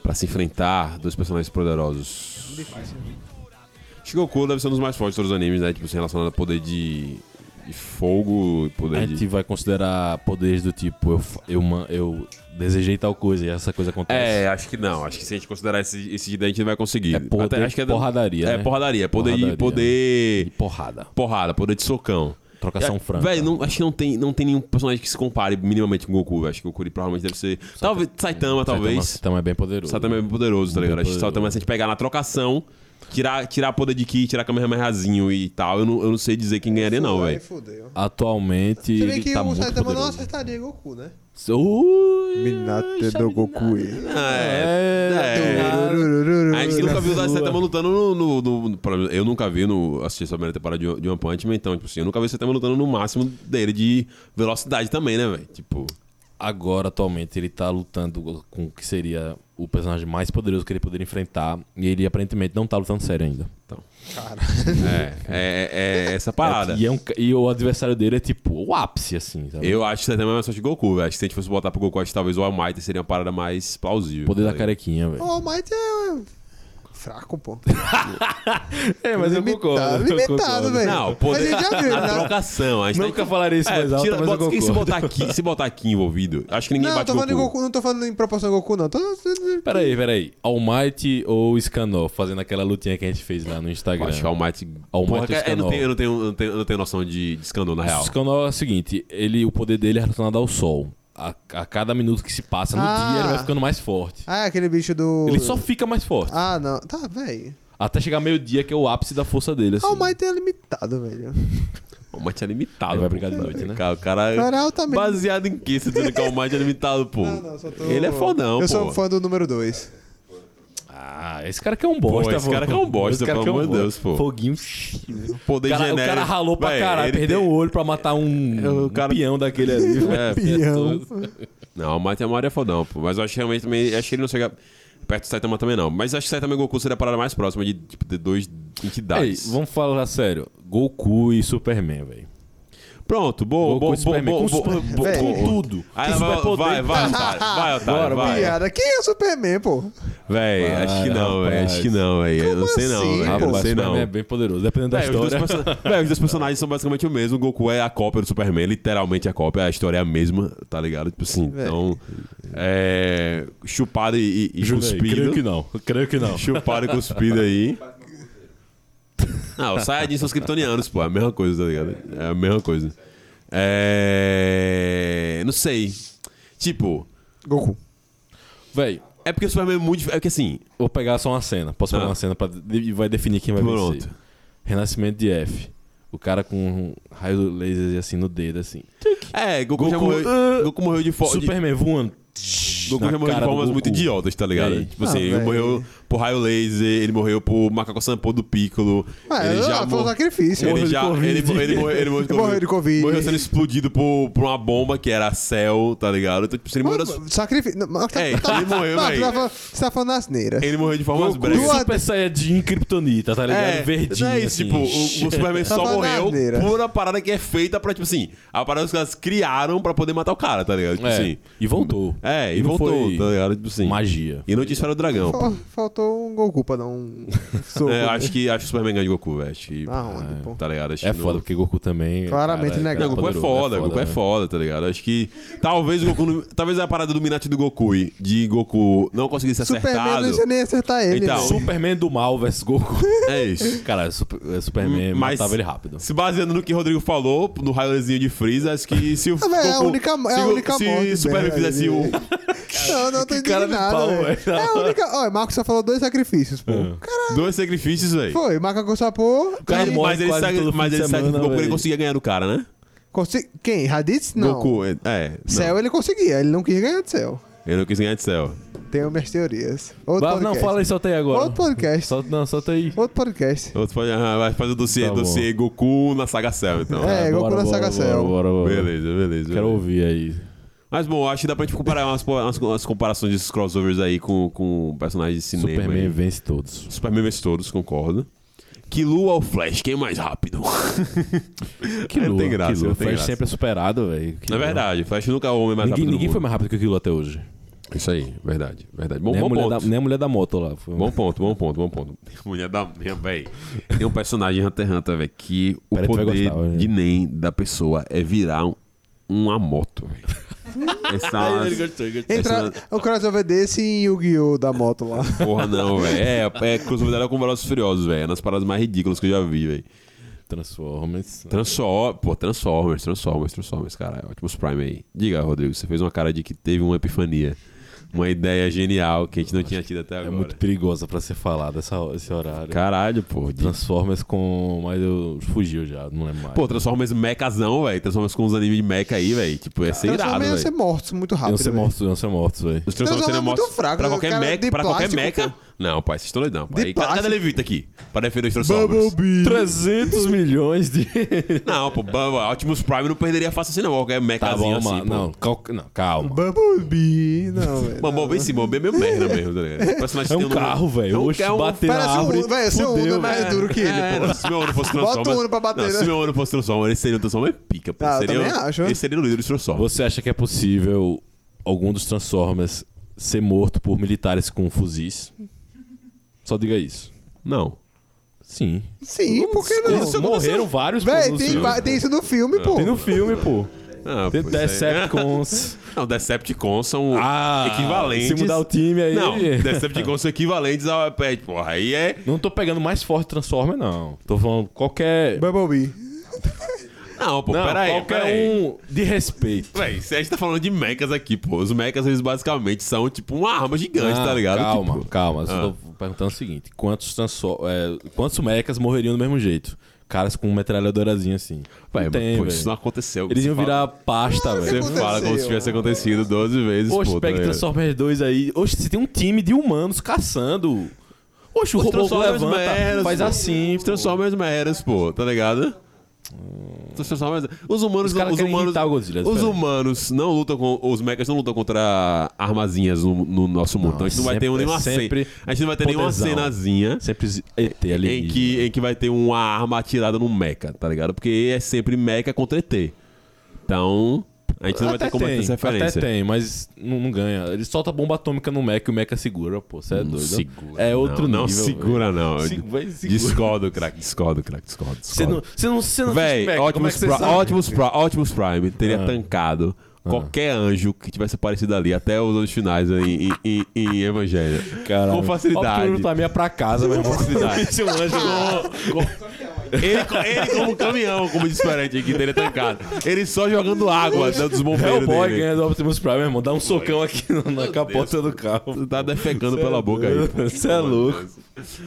Speaker 1: Pra se enfrentar dois personagens poderosos. Shigoku deve ser um dos mais fortes de todos os animes, né? Tipo, assim, relacionado a poder de, de fogo e
Speaker 2: A
Speaker 1: poder
Speaker 2: gente
Speaker 1: de...
Speaker 2: vai considerar poderes do tipo, eu, fa- eu, man- eu desejei tal coisa e essa coisa acontece.
Speaker 1: É, acho que não. Acho que se a gente considerar esse, esse daí, a gente não vai conseguir.
Speaker 2: É poder- porradaria,
Speaker 1: É,
Speaker 2: né?
Speaker 1: porradaria. Poder de...
Speaker 2: Porradaria.
Speaker 1: Poder...
Speaker 2: Porrada.
Speaker 1: Porrada, poder de socão.
Speaker 2: Trocação franca.
Speaker 1: Véi, não, acho que não tem, não tem nenhum personagem que se compare minimamente com o Goku. Acho que o Goku ele provavelmente deve ser... Talvez... Saitama, talvez.
Speaker 2: Saitama é bem poderoso.
Speaker 1: Saitama é bem poderoso, tá
Speaker 2: Bem
Speaker 1: ligado? Acho que
Speaker 2: poderoso.
Speaker 1: Saitama, se a gente pegar na trocação, tirar, tirar poder de Ki, tirar Kamehamehazinho e tal, eu não, eu não sei dizer quem ganharia, não,
Speaker 3: Aí
Speaker 1: velho.
Speaker 3: fudeu.
Speaker 2: Atualmente,
Speaker 3: Você vê
Speaker 2: ele
Speaker 3: que
Speaker 2: tá
Speaker 3: o
Speaker 2: muito
Speaker 3: Saitama não
Speaker 2: poderoso.
Speaker 3: acertaria Goku, né?
Speaker 2: Ui,
Speaker 3: Minato do Goku. e-
Speaker 1: É.
Speaker 3: Tururururu.
Speaker 1: A gente nunca viu o Saitama lutando no, no- no- no- por exemplo, Eu nunca vi no. Assisti essa primeira temporada de, de One Punch Man, então, tipo assim, eu nunca vi o Saitama lutando no máximo dele de velocidade também, né, velho? Tipo.
Speaker 2: agora, atualmente, ele tá lutando com o que seria o personagem mais poderoso que ele poderia enfrentar. E ele aparentemente não tá lutando sério ainda. Então,
Speaker 1: É, é, é essa parada.
Speaker 2: e, é um ca- e o adversário dele é tipo o ápice, assim, sabe?
Speaker 1: Eu acho que também é mais sorte de Goku, velho. Acho que se a gente fosse botar pro Goku, acho que talvez o All Might seria uma parada mais plausível.
Speaker 2: O poder da
Speaker 1: tá ligado?
Speaker 2: carequinha, velho.
Speaker 3: O All Might é fraco, pô.
Speaker 2: É, mas eu concordo. eu
Speaker 3: limitado,
Speaker 2: concordo.
Speaker 3: velho.
Speaker 1: Não, o poder
Speaker 3: Mas a gente
Speaker 2: *laughs*
Speaker 3: já viu,
Speaker 1: na
Speaker 3: né?
Speaker 1: trocação. A gente
Speaker 2: Nunca falaria isso mais alto, mas eu
Speaker 1: É, bota- quem se
Speaker 2: concordo.
Speaker 1: botar aqui, se botar aqui envolvido, acho que ninguém
Speaker 3: Não,
Speaker 1: bate
Speaker 3: tô falando em
Speaker 1: Goku.
Speaker 3: Goku, não tô falando em proporção Goku, não. Tô...
Speaker 2: Peraí, peraí. All Might ou Scanor? Fazendo aquela lutinha que a gente fez lá no
Speaker 1: Eu
Speaker 2: Instagram.
Speaker 1: Acho que All Might...
Speaker 2: All
Speaker 1: Porra,
Speaker 2: Might é
Speaker 1: cara, eu, não
Speaker 2: Scanor.
Speaker 1: tenho, eu, não tenho, eu, não tenho, eu não tenho noção de, de Scanor, na real.
Speaker 2: Scanor é o seguinte, ele, o poder dele é relacionado ao sol. A, a cada minuto que se passa no
Speaker 3: Ah.
Speaker 2: dia, ele vai ficando mais forte.
Speaker 3: Ah, é aquele bicho do.
Speaker 2: Ele só fica mais forte.
Speaker 3: Ah, não. Tá, velho.
Speaker 2: Até chegar meio-dia, que é o ápice da força dele, assim.
Speaker 3: All Might é limitado, velho.
Speaker 1: All Might é limitado.
Speaker 2: Ele vai
Speaker 1: pô.
Speaker 2: brincar de noite, né?
Speaker 1: Cara, o cara...
Speaker 3: Cara, é altamente.
Speaker 1: Baseado em quê? Você dizendo que All Might é limitado, pô?
Speaker 3: Não, não, só tô...
Speaker 1: Ele é fodão, pô.
Speaker 3: Eu sou fã do número 2.
Speaker 2: Ah, esse cara que é um
Speaker 1: Pô,
Speaker 2: bosta,
Speaker 1: esse cara que é um bosta,
Speaker 2: Esse
Speaker 1: pelo
Speaker 2: cara que é um
Speaker 1: amor de
Speaker 2: bosta.
Speaker 1: Deus, pô.
Speaker 2: *laughs* Foguinho.
Speaker 1: Poder
Speaker 2: Cara- o
Speaker 1: genérico.
Speaker 2: cara ralou pra
Speaker 1: Véi,
Speaker 2: caralho,
Speaker 1: ele
Speaker 2: perdeu
Speaker 1: tem-
Speaker 2: o olho pra matar um,
Speaker 1: O cara-
Speaker 2: um peão daquele *laughs* ali.
Speaker 1: É,
Speaker 3: Pião.
Speaker 1: Não, o Mighty Amari é fodão, pô. Mas eu acho que realmente também. Acho que ele não chega perto do Saitama também, não. Mas acho que Saitama e Goku seria a parada mais próxima de, tipo, de dois
Speaker 2: Ei,
Speaker 1: entidades.
Speaker 2: vamos falar sério. Goku e Superman, velho.
Speaker 1: Pronto, boa,
Speaker 2: Goku
Speaker 1: boa, boa,
Speaker 2: e Superman.
Speaker 1: boa,
Speaker 2: Com
Speaker 1: boa,
Speaker 2: super-
Speaker 1: boa,
Speaker 3: Véi.
Speaker 1: boa.
Speaker 2: Com tudo.
Speaker 1: Aí
Speaker 2: Com
Speaker 1: vai,
Speaker 2: superpoder.
Speaker 1: vai, vai,
Speaker 2: *laughs*
Speaker 1: otário, vai, otário,
Speaker 2: Bora,
Speaker 1: Tá, vai.
Speaker 3: Piada. Quem é o Superman, pô?
Speaker 1: Véi, acho que não,
Speaker 2: Para,
Speaker 1: véi, acho que não, véi. Eu não sei não,
Speaker 3: assim,
Speaker 1: véi,
Speaker 2: Ah,
Speaker 1: eu
Speaker 2: pô,
Speaker 1: não sei
Speaker 2: Superman
Speaker 1: não.
Speaker 2: é bem poderoso, dependendo da
Speaker 1: Véi, os, dois
Speaker 2: história. *laughs*
Speaker 1: person- véi, os dois personagens são basicamente o mesmo. O Goku é a cópia do Superman, literalmente a cópia, a história é a mesma, tá ligado? Tipo assim, então. É, chupado e, e, e
Speaker 2: Juro, creio
Speaker 1: cuspido.
Speaker 2: que não. Creio que não.
Speaker 1: Chuparam e cuspido aí. Não, os Saiyajins são os kryptonianos, pô. É a mesma coisa, tá ligado? É a mesma coisa. É. Não sei. Tipo,
Speaker 3: Goku.
Speaker 2: Véi,
Speaker 1: é porque o Superman é muito. dif- É que assim.
Speaker 2: vou pegar só uma cena. Posso pegar
Speaker 1: Ah.
Speaker 2: uma cena pra... e vai definir quem vai
Speaker 1: Pronto.
Speaker 2: vencer. Renascimento de F. O cara com um raio laser assim no dedo, assim.
Speaker 1: É, Goku, já
Speaker 2: Goku,
Speaker 1: morreu.
Speaker 2: ah,
Speaker 1: Goku morreu de forma.
Speaker 2: Superman voando.
Speaker 1: Goku
Speaker 2: na
Speaker 1: já morreu de
Speaker 2: cara do
Speaker 1: formas
Speaker 2: Goku.
Speaker 1: muito idiotas, tá ligado?
Speaker 2: E aí?
Speaker 1: Tipo assim,
Speaker 3: Ah,
Speaker 1: ele
Speaker 3: velho.
Speaker 1: morreu por raio laser, ele morreu por macaco sampo do Piccolo.
Speaker 3: Ué,
Speaker 1: ele já
Speaker 3: ah, foi um
Speaker 1: mor-
Speaker 3: sacrifício.
Speaker 1: Ele
Speaker 2: Morreu de
Speaker 1: já
Speaker 2: Covid.
Speaker 1: ele, ele morreu, ele morreu de
Speaker 2: *laughs*
Speaker 3: Ele morreu de Covid.
Speaker 1: Morreu sendo explodido por, por uma bomba que era céu, tá ligado? Então, tipo, assim, ele morreu. das-
Speaker 3: Sacrifício. Não, mas tá-
Speaker 1: É,
Speaker 3: tá-
Speaker 1: ele morreu,
Speaker 3: Não,
Speaker 1: velho.
Speaker 3: tu tá falando- Você tá falando das neiras.
Speaker 1: Ele morreu de formas
Speaker 3: Goku,
Speaker 1: bregas.
Speaker 3: duas-
Speaker 2: Super Saiyajin Kryptonita, tá ligado?
Speaker 1: É,
Speaker 2: Verdinho.
Speaker 1: não é isso,
Speaker 2: é assim.
Speaker 1: tipo, o, o Superman
Speaker 3: Tá
Speaker 1: só morreu
Speaker 3: bananeira.
Speaker 1: por uma parada que é feita pra, tipo assim, a parada que os caras criaram pra poder matar o cara, tá ligado? Tipo
Speaker 2: É,
Speaker 1: assim.
Speaker 2: E voltou.
Speaker 1: É, e,
Speaker 2: não
Speaker 1: voltou,
Speaker 2: foi
Speaker 1: tá ligado? Tipo assim.
Speaker 2: Magia.
Speaker 1: E não disse para o
Speaker 2: *laughs*
Speaker 1: dragão.
Speaker 3: Fal- Faltou um Goku pra
Speaker 1: *laughs*
Speaker 3: dar um soco.
Speaker 1: É,
Speaker 3: né?
Speaker 1: acho que acho que o Superman ganha de Goku, velho. Acho que-
Speaker 3: Aonde, pô?
Speaker 1: Tá ligado? Acho
Speaker 2: É
Speaker 1: que não-
Speaker 2: foda, porque Goku também.
Speaker 3: Claramente
Speaker 2: cara,
Speaker 3: negado.
Speaker 1: Não, Goku é
Speaker 2: poderoso,
Speaker 1: foda, Goku é
Speaker 2: né?
Speaker 1: foda, tá ligado? Acho que talvez o Goku. não- talvez a parada do Minati do Goku e de Goku não conseguir ser
Speaker 3: Superman
Speaker 1: tá acertado.
Speaker 3: não ia nem acertar ele. né?
Speaker 1: Então,
Speaker 3: velho.
Speaker 2: Superman do mal versus Goku.
Speaker 1: É isso.
Speaker 2: Cara, o Super- o Superman
Speaker 1: Mas-
Speaker 2: matava ele rápido.
Speaker 1: Se baseando no que o Rodrigo falou, no raiozinho de Freeza, acho que se o.
Speaker 3: *laughs* Ah, velho, é a
Speaker 1: Goku-
Speaker 3: única- é a
Speaker 1: se o-
Speaker 3: única
Speaker 1: se
Speaker 3: morte,
Speaker 1: o Superman
Speaker 3: velho.
Speaker 1: fizesse um- o. *laughs*
Speaker 3: Não, não tô
Speaker 2: Que cara de
Speaker 3: entendendo nada.
Speaker 2: pau,
Speaker 3: velho.
Speaker 2: velho.
Speaker 3: É a única. Olha, Marcos só falou dois sacrifícios, pô.
Speaker 1: É.
Speaker 3: Cara,
Speaker 1: Dois sacrifícios, velho.
Speaker 3: foi. Macaco Sapô.
Speaker 2: cara
Speaker 1: Mas-
Speaker 2: morre
Speaker 1: mas ele
Speaker 2: quase
Speaker 1: sabe,
Speaker 2: todo fim
Speaker 1: mas
Speaker 2: de
Speaker 1: ele sabe que
Speaker 2: semana,
Speaker 1: o Goku ele
Speaker 2: velho.
Speaker 1: conseguia ganhar do cara, né?
Speaker 3: Consegui... Quem? Raditz? Não.
Speaker 1: Goku, é. é, não.
Speaker 3: Cell ele conseguia, ele não quis ganhar de Cell.
Speaker 1: Ele não quis ganhar de céu.
Speaker 3: Tenho minhas teorias. Outro
Speaker 2: Vai- não,
Speaker 3: podcast.
Speaker 2: fala aí, solta aí agora.
Speaker 3: Outro podcast.
Speaker 2: Solta, não, solta aí.
Speaker 3: Outro podcast.
Speaker 1: Outro pode, ah, vai fazer o dossiê,
Speaker 2: Tá bom.
Speaker 1: dossiê Goku na saga céu, então.
Speaker 3: É, Goku
Speaker 2: Ah, Bora,
Speaker 3: na
Speaker 2: bora,
Speaker 3: Saga
Speaker 2: bora,
Speaker 3: Cell.
Speaker 2: Bora, bora,
Speaker 1: Beleza, beleza.
Speaker 2: Quero ouvir aí.
Speaker 1: Mas bom, acho que dá pra gente comparar umas, umas- umas comparações desses crossovers aí com, com personagens de cinema.
Speaker 2: Superman
Speaker 1: aí.
Speaker 2: vence todos.
Speaker 1: Superman vence todos, concordo. Kilu ao Flash, quem é mais rápido? *laughs*
Speaker 2: Que
Speaker 1: Não
Speaker 2: lua,
Speaker 1: tem graça,
Speaker 2: que lua.
Speaker 1: não
Speaker 2: O
Speaker 1: tem
Speaker 2: Flash
Speaker 1: graça.
Speaker 2: sempre é superado, velho. Que
Speaker 1: Na
Speaker 2: lua.
Speaker 1: verdade, Flash nunca é o homem mais
Speaker 2: Ninguém,
Speaker 1: rápido.
Speaker 2: ninguém
Speaker 1: do
Speaker 2: foi
Speaker 1: mundo.
Speaker 2: mais rápido que o Kilo até hoje.
Speaker 1: Isso aí, verdade, verdade. Bom,
Speaker 2: Nem,
Speaker 1: bom
Speaker 2: a Né, mulher da,
Speaker 1: ponto.
Speaker 2: nem a mulher da moto lá. Foi
Speaker 1: Bom ponto, bom ponto, bom ponto. *laughs* Mulher da minha, véi. Tem um personagem em Hunter x Hunter, velho, que o
Speaker 2: Peraí, tu vai
Speaker 1: poder
Speaker 2: gostar, olha.
Speaker 1: de nem da pessoa é virar um, uma moto,
Speaker 2: *laughs*
Speaker 1: velho. Essa é uma-
Speaker 3: Entra...
Speaker 1: Essa-
Speaker 3: O crossover desse em Yu-Gi-Oh! da moto lá.
Speaker 1: Porra, não, velho. É, é crossover dela com Velozes e Furiosos, velho. É uma das paradas mais ridículas que eu já vi, velho.
Speaker 2: Transformers.
Speaker 1: Transform... Pô, Transformers, Transformers, Transformers, cara. Optimus Prime aí. Diga, Rodrigo, você fez uma cara de que teve uma epifania. Uma ideia genial que a gente não tinha tido até
Speaker 2: É
Speaker 1: agora.
Speaker 2: muito né? perigosa pra ser falada essa, esse horário.
Speaker 1: Caralho, pô. De...
Speaker 2: Transformers com. Mas eu fugiu já, não lembro mais.
Speaker 1: Pô, Transformers mecazão, velho. Transformers com uns animes de mecha aí, velho. Tipo, ia ser irado,
Speaker 3: Transforma em
Speaker 1: velho.
Speaker 3: ser mortos muito
Speaker 2: Iam
Speaker 3: rápido.
Speaker 2: ser
Speaker 1: tá
Speaker 3: velho.
Speaker 1: né?
Speaker 2: mortos, iam ser mortos, velho.
Speaker 1: Os Transformers
Speaker 3: Transformers
Speaker 1: seriam
Speaker 3: é muito
Speaker 1: mortos
Speaker 3: fraco,
Speaker 1: pra
Speaker 3: né?
Speaker 1: qualquer
Speaker 3: Cara
Speaker 1: mecha,
Speaker 3: de
Speaker 1: pra qualquer
Speaker 3: plástico,
Speaker 1: mecha,
Speaker 3: pô.
Speaker 1: Não, pai, vocês estão doidão. pai.
Speaker 3: De
Speaker 1: E Cadê,
Speaker 3: plástico.
Speaker 1: cadê Levita aqui? Pra defender os Transformers.
Speaker 3: Bumblebee.
Speaker 2: 300 milhões de.
Speaker 1: *laughs* Não, pô, Bumble- Optimus Prime não perderia fácil assim, não. Qualquer
Speaker 2: Tá
Speaker 1: mecazinho
Speaker 2: bom,
Speaker 1: assim,
Speaker 2: mano.
Speaker 1: pô.
Speaker 2: Não, cal- não, calma.
Speaker 3: Bumblebee. Não, velho.
Speaker 1: Mano, bem sim, Bumblebee é meio merda mesmo, tá ligado? O personagem
Speaker 2: É
Speaker 1: tem
Speaker 2: um carro, velho.
Speaker 1: É um-
Speaker 2: Oxe,
Speaker 1: é um-
Speaker 2: bater na
Speaker 3: Parece um-
Speaker 2: árvore.
Speaker 3: velho, seu Uno é
Speaker 2: fudeu,
Speaker 3: mais
Speaker 2: velho.
Speaker 3: duro que ele,
Speaker 1: É,
Speaker 3: pô.
Speaker 1: não, se meu ano fosse
Speaker 3: Bota
Speaker 1: Transformers...
Speaker 3: o Uno pra bater,
Speaker 1: não,
Speaker 3: né?
Speaker 1: se meu ano fosse Transformers, ele seria um Transformer pica, pô.
Speaker 3: Ah, eu
Speaker 1: seria
Speaker 3: também
Speaker 1: o-
Speaker 3: acho.
Speaker 1: Ele seria o líder dos Transformers.
Speaker 2: Você acha que é possível algum dos Transformers ser morto por militares com fuzis? Só diga isso.
Speaker 1: Não.
Speaker 2: Sim.
Speaker 3: Sim, por que
Speaker 2: Eles
Speaker 3: não?
Speaker 2: morreram vários
Speaker 3: Véi,
Speaker 2: pô, no
Speaker 3: tem,
Speaker 2: filme. É.
Speaker 3: va- tem isso no filme, pô.
Speaker 2: Tem no filme, pô.
Speaker 1: Ah,
Speaker 2: Tem
Speaker 1: pois é. *laughs*
Speaker 3: *laughs*
Speaker 2: Decepticons.
Speaker 1: Não, Decepticons são equivalentes.
Speaker 2: Ah, Se mudar o time aí. *laughs*
Speaker 1: Não, Decepticons são equivalentes ao... É, porra, aí é...
Speaker 2: Não tô pegando mais forte Transformer, não. Tô falando qualquer.
Speaker 3: Bumblebee.
Speaker 1: Não, pô,
Speaker 2: não,
Speaker 1: peraí,
Speaker 2: qualquer
Speaker 1: peraí.
Speaker 2: um de respeito.
Speaker 1: Véi, a gente tá falando de mechas aqui, pô. Os mechas, eles basicamente são tipo uma arma gigante,
Speaker 2: Não,
Speaker 1: tá ligado?
Speaker 2: Ah, Calma,
Speaker 1: Tipo,
Speaker 2: calma. Eu só
Speaker 1: Ah.
Speaker 2: tô perguntando o seguinte: quantos, transfor- é, quantos mecas morreriam do mesmo jeito? Caras com metralhadorazinha assim.
Speaker 1: véi, mas,
Speaker 2: Não tem,
Speaker 1: pô,
Speaker 2: velho.
Speaker 1: isso não aconteceu.
Speaker 2: Eles
Speaker 1: Você
Speaker 2: iam
Speaker 1: fala-
Speaker 2: virar pasta,
Speaker 1: Você
Speaker 2: velho.
Speaker 3: aconteceu?
Speaker 1: fala como se tivesse acontecido 12 vezes,
Speaker 2: Oxe,
Speaker 1: pô. tá
Speaker 2: pega
Speaker 1: ligado?
Speaker 2: Transformers 2 aí. Oxe, você tem um time de humanos caçando. Oxe, o
Speaker 1: Os
Speaker 2: robô
Speaker 1: Transformers
Speaker 2: levanta,
Speaker 1: meros,
Speaker 2: faz
Speaker 1: pô.
Speaker 2: assim.
Speaker 1: Os Transformers meros, pô, tá ligado? Os Transformers... Os humanos...
Speaker 2: Os caras
Speaker 1: não, os
Speaker 2: querem
Speaker 1: humanos,
Speaker 2: irritar o Godzilla,
Speaker 1: os
Speaker 2: peraí.
Speaker 1: humanos não lutam com... Os mechas não lutam contra armazinhas no, no nosso mundo. então a gente não vai ter
Speaker 2: sempre-
Speaker 1: nenhuma cena...
Speaker 2: é sempre
Speaker 1: A gente não vai ter nenhuma
Speaker 2: poderzão.
Speaker 1: cenazinha...
Speaker 2: Sempre zi- ET ali.
Speaker 1: Em que, em que vai ter uma arma atirada no mecha, tá ligado? Porque é sempre mecha contra ET. Então, a gente não vai ter como ter essa referência.
Speaker 2: Até tem, mas não, não ganha. Ele solta bomba atômica no Mecha e o Mecha segura, pô.
Speaker 1: Tá
Speaker 2: Você é doido.
Speaker 1: Segura.
Speaker 2: É outro
Speaker 1: não,
Speaker 2: nível.
Speaker 1: Não segura, não.
Speaker 2: velho. Se- vai, segura.
Speaker 1: Discordo, craque. Discordo, craque. Discordo,
Speaker 2: Você não,
Speaker 1: discordo.
Speaker 2: você não, você não
Speaker 1: Véi,
Speaker 2: assiste Mecha, como é
Speaker 1: Optimus,
Speaker 2: que você
Speaker 1: Pri-
Speaker 2: sabe?
Speaker 1: Optimus, Pri- Optimus Prime teria
Speaker 2: Ah.
Speaker 1: tancado qualquer anjo que tivesse aparecido ali, até os outros finais em, em, em, em Evangelho.
Speaker 2: Caralho.
Speaker 1: Com facilidade.
Speaker 2: Optimus pra mim *laughs* é pra casa, mas com facilidade.
Speaker 1: Esse *laughs* anjo com- com- ele, co- ele como caminhão, como diferente aqui, teria tancado. Ele só jogando água né, dos bombeiros
Speaker 2: Hellboy
Speaker 1: dele.
Speaker 2: ganha do Optimus Prime, meu irmão. Dá um socão aqui na- na capota do carro.
Speaker 1: Tu Tá defecando pela boca aí. pô.
Speaker 2: *laughs* Você é louco.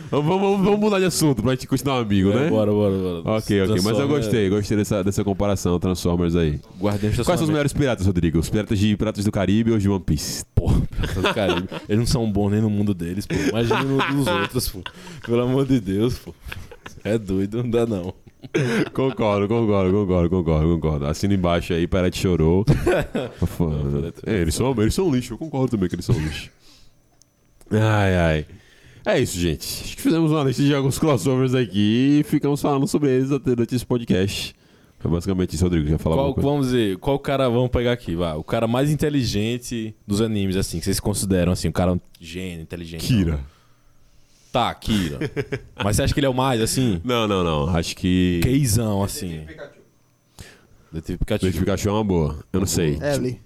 Speaker 1: Vamos, vamos, vamos mudar de assunto pra gente continuar amigo, né?
Speaker 2: Bora, bora, bora.
Speaker 1: Ok, ok. Mas eu
Speaker 2: Transforma-
Speaker 1: gostei, gostei dessa, dessa comparação, Transformers aí.
Speaker 2: Guardiões do
Speaker 1: Quais são os melhores piratas, Rodrigo? Os piratas de Piratas do Caribe ou de One Piece?
Speaker 2: Porra, Piratas do Caribe. Eles não são bons nem no mundo deles, pô. Imagina no *laughs* dos outros, pô. Pelo amor de Deus, pô. É doido, não dá não.
Speaker 1: Concordo, concordo, concordo, concordo, concordo. Assina embaixo aí, Parete *laughs* chorou. Fã. É, eles, são, eles são lixo, eu concordo também que eles são lixo. Ai, ai. É isso, gente. Acho que fizemos uma lista de alguns crossovers aqui e ficamos falando sobre eles até- durante esse podcast. Foi basicamente isso, Rodrigo. Quer falar
Speaker 2: Qual,
Speaker 1: alguma coisa?
Speaker 2: vamos dizer, qual cara vamos pegar aqui? Vai. O cara mais inteligente dos animes, assim, que vocês consideram, assim, o cara gênio, inteligente.
Speaker 1: Kira.
Speaker 2: Tá, Kira. Mas você acha que ele é o mais, assim?
Speaker 1: Não, não, não. Acho que.
Speaker 2: Queizão, assim. Detetive Pikachu.
Speaker 1: Leite Pikachu é uma boa. Eu não sei.
Speaker 3: L.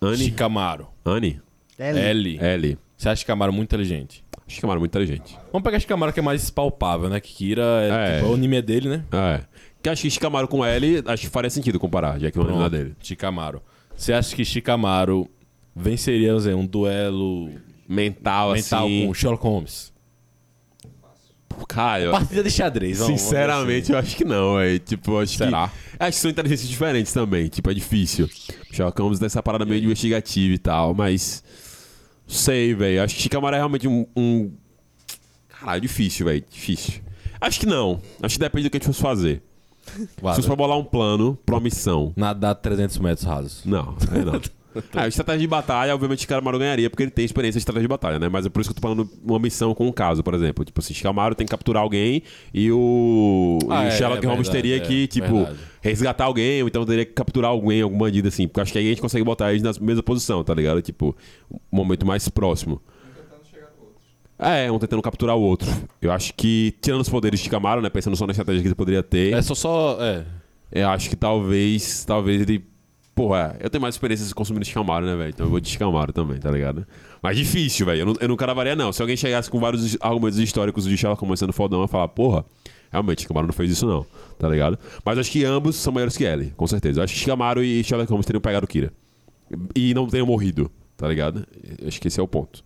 Speaker 1: Anne?
Speaker 2: Shikamaru.
Speaker 1: Anne?
Speaker 2: L.
Speaker 1: L.
Speaker 2: Você acha Shikamaru muito inteligente?
Speaker 1: Acho que é muito inteligente.
Speaker 2: Vamos pegar Shikamaru que é mais palpável, né? Que Kira é,
Speaker 1: É.
Speaker 2: tipo, é o anime dele, né?
Speaker 1: É. Que acho que Shikamaru com L, acho que faria sentido comparar, já que é uma
Speaker 2: Pronto,
Speaker 1: unidade dele.
Speaker 2: Shikamaru. Você acha que Shikamaru venceria, vamos dizer, um duelo
Speaker 1: Mental,
Speaker 2: mental
Speaker 1: assim.
Speaker 2: com o Sherlock Holmes?
Speaker 1: Cara, eu-
Speaker 2: Partida de xadrez, vamos- vamos dizer
Speaker 1: sinceramente, eu acho que não, é Tipo, acho
Speaker 2: Será?
Speaker 1: que. Acho que são inteligências diferentes também. Tipo, é difícil. Chocamos nessa parada meio investigativa e tal, mas. Sei, velho. Acho que Shikamaru é realmente um. um... Caralho, difícil, velho. Difícil. Acho que não. Acho que depende do que a gente fosse fazer.
Speaker 2: assim. Vale.
Speaker 1: Se fosse pra bolar um plano pra uma missão.
Speaker 2: Nadar 300 metros rasos.
Speaker 1: Não, aí não. *laughs* Ah, estratégia de batalha, obviamente, Shikamaru ganharia, porque ele tem experiência de estratégia de batalha, né? Mas é por isso que eu tô falando uma missão com um caso, por exemplo. Tipo assim, Shikamaru tem que capturar alguém e o,
Speaker 2: Ah,
Speaker 1: e o
Speaker 2: é,
Speaker 1: Sherlock
Speaker 2: é
Speaker 1: Holmes
Speaker 2: verdade,
Speaker 1: teria
Speaker 2: é,
Speaker 1: que, tipo,
Speaker 2: verdade.
Speaker 1: resgatar alguém, ou então teria que capturar alguém, algum bandido, assim. Porque eu acho que aí a gente consegue botar eles na mesma posição, tá ligado? Tipo, um momento mais próximo. É, um tentando capturar o outro. Eu acho que, tirando os poderes de Shikamaru, né? Pensando só na estratégia que ele poderia ter.
Speaker 2: É só só. É.
Speaker 1: Eu acho que talvez, talvez ele. Porra, eu tenho mais experiência consumindo Shikamaru, né, velho? Então eu vou de Shikamaru também, tá ligado? Mas difícil, velho. Eu não, eu não cravaria, não. Se alguém chegasse com vários argumentos históricos de Sherlock começando fodão, eu ia falar, porra, realmente, Shikamaru não fez isso, não, tá ligado? Mas acho que ambos são maiores que ele, com certeza. Eu acho que Shikamaru e Sherlock Holmes teriam pegado o Kira. E não teriam morrido, tá ligado? Eu acho que esse é o ponto.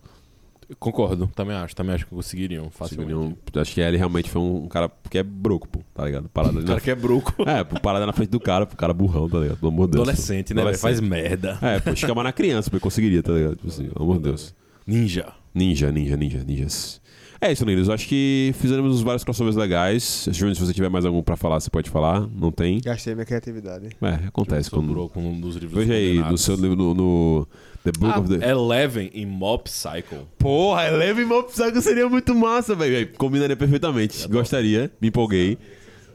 Speaker 2: eu Concordo, também acho, também acho que conseguiriam. Facilmente.
Speaker 1: Segundo, Assim, eu acho que ele realmente foi um, um cara que é broco, pô, tá ligado? Parada ali na
Speaker 2: O cara que é broco.
Speaker 1: é, pô, parada na frente do cara, pro cara burrão, tá ligado? Pelo amor de Deus.
Speaker 2: Adolescente, né? velho? Faz merda.
Speaker 1: É, pô, chamar na criança, pô, eu conseguiria, tá ligado? Tipo assim, pelo amor de Deus.
Speaker 2: Ninja.
Speaker 1: Ninja, ninja, ninja, ninjas. É isso, Ninjas. Eu acho que fizemos uns vários crossovers legais. Júnior, se você tiver mais algum pra falar, você pode falar. Não tem?
Speaker 3: Gastei minha criatividade.
Speaker 1: É, acontece. Quando...
Speaker 2: Sobrou com um dos livros
Speaker 1: Veja aí, no
Speaker 2: condenados.
Speaker 1: seu livro, no, no The Book of the...
Speaker 2: Ah, Eleven em Mob Psycho.
Speaker 1: Porra, Eleven Mob Psycho seria muito massa, velho. Aí, Combinaria perfeitamente. Gostaria, me empolguei.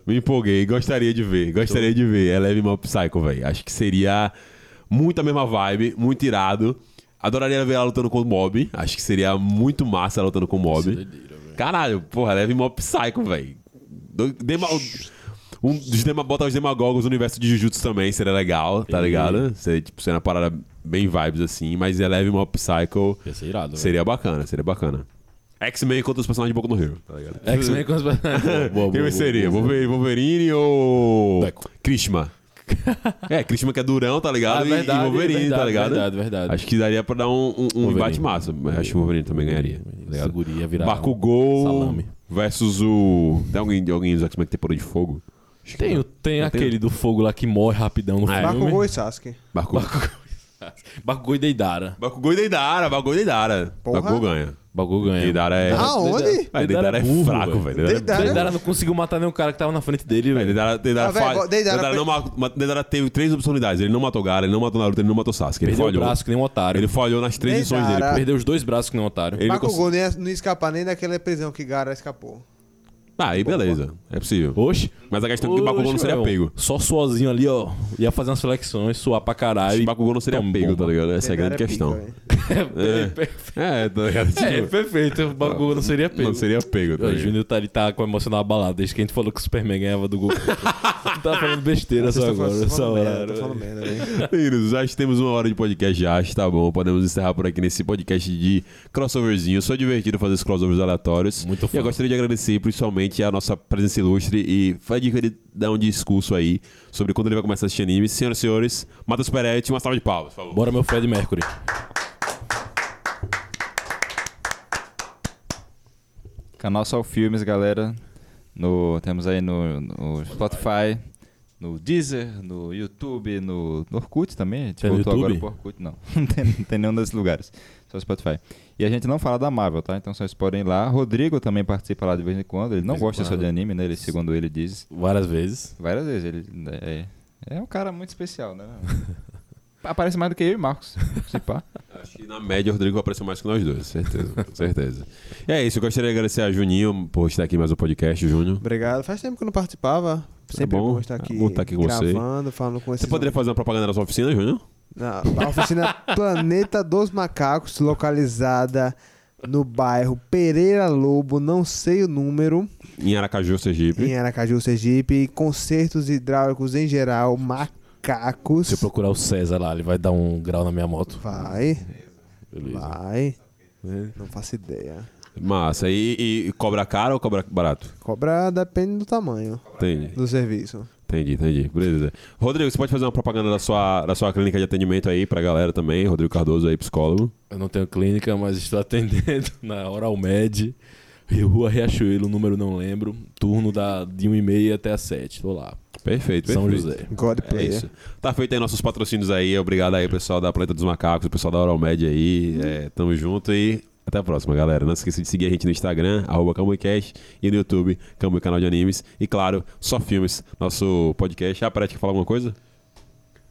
Speaker 1: Me empolguei, gostaria de ver. Gostaria de ver Eleven Mob Psycho, velho. Acho que seria muito a mesma vibe, muito irado. Adoraria ver ela lutando com o Mob. Acho que seria muito massa ela lutando com o Mob. Caralho, porra, Eleven Mob Psycho, velho. Do- Dema... Um dos dema... Botar os demagogos no universo de Jujutsu também seria legal, tá ligado? Seria, tipo, seria uma parada bem vibes assim, mas Eleven Mob Psycho.
Speaker 2: Ia ser irado, velho.
Speaker 1: É. Seria bacana, seria bacana. X-Men contra os personagens de Boku no Hero, tá ligado? *laughs*
Speaker 2: X-Men com as... Boa, *laughs* boa, boa,
Speaker 1: Quem
Speaker 2: boa,
Speaker 1: seria?
Speaker 2: boa.
Speaker 1: Wolverine, Wolverine ou.
Speaker 2: Deco. *laughs*
Speaker 1: Krishma. é, Krishma que é durão, tá ligado?
Speaker 2: Ah,
Speaker 1: E-
Speaker 2: verdade,
Speaker 1: e Wolverine, tá
Speaker 2: verdade,
Speaker 1: ligado?
Speaker 2: verdade, verdade.
Speaker 1: Acho que daria pra dar um, um, um
Speaker 2: Wolverine.
Speaker 1: embate massa. mas Acho que o Wolverine também ganharia. Tá
Speaker 2: Essa
Speaker 1: ligado?
Speaker 2: guria virar
Speaker 1: Bakugou
Speaker 2: um salame.
Speaker 1: versus o. Tem alguém, alguém dos X-Men que tem poder de fogo? Acho que
Speaker 2: Tem,
Speaker 1: não.
Speaker 2: tem
Speaker 1: Não
Speaker 2: aquele do fogo lá que morre rapidão no
Speaker 1: É.
Speaker 2: filme.
Speaker 3: Bakugou e Sasuke.
Speaker 1: Bakugou.
Speaker 2: Bakugou e Deidara.
Speaker 1: Bakugou e Deidara, Bakugou e Deidara.
Speaker 3: Porra.
Speaker 1: Bakugou ganha.
Speaker 2: Bagulho ganha.
Speaker 1: Deidara é.
Speaker 3: Ah, Aonde?
Speaker 1: Mas Deidara é
Speaker 2: burro,
Speaker 1: fraco, velho. Deidara é
Speaker 3: Deidara-
Speaker 2: Deidara não conseguiu matar nenhum cara que tava na frente dele,
Speaker 1: É,
Speaker 2: velho.
Speaker 1: Deidara, Deidara,
Speaker 3: Ah, velho,
Speaker 1: falha-
Speaker 3: igual- Deidara
Speaker 1: Deidara não ma- ma- Deidara teve três oportunidades. Ele não matou Gara, ele não matou Naruto, ele não matou Sasuke. Ele
Speaker 2: Perdeu o
Speaker 1: falhou.
Speaker 2: braço que nem um otário.
Speaker 1: Ele falhou nas três missões dele.
Speaker 3: Deidara-
Speaker 2: Perdeu os dois braços que nem um otário.
Speaker 1: Ele não
Speaker 3: Bakugou não ia- não ia escapar nem daquela prisão que Gara escapou.
Speaker 1: Ah, aí beleza. É possível.
Speaker 2: Oxe.
Speaker 1: Mas a questão é que o Bakugou não seria
Speaker 2: Oxe, meu.
Speaker 1: pego.
Speaker 2: Só sozinho ali, ó. Ia fazer umas flexões, suar pra caralho.
Speaker 1: O
Speaker 2: e
Speaker 1: Bakugou não seria
Speaker 2: Tom
Speaker 1: pego,
Speaker 2: bomba.
Speaker 1: tá ligado? Essa é a grande
Speaker 3: Deidara
Speaker 1: questão.
Speaker 3: pica, velho.
Speaker 1: É, tá ligado?
Speaker 2: *laughs* É,
Speaker 1: Tipo,
Speaker 2: perfeito. O Bakugou não seria pego.
Speaker 1: Não seria pego, tá
Speaker 2: Ó, O
Speaker 1: ligado?
Speaker 2: Júnior tá, ele tá com o emocional abalado. Desde que a gente falou que o Superman ganhava do Goku. tá falando besteira
Speaker 3: Vocês
Speaker 2: só
Speaker 3: tão falando-
Speaker 2: agora.
Speaker 3: vocês tão
Speaker 2: Só
Speaker 3: falando merda,
Speaker 2: horário.
Speaker 3: tô falando merda, velho.
Speaker 1: Meninos, acho que temos uma hora de podcast já, acho que tá bom. Podemos encerrar por aqui nesse podcast de crossoverzinho. Só divertido fazer esses crossovers aleatórios.
Speaker 2: Muito
Speaker 1: E eu
Speaker 2: fã.
Speaker 1: gostaria de agradecer principalmente a nossa presença ilustre e vai de ele dar um discurso aí sobre quando ele vai começar a assistir anime. Senhoras e senhores, Matheus Peretti, uma salva de palmas, por favor.
Speaker 2: Bora, meu Fred Mercury.
Speaker 4: Canal Sal Filmes, galera. No, temos aí no, no Spotify, no Deezer, no YouTube, no, no Orkut também. A gente
Speaker 2: Tem no
Speaker 4: voltou agora
Speaker 2: YouTube?
Speaker 4: pro Orkut, não. *laughs* Não tem, não tem nenhum desses lugares. Só Spotify. E a gente não fala da Marvel, tá? Então vocês podem ir lá. Rodrigo também participa lá de vez em quando. Ele não
Speaker 2: De vez em
Speaker 4: gosta só de
Speaker 2: quando.
Speaker 4: anime, né? Ele, segundo ele, diz
Speaker 2: Várias vezes.
Speaker 4: várias vezes. Ele é, é um cara muito
Speaker 2: *laughs*
Speaker 4: especial, né? Aparece mais do que eu e Marcos. Se pá.
Speaker 1: Acho que na média o Rodrigo apareceu mais que nós dois, certeza, *laughs* com certeza. E é isso, eu gostaria de agradecer a Juninho por estar aqui em mais um podcast, Júnior.
Speaker 3: Obrigado. Faz tempo que eu não participava. Sempre
Speaker 1: bom.
Speaker 3: bom estar
Speaker 1: É
Speaker 3: aqui,
Speaker 1: bom estar aqui com você.
Speaker 3: gravando, falando com
Speaker 1: Você
Speaker 3: esses...
Speaker 1: poderia fazer uma propaganda na sua oficina, Júnior?
Speaker 3: Na a oficina *laughs* Planeta dos Macacos, localizada no bairro Pereira Lobo, não sei o número,
Speaker 1: Em Aracaju, Sergipe.
Speaker 3: em Aracaju, Sergipe. Concertos hidráulicos em geral, macacos.
Speaker 2: Se eu procurar o César lá, ele vai dar um grau na minha moto.
Speaker 3: Vai,
Speaker 2: Beleza.
Speaker 3: vai. Não faço ideia.
Speaker 1: Massa. E, e cobra caro ou cobra barato?
Speaker 3: Cobra depende do tamanho
Speaker 1: Entendi.
Speaker 3: do serviço.
Speaker 1: Entendi, entendi. Beleza. Rodrigo, você pode fazer uma propaganda da sua, da sua clínica de atendimento aí pra galera também. Rodrigo Cardoso aí, psicólogo.
Speaker 2: Eu não tenho clínica, mas estou atendendo *laughs* na Oral Med, Rua Riachuelo, número não lembro, turno da, de 1h30 até as 7. Estou lá.
Speaker 1: Perfeito, perfeito.
Speaker 2: São José.
Speaker 3: God
Speaker 1: É
Speaker 3: player.
Speaker 1: isso. Tá feito aí nossos patrocínios aí. Obrigado aí, pessoal da Planeta dos Macacos, pessoal da Oral Med aí. É, tamo junto e até a próxima, galera. Não esqueça de seguir a gente no Instagram, arroba Cambuicast, e no YouTube, Cambuí Canal de Animes. E claro, só filmes, nosso podcast. Ah, parece que falar alguma coisa?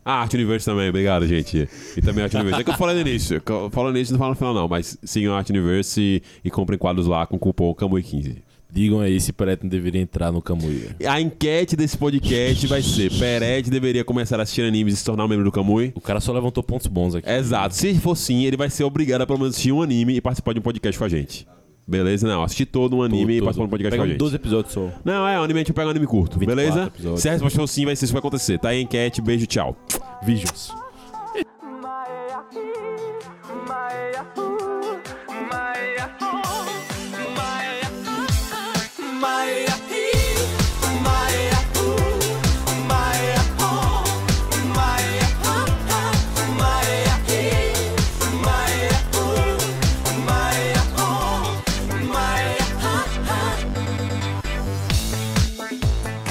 Speaker 1: Ah, Arte Universo também, obrigado, gente. E também Arte Universo. É que eu falei no início. que eu Falei no início, não falo no final, não. Mas sigam a Arte Universo e, e comprem quadros lá com o cupom Camui15.
Speaker 2: Digam aí se Preto não deveria entrar no Camuia.
Speaker 1: A enquete desse podcast vai ser: Pered deveria começar a assistir animes e se tornar um membro do Camui?
Speaker 2: O cara só levantou pontos bons aqui.
Speaker 1: Exato. Se for sim, ele vai ser obrigado a pelo menos assistir um anime e participar de um podcast com a gente. Beleza? Não, assistir todo um anime e
Speaker 2: Todo-
Speaker 1: participar de um podcast
Speaker 2: Pega
Speaker 1: com a gente.
Speaker 2: 12 episódios só.
Speaker 1: Não, é, o anime a gente pega um anime curto,
Speaker 2: 24
Speaker 1: beleza?
Speaker 2: episódios.
Speaker 1: Se a resposta for sim, vai ser isso que vai acontecer. Tá aí a enquete, beijo, tchau.
Speaker 2: Vídeos.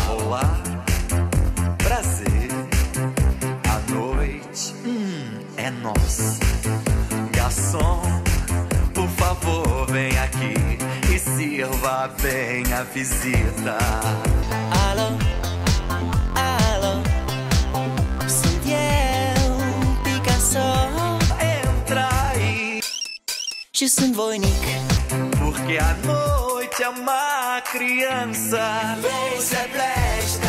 Speaker 8: Olá, prazer, à noite,
Speaker 7: hum, é
Speaker 8: e sirva bem a visita.
Speaker 7: Aló, aló, Santiago Picasso.
Speaker 8: Entra aí,
Speaker 7: Je suis Voynich.
Speaker 8: porque a noite é uma criança. Vem, se presta.